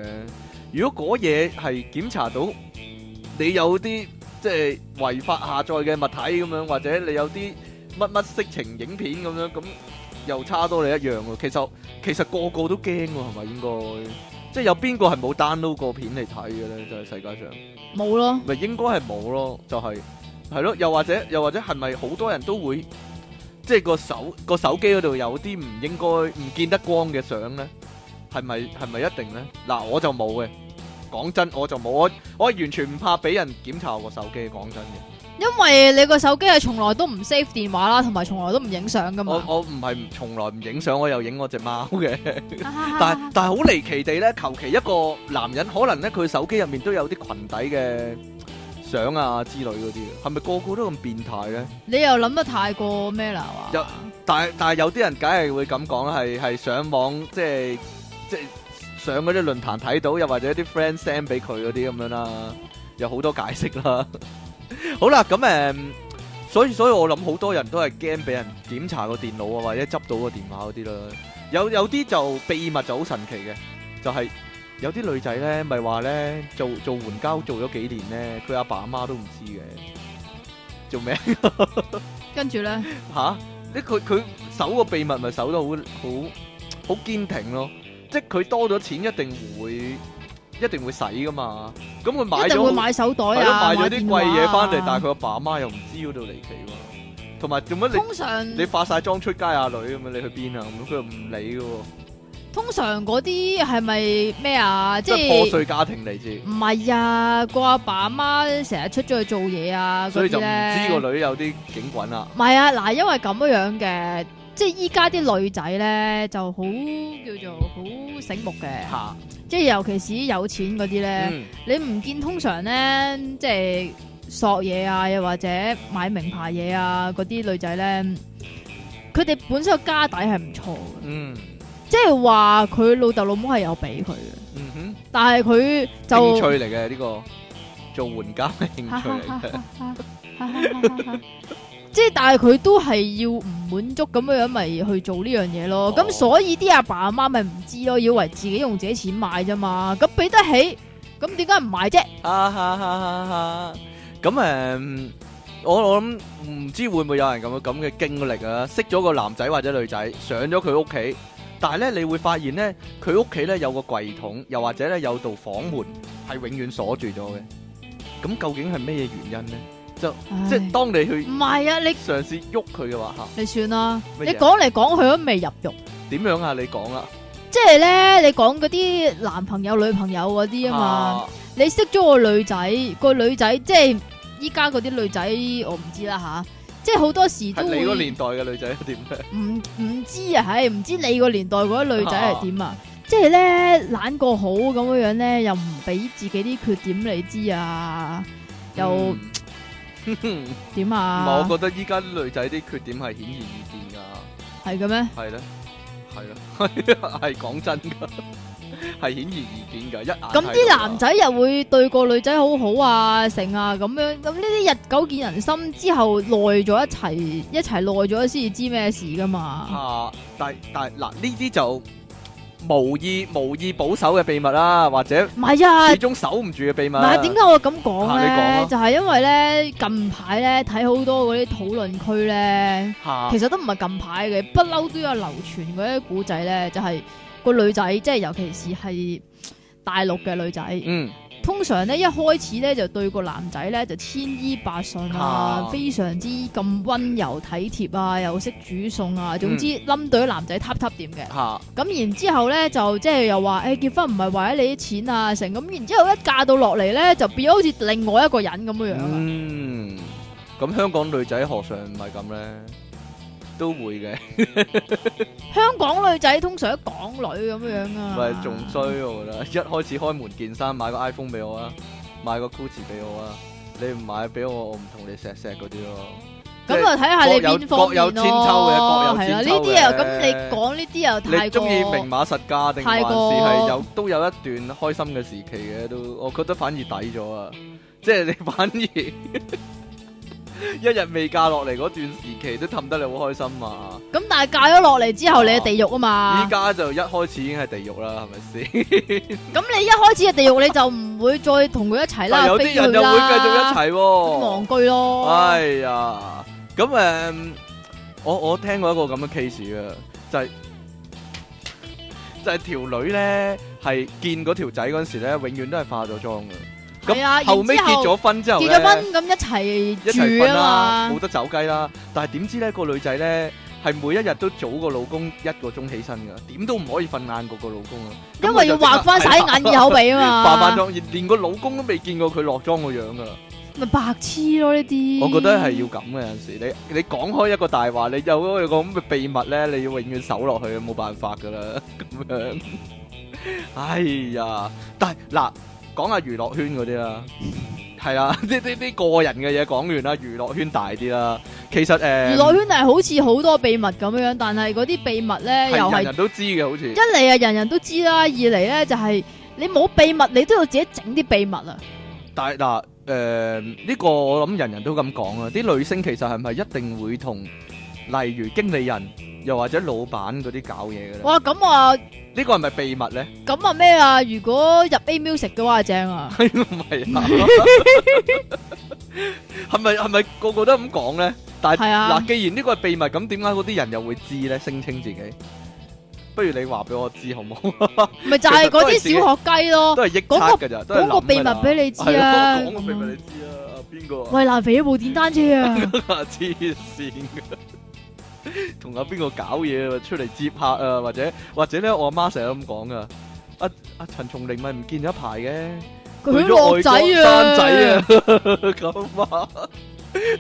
[SPEAKER 3] 如果嗰嘢係檢查到你有啲即係違法下載嘅物體咁樣，或者你有啲乜乜色情影片咁樣，咁又差多你一樣喎。其實其實個個都驚喎，係咪應該？即係有邊個係冇 download 過片嚟睇嘅咧？就係、世界上。
[SPEAKER 1] 冇咯，
[SPEAKER 3] 咪應該係冇咯，就係係咯，又或者又或者係咪好多人都會即係個手個手機嗰度有啲唔應該唔見得光嘅相咧？係咪係咪一定咧？嗱，我就冇嘅，講真我就冇，我我係完全唔怕俾人檢查我個手機，講真嘅，
[SPEAKER 1] 因為你個手機係從來都唔 save 電話啦，同埋從來都唔影相噶
[SPEAKER 3] 我
[SPEAKER 1] 嘛。
[SPEAKER 3] 我唔係唔從來唔影相，我又影我只貓嘅。但係
[SPEAKER 1] 但
[SPEAKER 3] 但係好離奇地咧，求其一個男人，可能咧佢手機入面都有啲裙底嘅相啊之類嗰啲，係咪個個都咁變態咧？
[SPEAKER 1] 你又諗得太過咩啦？係
[SPEAKER 3] 有
[SPEAKER 1] 嘛
[SPEAKER 3] 但係但係有啲人梗係會咁講啦，係係上網即係即係上嗰啲論壇睇到，又或者啲 friend send 俾佢嗰啲咁樣啦，有好多解釋啦。 好啦，咁誒、嗯所以所以我諗好多人都係驚俾人檢查個電腦啊，或者執到個電話嗰啲啦。有有啲就秘密就好神奇嘅，就係、有啲女仔咧，咪話咧做做援交做咗幾年咧，佢阿爸阿媽都唔知嘅，做咩？
[SPEAKER 1] 跟住咧，
[SPEAKER 3] 吓？呢佢佢守個秘密咪守得好好好堅挺咯，即係佢多咗錢一定會一定會使噶嘛。咁佢買
[SPEAKER 1] 一定會
[SPEAKER 3] 咗
[SPEAKER 1] 買手袋
[SPEAKER 3] 係
[SPEAKER 1] 啊，
[SPEAKER 3] 咯買咗啲貴嘢翻嚟，但係佢
[SPEAKER 1] 係
[SPEAKER 3] 阿爸阿媽又唔知嗰度離奇喎。同埋做乜
[SPEAKER 1] 通常
[SPEAKER 3] 你你化晒妝出街啊女咁樣，你去邊啊？咁佢又唔理噶喎，
[SPEAKER 1] 通常嗰啲係咪咩啊？
[SPEAKER 3] 即
[SPEAKER 1] 即
[SPEAKER 3] 係破
[SPEAKER 1] 係
[SPEAKER 3] 碎家庭嚟自，
[SPEAKER 1] 唔係啊？個阿爸阿媽成日出咗去做嘢啊，
[SPEAKER 3] 所以就唔知
[SPEAKER 1] 女。
[SPEAKER 3] 個女有啲警棍啦。
[SPEAKER 1] 唔係啊，嗱，因為咁樣樣嘅，即係依家啲女仔咧就好叫做好醒目嘅，
[SPEAKER 3] 嚇，
[SPEAKER 1] 即係尤其是有錢嗰啲咧，
[SPEAKER 3] 嗯
[SPEAKER 1] 你唔見通常咧即係索嘢啊，又或者買名牌嘢啊嗰啲女仔咧，佢哋本身個家底係唔錯嘅，
[SPEAKER 3] 嗯
[SPEAKER 1] 即係話佢老豆老母係有俾佢嘅。
[SPEAKER 3] 嗯哼，
[SPEAKER 1] 但係佢就
[SPEAKER 3] 興趣嚟 嘅呢個做援交嘅興趣嚟嘅。
[SPEAKER 1] 即係但係佢都係要唔滿足咁樣樣，咪去做呢樣嘢咯。咁、
[SPEAKER 3] 哦
[SPEAKER 1] 所以啲阿爸阿媽咪唔知咯，以為自己用自己錢買啫嘛。咁俾得起，咁點解唔買啫？
[SPEAKER 3] 哈哈哈哈哈！咁誒，嗯我我諗唔知會唔會有人咁咁嘅經歷啊？識咗個男仔或者女仔，上咗佢屋企，但係咧，你會發現咧，佢屋企咧有個櫃桶，又或者咧有道房門係永遠鎖住咗嘅。咁究竟係咩原因咧？即係
[SPEAKER 1] 唉
[SPEAKER 3] 當你去
[SPEAKER 1] 唔係啊？你
[SPEAKER 3] 嘗試喐佢嘅話，嚇
[SPEAKER 1] 你算啦，
[SPEAKER 3] 乜
[SPEAKER 1] 你
[SPEAKER 3] 嘢
[SPEAKER 1] 講嚟講去都未入肉。
[SPEAKER 3] 點樣啊？你講啦，
[SPEAKER 1] 即係咧，你講嗰啲男朋友、女朋友嗰啲啊嘛。
[SPEAKER 3] 啊
[SPEAKER 1] 你識咗個女仔，個女仔即係依家嗰啲女仔，我唔知啦吓，即係好多時
[SPEAKER 3] 係
[SPEAKER 1] 都
[SPEAKER 3] 你嗰
[SPEAKER 1] 會
[SPEAKER 3] 年代嘅女仔點咧？
[SPEAKER 1] 唔唔知啊，唉，唔知你個年代嗰啲女仔係點啊？即係咧懶過好咁樣樣咧，又唔俾自己啲缺點你知啊，又
[SPEAKER 3] 嗯
[SPEAKER 1] 點
[SPEAKER 3] 唔係，
[SPEAKER 1] 啊？
[SPEAKER 3] 我覺得依家啲女仔啲缺點係顯而易見㗎。
[SPEAKER 1] 係嘅咩？
[SPEAKER 3] 係咧，係咧， 係講真噶，係顯而易見噶，一眼
[SPEAKER 1] 咁
[SPEAKER 3] 睇
[SPEAKER 1] 啲
[SPEAKER 3] 到㗎
[SPEAKER 1] 男仔又會對個女仔好好啊，成啊咁樣，咁呢啲日久見人心之後耐咗一齊一齊耐咗先至知咩事噶嘛？
[SPEAKER 3] 啊，但但嗱呢啲就無意無意保守嘅秘密啦，或者
[SPEAKER 1] 唔係啊
[SPEAKER 3] 始，終守唔住嘅秘密。
[SPEAKER 1] 唔係點解我咁講
[SPEAKER 3] 啊你講啊
[SPEAKER 1] 咧？就係因為咧近排咧睇好多嗰啲討論區咧，
[SPEAKER 3] 嚇
[SPEAKER 1] 其實都唔係近排嘅，不嬲都有流傳嗰啲古仔咧，就係、個女仔，即係尤其是係大陸嘅女仔，
[SPEAKER 3] 嗯
[SPEAKER 1] 通常咧一開始咧就對個男仔咧就千依百順啊
[SPEAKER 3] 啊，
[SPEAKER 1] 非常之咁温柔體貼啊，又識煮餸
[SPEAKER 3] 嗯
[SPEAKER 1] 啊，總之冧對啲男仔嗒嗒掂嘅。
[SPEAKER 3] 嚇
[SPEAKER 1] 咁然之後咧就即係又話誒、結婚唔係為咗你啲錢啊成咁，然之後一嫁到落嚟咧就變咗好似另外一個人咁樣樣啊。
[SPEAKER 3] 嗯，咁香港女仔何嘗唔係咁咧？都會嘅，
[SPEAKER 1] 香港女仔通常都港女咁樣啊，
[SPEAKER 3] 咪仲衰我覺得。一開始開門見山，買個 iPhone 俾我啊，買個 Gucci 俾我啊，你唔買俾我，我唔同你錫錫嗰啲咯。即係
[SPEAKER 1] 咁啊睇下你邊方
[SPEAKER 3] 各有
[SPEAKER 1] 面
[SPEAKER 3] 各有千秋嘅
[SPEAKER 1] 咯，
[SPEAKER 3] 各有
[SPEAKER 1] 係啦呢
[SPEAKER 3] 千秋嘅
[SPEAKER 1] 啲啊，咁你講呢啲又
[SPEAKER 3] 你
[SPEAKER 1] 太過
[SPEAKER 3] 中意明碼實價定還
[SPEAKER 1] 太
[SPEAKER 3] 是
[SPEAKER 1] 過
[SPEAKER 3] 係有都有一段開心嘅時期嘅都，我覺得反而抵咗啊！即係你 反而一日未嫁落嚟嗰段時期都氹得你好開心啊！
[SPEAKER 1] 咁，但係嫁咗落嚟之後你係地獄啊
[SPEAKER 3] 依
[SPEAKER 1] 嘛，
[SPEAKER 3] 家、就一開始已經係地獄啦，係咪先？
[SPEAKER 1] 咁你一開始嘅地獄你就唔會再同佢一齊啦，
[SPEAKER 3] 但有啲人
[SPEAKER 1] 飛
[SPEAKER 3] 又
[SPEAKER 1] 佢
[SPEAKER 3] 會
[SPEAKER 1] 啦
[SPEAKER 3] 繼續一齊
[SPEAKER 1] 咁
[SPEAKER 3] 喎、
[SPEAKER 1] 戇居咯，
[SPEAKER 3] 哎呀，咁誒、嗯我我聽過一個咁嘅 case 啊，就係、就係、條女咧係見嗰條仔嗰陣時咧，永遠都係化咗妝嘅。咁
[SPEAKER 1] 係啊，然之
[SPEAKER 3] 後尾結咗婚之後
[SPEAKER 1] 結
[SPEAKER 3] 咧，
[SPEAKER 1] 咗婚咁一
[SPEAKER 3] 一
[SPEAKER 1] 齊
[SPEAKER 3] 齊
[SPEAKER 1] 住
[SPEAKER 3] 瞓
[SPEAKER 1] 啊
[SPEAKER 3] 啦，
[SPEAKER 1] 嘛
[SPEAKER 3] 冇。得走雞啦。但係點知咧個女仔咧係每一日都早個老公一個鐘起身㗎，點都唔可以瞓晏過個老公啊。咁
[SPEAKER 1] 因為要
[SPEAKER 3] 佢就
[SPEAKER 1] 畫翻
[SPEAKER 3] 係
[SPEAKER 1] 洗
[SPEAKER 3] 啦
[SPEAKER 1] 眼耳口鼻啊嘛，
[SPEAKER 3] 化翻妝，連個老公都未見過佢落妝個樣㗎啦。
[SPEAKER 1] 咪白痴咯呢啲。
[SPEAKER 3] 我覺得係要咁嘅有陣時，你你講開一個大話，你有嗰個咁嘅秘密咧，你要永遠守落去，冇辦法噶啦， 咁樣。哎呀，但係嗱，講下娛樂圈嗰啲啦，係啦，呢啲啲個人嘅嘢講完啦，娛樂圈大啲啦。其實
[SPEAKER 1] 娛
[SPEAKER 3] 誒，
[SPEAKER 1] 樂圈係好似好多秘密咁樣，但係嗰啲秘密咧又
[SPEAKER 3] 係人
[SPEAKER 1] 係
[SPEAKER 3] 人都知嘅，好似
[SPEAKER 1] 一嚟啊人人都知啦，二嚟咧就係你冇秘密，你都要自己整啲秘密啊。
[SPEAKER 3] 但係嗱，誒、呢個我諗人人都咁講啊，啲女星其實係咪一定會同例如經理人又或者老闆嗰啲搞嘢嘅咧？
[SPEAKER 1] 哇，咁啊
[SPEAKER 3] 呢個係咪秘密咧？
[SPEAKER 1] 咁啊咩啊？如果入 A Music 嘅話正 啊，
[SPEAKER 3] 係唔係啊？係咪係咪個個都咁講咧？但係
[SPEAKER 1] 係啊
[SPEAKER 3] 嗱，既然呢個係秘密，咁點解嗰啲人又會知咧？聲稱自己，不如你話俾我知好唔好？
[SPEAKER 1] 咪就係嗰啲小學雞咯，
[SPEAKER 3] 都係臆測㗎咋，都係
[SPEAKER 1] 講個秘密俾
[SPEAKER 3] 你
[SPEAKER 1] 你知啊。
[SPEAKER 3] 講個秘密你知啊？邊個啊？
[SPEAKER 1] 喂，爛肥一部電單車啊！
[SPEAKER 3] 黐線嘅，同阿邊個搞嘢啊出嚟接客啊，或者或者咧，我阿媽成日都咁講噶。阿阿陳松伶咪唔見咗一排嘅。
[SPEAKER 1] 佢落仔
[SPEAKER 3] 去
[SPEAKER 1] 啊，
[SPEAKER 3] 咗外國生仔啊， 咁啊，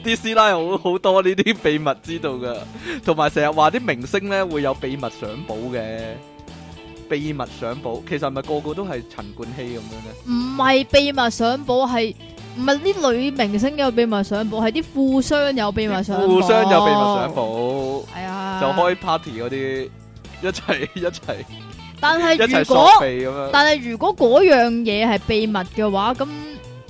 [SPEAKER 3] 啲師奶好好多呢啲秘密知道噶，同埋成日話啲明星咧會有秘密相簿嘅，秘密相簿其實係咪個個都係陳冠希咁樣咧？
[SPEAKER 1] 唔係秘密相簿，係唔係啲女明星有秘密相簿，係啲富商有秘密相簿，
[SPEAKER 3] 互相有秘密相，簿，
[SPEAKER 1] 係啊，
[SPEAKER 3] 就。開 party 嗰啲一齊 一齊
[SPEAKER 1] 但
[SPEAKER 3] 一齊
[SPEAKER 1] 係如
[SPEAKER 3] 索
[SPEAKER 1] 果，
[SPEAKER 3] 鼻咁樣。
[SPEAKER 1] 但係如果嗰樣嘢係秘密嘅話，咁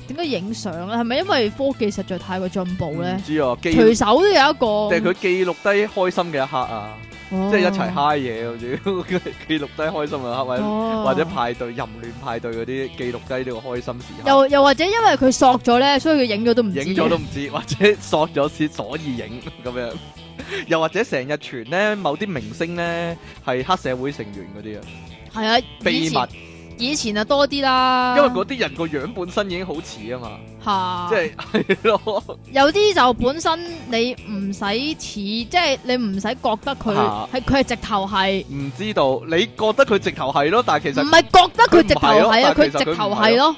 [SPEAKER 1] 點解影相咧？係咪因為科技實在太過進步咧？
[SPEAKER 3] 唔知啊，記-
[SPEAKER 1] 隨手都有一個，
[SPEAKER 3] 定係佢記錄低開心嘅一刻啊，
[SPEAKER 1] 哦
[SPEAKER 3] 即係一齊嗨嘢咁樣，記錄低開心嘅一刻，或者-
[SPEAKER 1] 哦
[SPEAKER 3] 或者派對、淫亂派對嗰啲，記錄低呢個開心時刻。
[SPEAKER 1] 又又或者因為佢索咗咧，所以佢影咗都唔知。
[SPEAKER 3] 影咗都唔知，或者索咗先，所以影咁樣。又或者成日傳呢，某啲明星呢，係黑社會成員嗰啲啊，
[SPEAKER 1] 係啊，以
[SPEAKER 3] 秘密，
[SPEAKER 1] 前以前啊多啲啦，
[SPEAKER 3] 因為嗰啲人個樣本身已經好似啊嘛，
[SPEAKER 1] 嚇，
[SPEAKER 3] 即係-係咯，
[SPEAKER 1] 有啲就本身你唔使似，即係你唔使覺得佢
[SPEAKER 3] 嚇
[SPEAKER 1] 係佢係直頭係，
[SPEAKER 3] 唔知道，你覺得佢直頭係咯，但係其實
[SPEAKER 1] 唔係覺得佢直頭係啊，
[SPEAKER 3] 佢唔係咯但係
[SPEAKER 1] 佢
[SPEAKER 3] 其實佢
[SPEAKER 1] 直頭
[SPEAKER 3] 唔係
[SPEAKER 1] 係咯，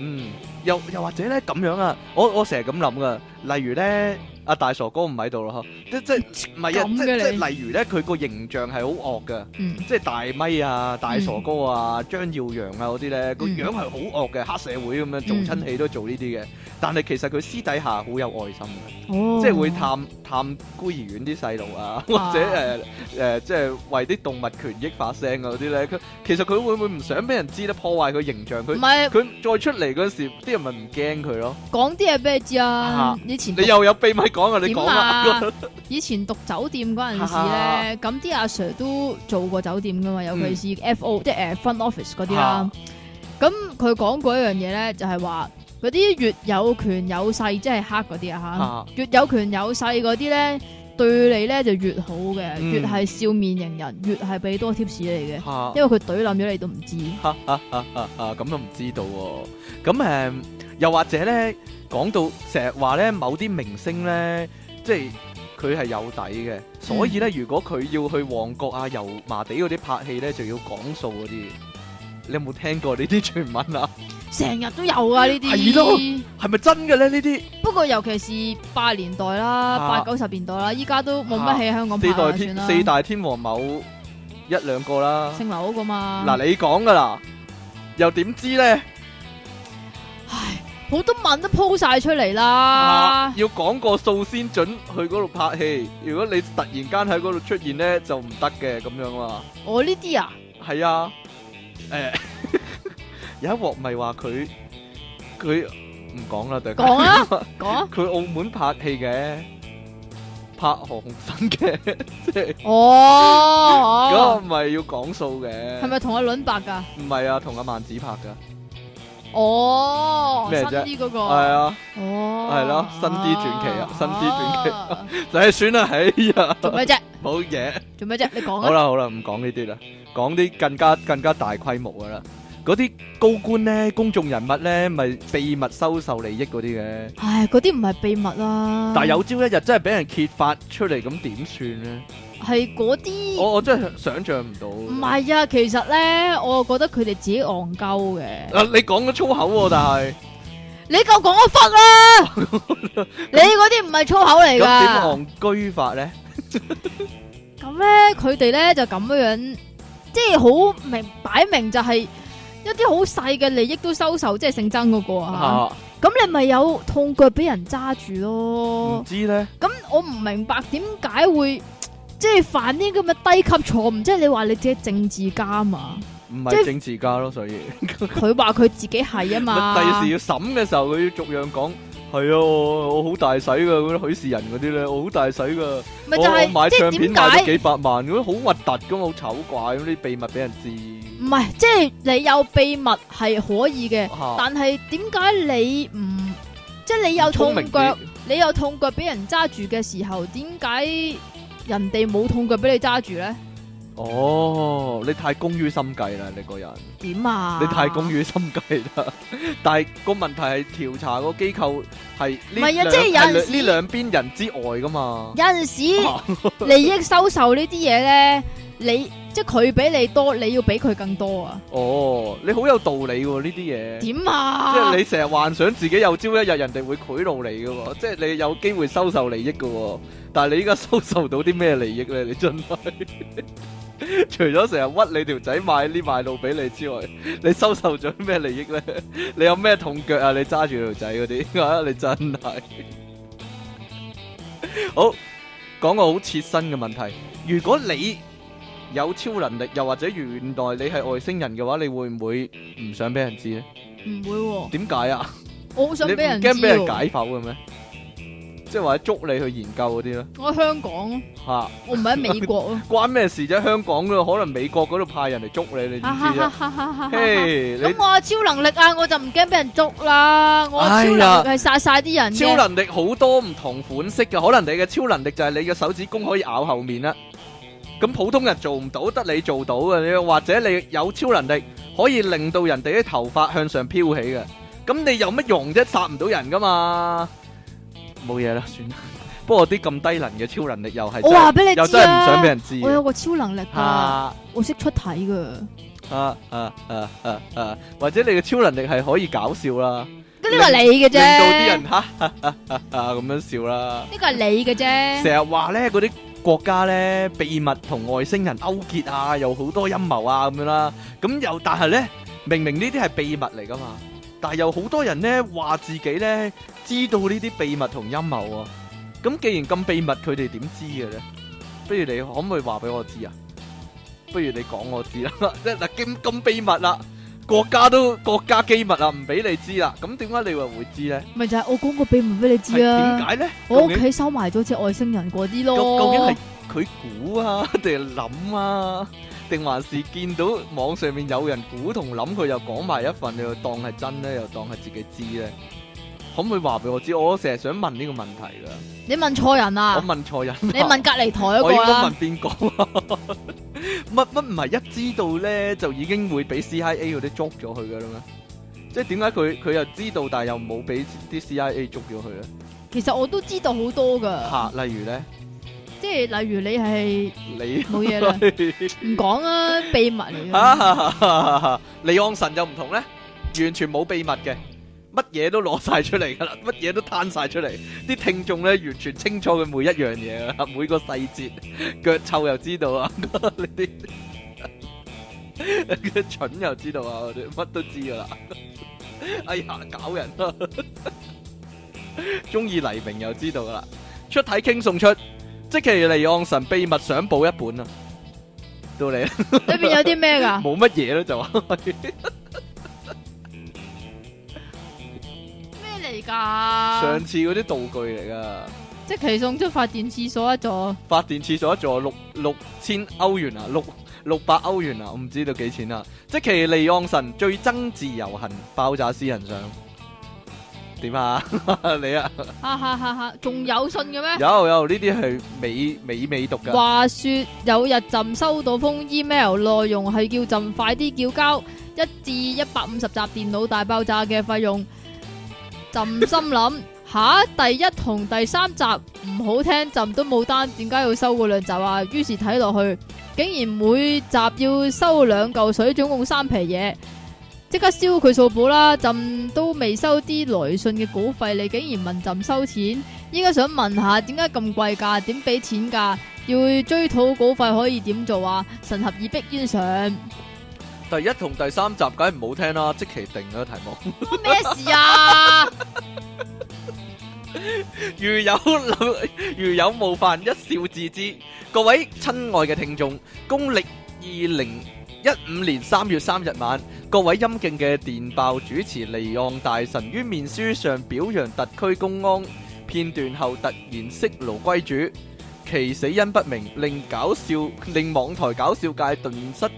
[SPEAKER 3] 嗯，又又或者咧咁樣啊，我我成日咁諗噶，例如咧阿大傻哥唔喺度咯，即即唔係啊，
[SPEAKER 1] 咁
[SPEAKER 3] 即
[SPEAKER 1] 嘅你
[SPEAKER 3] 即例如咧佢個形象係好惡噶，
[SPEAKER 1] 嗯
[SPEAKER 3] 即係大咪啊、大傻哥啊、張耀揚啊嗰啲咧，個
[SPEAKER 1] 嗯
[SPEAKER 3] 樣係好惡嘅，黑社會咁樣做親戲都做呢啲嘅，但係其實佢私底下好有愛心嘅。
[SPEAKER 1] 哦，
[SPEAKER 3] 即係會探探孤兒院啲細路啊，或者誒誒、呃即係為啲動物權益發聲啊嗰啲咧。佢其實佢會唔會唔想俾人知咧，破壞佢形象？
[SPEAKER 1] 唔
[SPEAKER 3] 佢
[SPEAKER 1] 係
[SPEAKER 3] 佢再出嚟嗰陣時，啲人咪唔驚佢咯。
[SPEAKER 1] 講啲嘢俾你知啊
[SPEAKER 3] 嚇，
[SPEAKER 1] 以前讀
[SPEAKER 3] 你又有秘密講啊，你
[SPEAKER 1] 點
[SPEAKER 3] 講啊
[SPEAKER 1] 啊，？ 以前讀酒店嗰陣時咧，咁啲阿 Sir 都做過酒店噶嘛，
[SPEAKER 3] 嗯
[SPEAKER 1] 尤其是 F.O. 即係誒 front office 嗰啲
[SPEAKER 3] 啊
[SPEAKER 1] 啦。咁佢講過一樣嘢咧，就係話嗰啲越有權有勢，即係黑嗰啲啊
[SPEAKER 3] 啊
[SPEAKER 1] 嚇，越有權有勢嗰啲咧，對你咧就越好嘅，
[SPEAKER 3] 嗯啊
[SPEAKER 1] 越係笑面迎人，越係俾多 tips 你嘅，
[SPEAKER 3] 嚇
[SPEAKER 1] 因為佢懟冧咗你都唔知。
[SPEAKER 3] 啊咁又唔知道喎、咁誒、又或者咧，講到成日話咧，某啲明星咧，即係佢係有底嘅，所以咧，如果佢要去旺角啊、油麻地嗰啲拍戲咧，就要講數嗰啲。你有冇聽過呢啲傳聞啊？
[SPEAKER 1] 成日都有啊呢
[SPEAKER 3] 係咯
[SPEAKER 1] 啲，
[SPEAKER 3] 係咪真嘅咧？呢啲
[SPEAKER 1] 不過尤其是八年代啦、
[SPEAKER 3] 啊
[SPEAKER 1] 八九十年代啦，依家都冇乜喺香港拍
[SPEAKER 3] 四
[SPEAKER 1] 啦
[SPEAKER 3] 大
[SPEAKER 1] 啊算
[SPEAKER 3] 天
[SPEAKER 1] 啦。
[SPEAKER 3] 四大天王某一兩個啦。
[SPEAKER 1] 姓劉嗰個嘛，
[SPEAKER 3] 嗱，你講噶啦，又點知咧？
[SPEAKER 1] 唉，好多文都鋪晒出嚟啦，
[SPEAKER 3] 啊要講個數先準去嗰度拍戲。如果你突然間喺嗰度出現咧，就唔得嘅咁樣啊。
[SPEAKER 1] 我呢啲 啊，
[SPEAKER 3] 係啊，誒、 有一鑊咪話佢佢唔講啦，對唔住
[SPEAKER 1] 講啊，講啊，
[SPEAKER 3] 佢澳門拍戲嘅，拍何鴻燊嘅，嗰個
[SPEAKER 1] 哦，
[SPEAKER 3] 咪要講數嘅。
[SPEAKER 1] 係咪同阿倫伯噶？
[SPEAKER 3] 唔係啊，同阿萬子拍噶，
[SPEAKER 1] 哦，
[SPEAKER 3] 咩
[SPEAKER 1] 新
[SPEAKER 3] 啫
[SPEAKER 1] 啲嗰個，
[SPEAKER 3] 係啊，
[SPEAKER 1] 哦，
[SPEAKER 3] 係咯新啲傳奇啊新啲傳奇
[SPEAKER 1] 奇，
[SPEAKER 3] 就係算啦，哎 呀，
[SPEAKER 1] 做咩啫？
[SPEAKER 3] 冇嘢。
[SPEAKER 1] 做咩啫？你講
[SPEAKER 3] 好
[SPEAKER 1] 啊，
[SPEAKER 3] 啦好啦，唔講呢啲啦，講啲更加更加大規模噶啦。嗰啲高官咧、公眾人物咧，咪秘密收受利益嗰啲嘅。
[SPEAKER 1] 唉，嗰啲唔係秘密啦，
[SPEAKER 3] 但有朝一日真係俾人揭發出嚟，咁點算咧？
[SPEAKER 1] 係嗰啲。
[SPEAKER 3] 我我真係想象唔到。
[SPEAKER 1] 唔
[SPEAKER 3] 唔
[SPEAKER 1] 係啊，其實咧，我覺得佢哋自己戇鳩嘅。
[SPEAKER 3] 啊，你講咗粗口喎，但係
[SPEAKER 1] 你夠講我忽啦， 你嗰啲唔係粗口嚟㗎。
[SPEAKER 3] 咁點啊戇居法咧？
[SPEAKER 1] 咁咧，佢哋咧就咁樣樣，即係好明擺明就係一啲好細嘅利益都收受，即係姓曾嗰個啊。
[SPEAKER 3] 啊，
[SPEAKER 1] 咁、你咪有痛腳俾人揸住
[SPEAKER 3] 唔
[SPEAKER 1] 咯。
[SPEAKER 3] 知咧，
[SPEAKER 1] 咁、我唔明白點解會即係犯啲咁嘅低級錯誤，即係你話你自己政治家 嘛，
[SPEAKER 3] 唔
[SPEAKER 1] 即
[SPEAKER 3] 係
[SPEAKER 1] 係
[SPEAKER 3] 政治家咯，所以
[SPEAKER 1] 佢話佢自己係啊嘛
[SPEAKER 3] 第時。要審嘅時候，佢要逐樣講。係啊，我我好大使噶，嗰啲許仕仁嗰啲咧，我好大使噶。
[SPEAKER 1] 咪就
[SPEAKER 3] 我我
[SPEAKER 1] 係、
[SPEAKER 3] 買
[SPEAKER 1] 即
[SPEAKER 3] 唱
[SPEAKER 1] 係
[SPEAKER 3] 片
[SPEAKER 1] 點
[SPEAKER 3] 買咗
[SPEAKER 1] 解？
[SPEAKER 3] 幾百萬，咁好核突咁，好醜怪咁啲秘密俾人知。
[SPEAKER 1] 唔係，即係你有秘密係可以嘅，
[SPEAKER 3] 嚇
[SPEAKER 1] 嗯但係點解你唔即係你有
[SPEAKER 3] 聰
[SPEAKER 1] 痛
[SPEAKER 3] 明
[SPEAKER 1] 腳
[SPEAKER 3] 啲？
[SPEAKER 1] 你有痛腳俾人揸住嘅時候，點解人哋冇痛腳俾你揸住咧？
[SPEAKER 3] 哦，你太功於心計啦，你個人，
[SPEAKER 1] 點啊？
[SPEAKER 3] 你太功於心計啦。 但係個問題係調查個機構係
[SPEAKER 1] 唔
[SPEAKER 3] 呢
[SPEAKER 1] 係啊
[SPEAKER 3] 兩
[SPEAKER 1] 即係有陣
[SPEAKER 3] 係兩
[SPEAKER 1] 時
[SPEAKER 3] 呢兩邊人之外噶嘛。
[SPEAKER 1] 有陣
[SPEAKER 3] 哦
[SPEAKER 1] 時 利益收受呢啲嘢咧，你即係佢比你多，你要俾佢更多啊？
[SPEAKER 3] 哦，你好有道理喎呢啲嘢。
[SPEAKER 1] 點
[SPEAKER 3] 即
[SPEAKER 1] 啊？
[SPEAKER 3] 係你成日幻想自己有朝一日人哋會賄賂你嘅喎，即係你有機會收受利益嘅喎，但係你依家收受到啲咩利益咧？你真係 除咗成日屈你條仔買呢買路俾你之外，你收受咗咩利益咧？ 你有咩痛腳啊？你揸住條仔嗰啲 啊？你真係好講個好切身嘅問題，如果你有超能力，又或者原來你係外星人嘅話，你會唔會唔想俾人知咧？
[SPEAKER 1] 唔會喎、
[SPEAKER 3] 點解啊？
[SPEAKER 1] 我好想
[SPEAKER 3] 你
[SPEAKER 1] 俾人
[SPEAKER 3] 唔
[SPEAKER 1] 知
[SPEAKER 3] 驚俾人
[SPEAKER 1] 喎。
[SPEAKER 3] 解剖嘅咩？即係或者捉你去研究嗰啲咧
[SPEAKER 1] 我喺香港咯，
[SPEAKER 3] 吓，
[SPEAKER 1] 我唔係喺美國咯。
[SPEAKER 3] 關咩事啫？香港咯，可能美國嗰度派人嚟捉你，你點知
[SPEAKER 1] 啊 哈哈哈
[SPEAKER 3] 啫？
[SPEAKER 1] 哈哈哈哈
[SPEAKER 3] 嘿，
[SPEAKER 1] 咁
[SPEAKER 3] 你
[SPEAKER 1] 我有超能力啊，我就唔驚俾人捉啦。我
[SPEAKER 3] 哎
[SPEAKER 1] 超
[SPEAKER 3] 呀
[SPEAKER 1] 能力係殺晒啲人
[SPEAKER 3] 超
[SPEAKER 1] 嘅。
[SPEAKER 3] 能力好多唔同款式嘅，可能你嘅超能力就係你嘅手指公可以咬後面啦。咁普通人做唔到，得你做到嘅，你或者你有超能力可以令到人哋啲頭髮向上飄起嘅。咁你有乜用啫？殺唔到人噶嘛？冇嘢啦，算啦。不過啲咁低能嘅超能力又係
[SPEAKER 1] 我話俾你
[SPEAKER 3] 又
[SPEAKER 1] 知
[SPEAKER 3] 真係唔想俾
[SPEAKER 1] 啊，
[SPEAKER 3] 人知
[SPEAKER 1] 我
[SPEAKER 3] 嘅
[SPEAKER 1] 有個超能力噶，
[SPEAKER 3] 啊
[SPEAKER 1] 我識出體噶。
[SPEAKER 3] 啊啊啊啊啊！或者你嘅超能力係可以搞笑啦，
[SPEAKER 1] 咁呢個係你嘅啫，
[SPEAKER 3] 令到啲人哈哈哈哈哈咁樣笑啦。
[SPEAKER 1] 呢個係你嘅啫。
[SPEAKER 3] 成日話咧嗰啲國家咧秘密同外星人勾結啊，有好多陰謀啊咁樣啦。咁又但係咧，明明呢啲係秘密嚟噶嘛，但係有好多人咧話自己咧知道呢啲秘密同陰謀啊。咁既然咁秘密，佢哋點知嘅咧？不如你可唔可以話俾我知啊？不如你講我知啦， 即係嗱咁咁秘密啦，國家都國家機密啦，唔俾你知啦。咁點解你話會知咧？
[SPEAKER 1] 咪就係我講個秘密俾你
[SPEAKER 3] 係
[SPEAKER 1] 知啊。
[SPEAKER 3] 點解咧？
[SPEAKER 1] 我屋
[SPEAKER 3] 究竟
[SPEAKER 1] 企收埋咗隻外星人嗰啲咯。
[SPEAKER 3] 究究竟係佢估 啊，定係諗啊，定還是見到網上面有人估同諗，佢又講埋一份，你又當係真咧，又當係自己知咧？可唔可以話俾我知？我成日想問呢個問題噶，
[SPEAKER 1] 你問錯人
[SPEAKER 3] 我
[SPEAKER 1] 啊！
[SPEAKER 3] 問錯人啊。
[SPEAKER 1] 你問隔離台嗰
[SPEAKER 3] 我應
[SPEAKER 1] 個啊
[SPEAKER 3] 該
[SPEAKER 1] 啦
[SPEAKER 3] 問。邊 個啊？乜乜唔係一知道咧，就已經會俾 CIA 嗰啲捉咗佢噶啦咩？即係點解佢佢又知道，但係又冇俾啲 CIA 捉咗佢咧？
[SPEAKER 1] 其實我都知道好多
[SPEAKER 3] 嚇、
[SPEAKER 1] 噶，
[SPEAKER 3] 例如咧，
[SPEAKER 1] 即係例如你係
[SPEAKER 3] 你
[SPEAKER 1] 冇嘢 啦，唔講啊，秘密嚟嘅。
[SPEAKER 3] 啊！李昂臣就唔同咧，完全冇秘密嘅，乜嘢都攞晒出嚟噶啦，乜 嘢都攤晒出嚟，啲聽眾咧完全清楚佢每一樣嘢啦， 每個細節，腳臭又知道啊， 呢啲蠢又知道啊，我哋乜都知噶啦， 哎呀，搞人啊！ 中意黎明又知道噶啦，出體傾送出，即其尼昂神秘密相簿一本啊，到你啦。
[SPEAKER 1] 裏邊有啲咩 㗎？
[SPEAKER 3] 冇乜嘢啊咯，就話
[SPEAKER 1] 咩嚟㗎
[SPEAKER 3] 上？次嗰啲道具嚟噶，
[SPEAKER 1] 即期送出發電廁所一座，
[SPEAKER 3] 發電廁所一座六六千歐元啊，六六百歐元啊，我唔知道幾錢啊。即其利昂神最憎自由行爆炸私人相，點啊？ 你啊，
[SPEAKER 1] 哈哈哈哈！仲有信嘅咩？
[SPEAKER 3] 有有呢啲係美美美讀噶，
[SPEAKER 1] 話說有日朕收到封 email，內容係叫朕快啲繳交一至一百五十集電腦大爆炸嘅費用。朕心諗吓，第一同第三集唔好聽，朕都冇單，點解要收嗰兩集啊？於是睇落去，竟然每集要收兩嚿水，總共三皮嘢。即刻燒佢數簿啦！朕都未收啲來信嘅稿費，你竟然問朕收錢？依家想問下，點解咁貴㗎？點俾錢㗎？要追討稿費可以點做啊？神合以逼冤上，
[SPEAKER 3] 第一同第三集梗係唔好聽啦，即其定啦題目。
[SPEAKER 1] 關咩事啊？
[SPEAKER 3] 如有如有冒犯，一笑置之。各位親愛嘅聽眾，公歷二零一五年三月三日晚，各位陰勁嘅電爆主持離岸大神於面書上表揚特區公安片段後，突然息勞歸主，其死因不明，令搞笑令網台搞笑界頓失。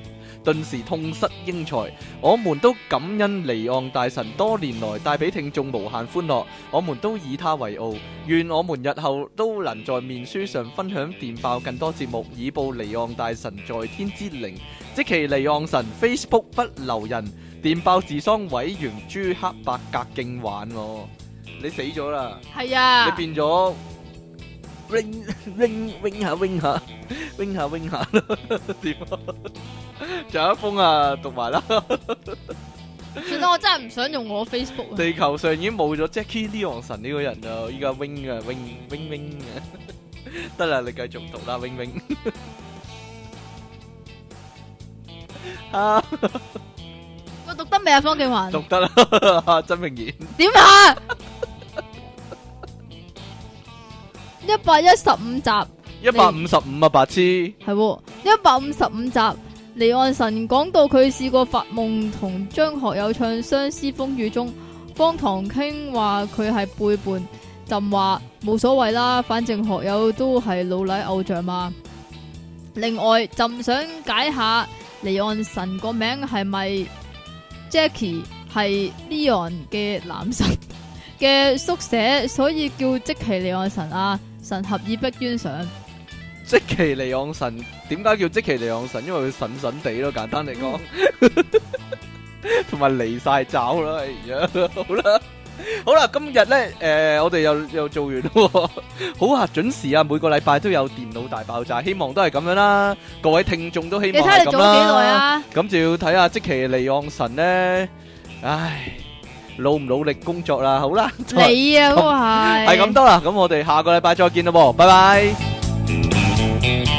[SPEAKER 3] 頓時痛失英才，我們都感恩離岸大神多年來帶俾聽眾無限歡樂，我們都以他為傲。願我們日後都能在面書上分享電爆更多節目，以報離岸大神在天之靈，即其離岸神 Facebook 不留人，電爆治喪委員朱黑白格敬玩我，你死咗啦！
[SPEAKER 1] 係啊
[SPEAKER 3] 你，變咗 wing wing wing 下 wing 下 wing 下 wing 下點啊？仲有一封啊，讀埋啦。
[SPEAKER 1] 算啦，我真係唔想用我 Facebook 啊。
[SPEAKER 3] 地球上已經冇咗 Jackie Leon 神呢個人啦，依家 wing 啊 wing wing wing 啊， 得啦，你繼續讀啦 wing wing。啊，
[SPEAKER 1] 我讀得未啊，方敬
[SPEAKER 3] 讀
[SPEAKER 1] 雲？
[SPEAKER 3] 得啦， 真明言
[SPEAKER 1] 點啊？一百一十五集係
[SPEAKER 3] 一百五十五啊，白痴，
[SPEAKER 1] 喎，一百五十五集。離岸神講到佢試過發夢同張學友唱《相思風雨中》，方唐傾話佢係背叛，朕話冇所謂啦，反正學友都係老禮偶像嘛。另外，朕想解下離岸神個名係咪 Jackie 係 Leon 嘅男神 嘅宿舍，所以叫即其離岸神啊！神合以逼冤上，
[SPEAKER 3] 即其尼昂神點解叫即其尼昂神？因為佢神神地咯，簡單嚟講， 同埋離晒爪啦，而家 好啦。好啦，今日咧，誒、我哋又又做完咯喎， 好啊，準時啊，每個禮拜都有電腦大爆炸，希望都係咁樣啦，各位聽眾都希
[SPEAKER 1] 你
[SPEAKER 3] 望
[SPEAKER 1] 睇
[SPEAKER 3] 係
[SPEAKER 1] 你
[SPEAKER 3] 咁
[SPEAKER 1] 做咗幾耐
[SPEAKER 3] 啦。
[SPEAKER 1] 啊？
[SPEAKER 3] 咁就要睇下即其離岸神咧，唉，努唔努力工作啦，好啦，就係
[SPEAKER 1] 你啊，嗰個係
[SPEAKER 3] 係咁多啦，咁我哋下個禮拜再見咯喎，拜拜。
[SPEAKER 4] Hãy subscribe cho kênh Ghiền Mì Gõ Để không bỏ lỡ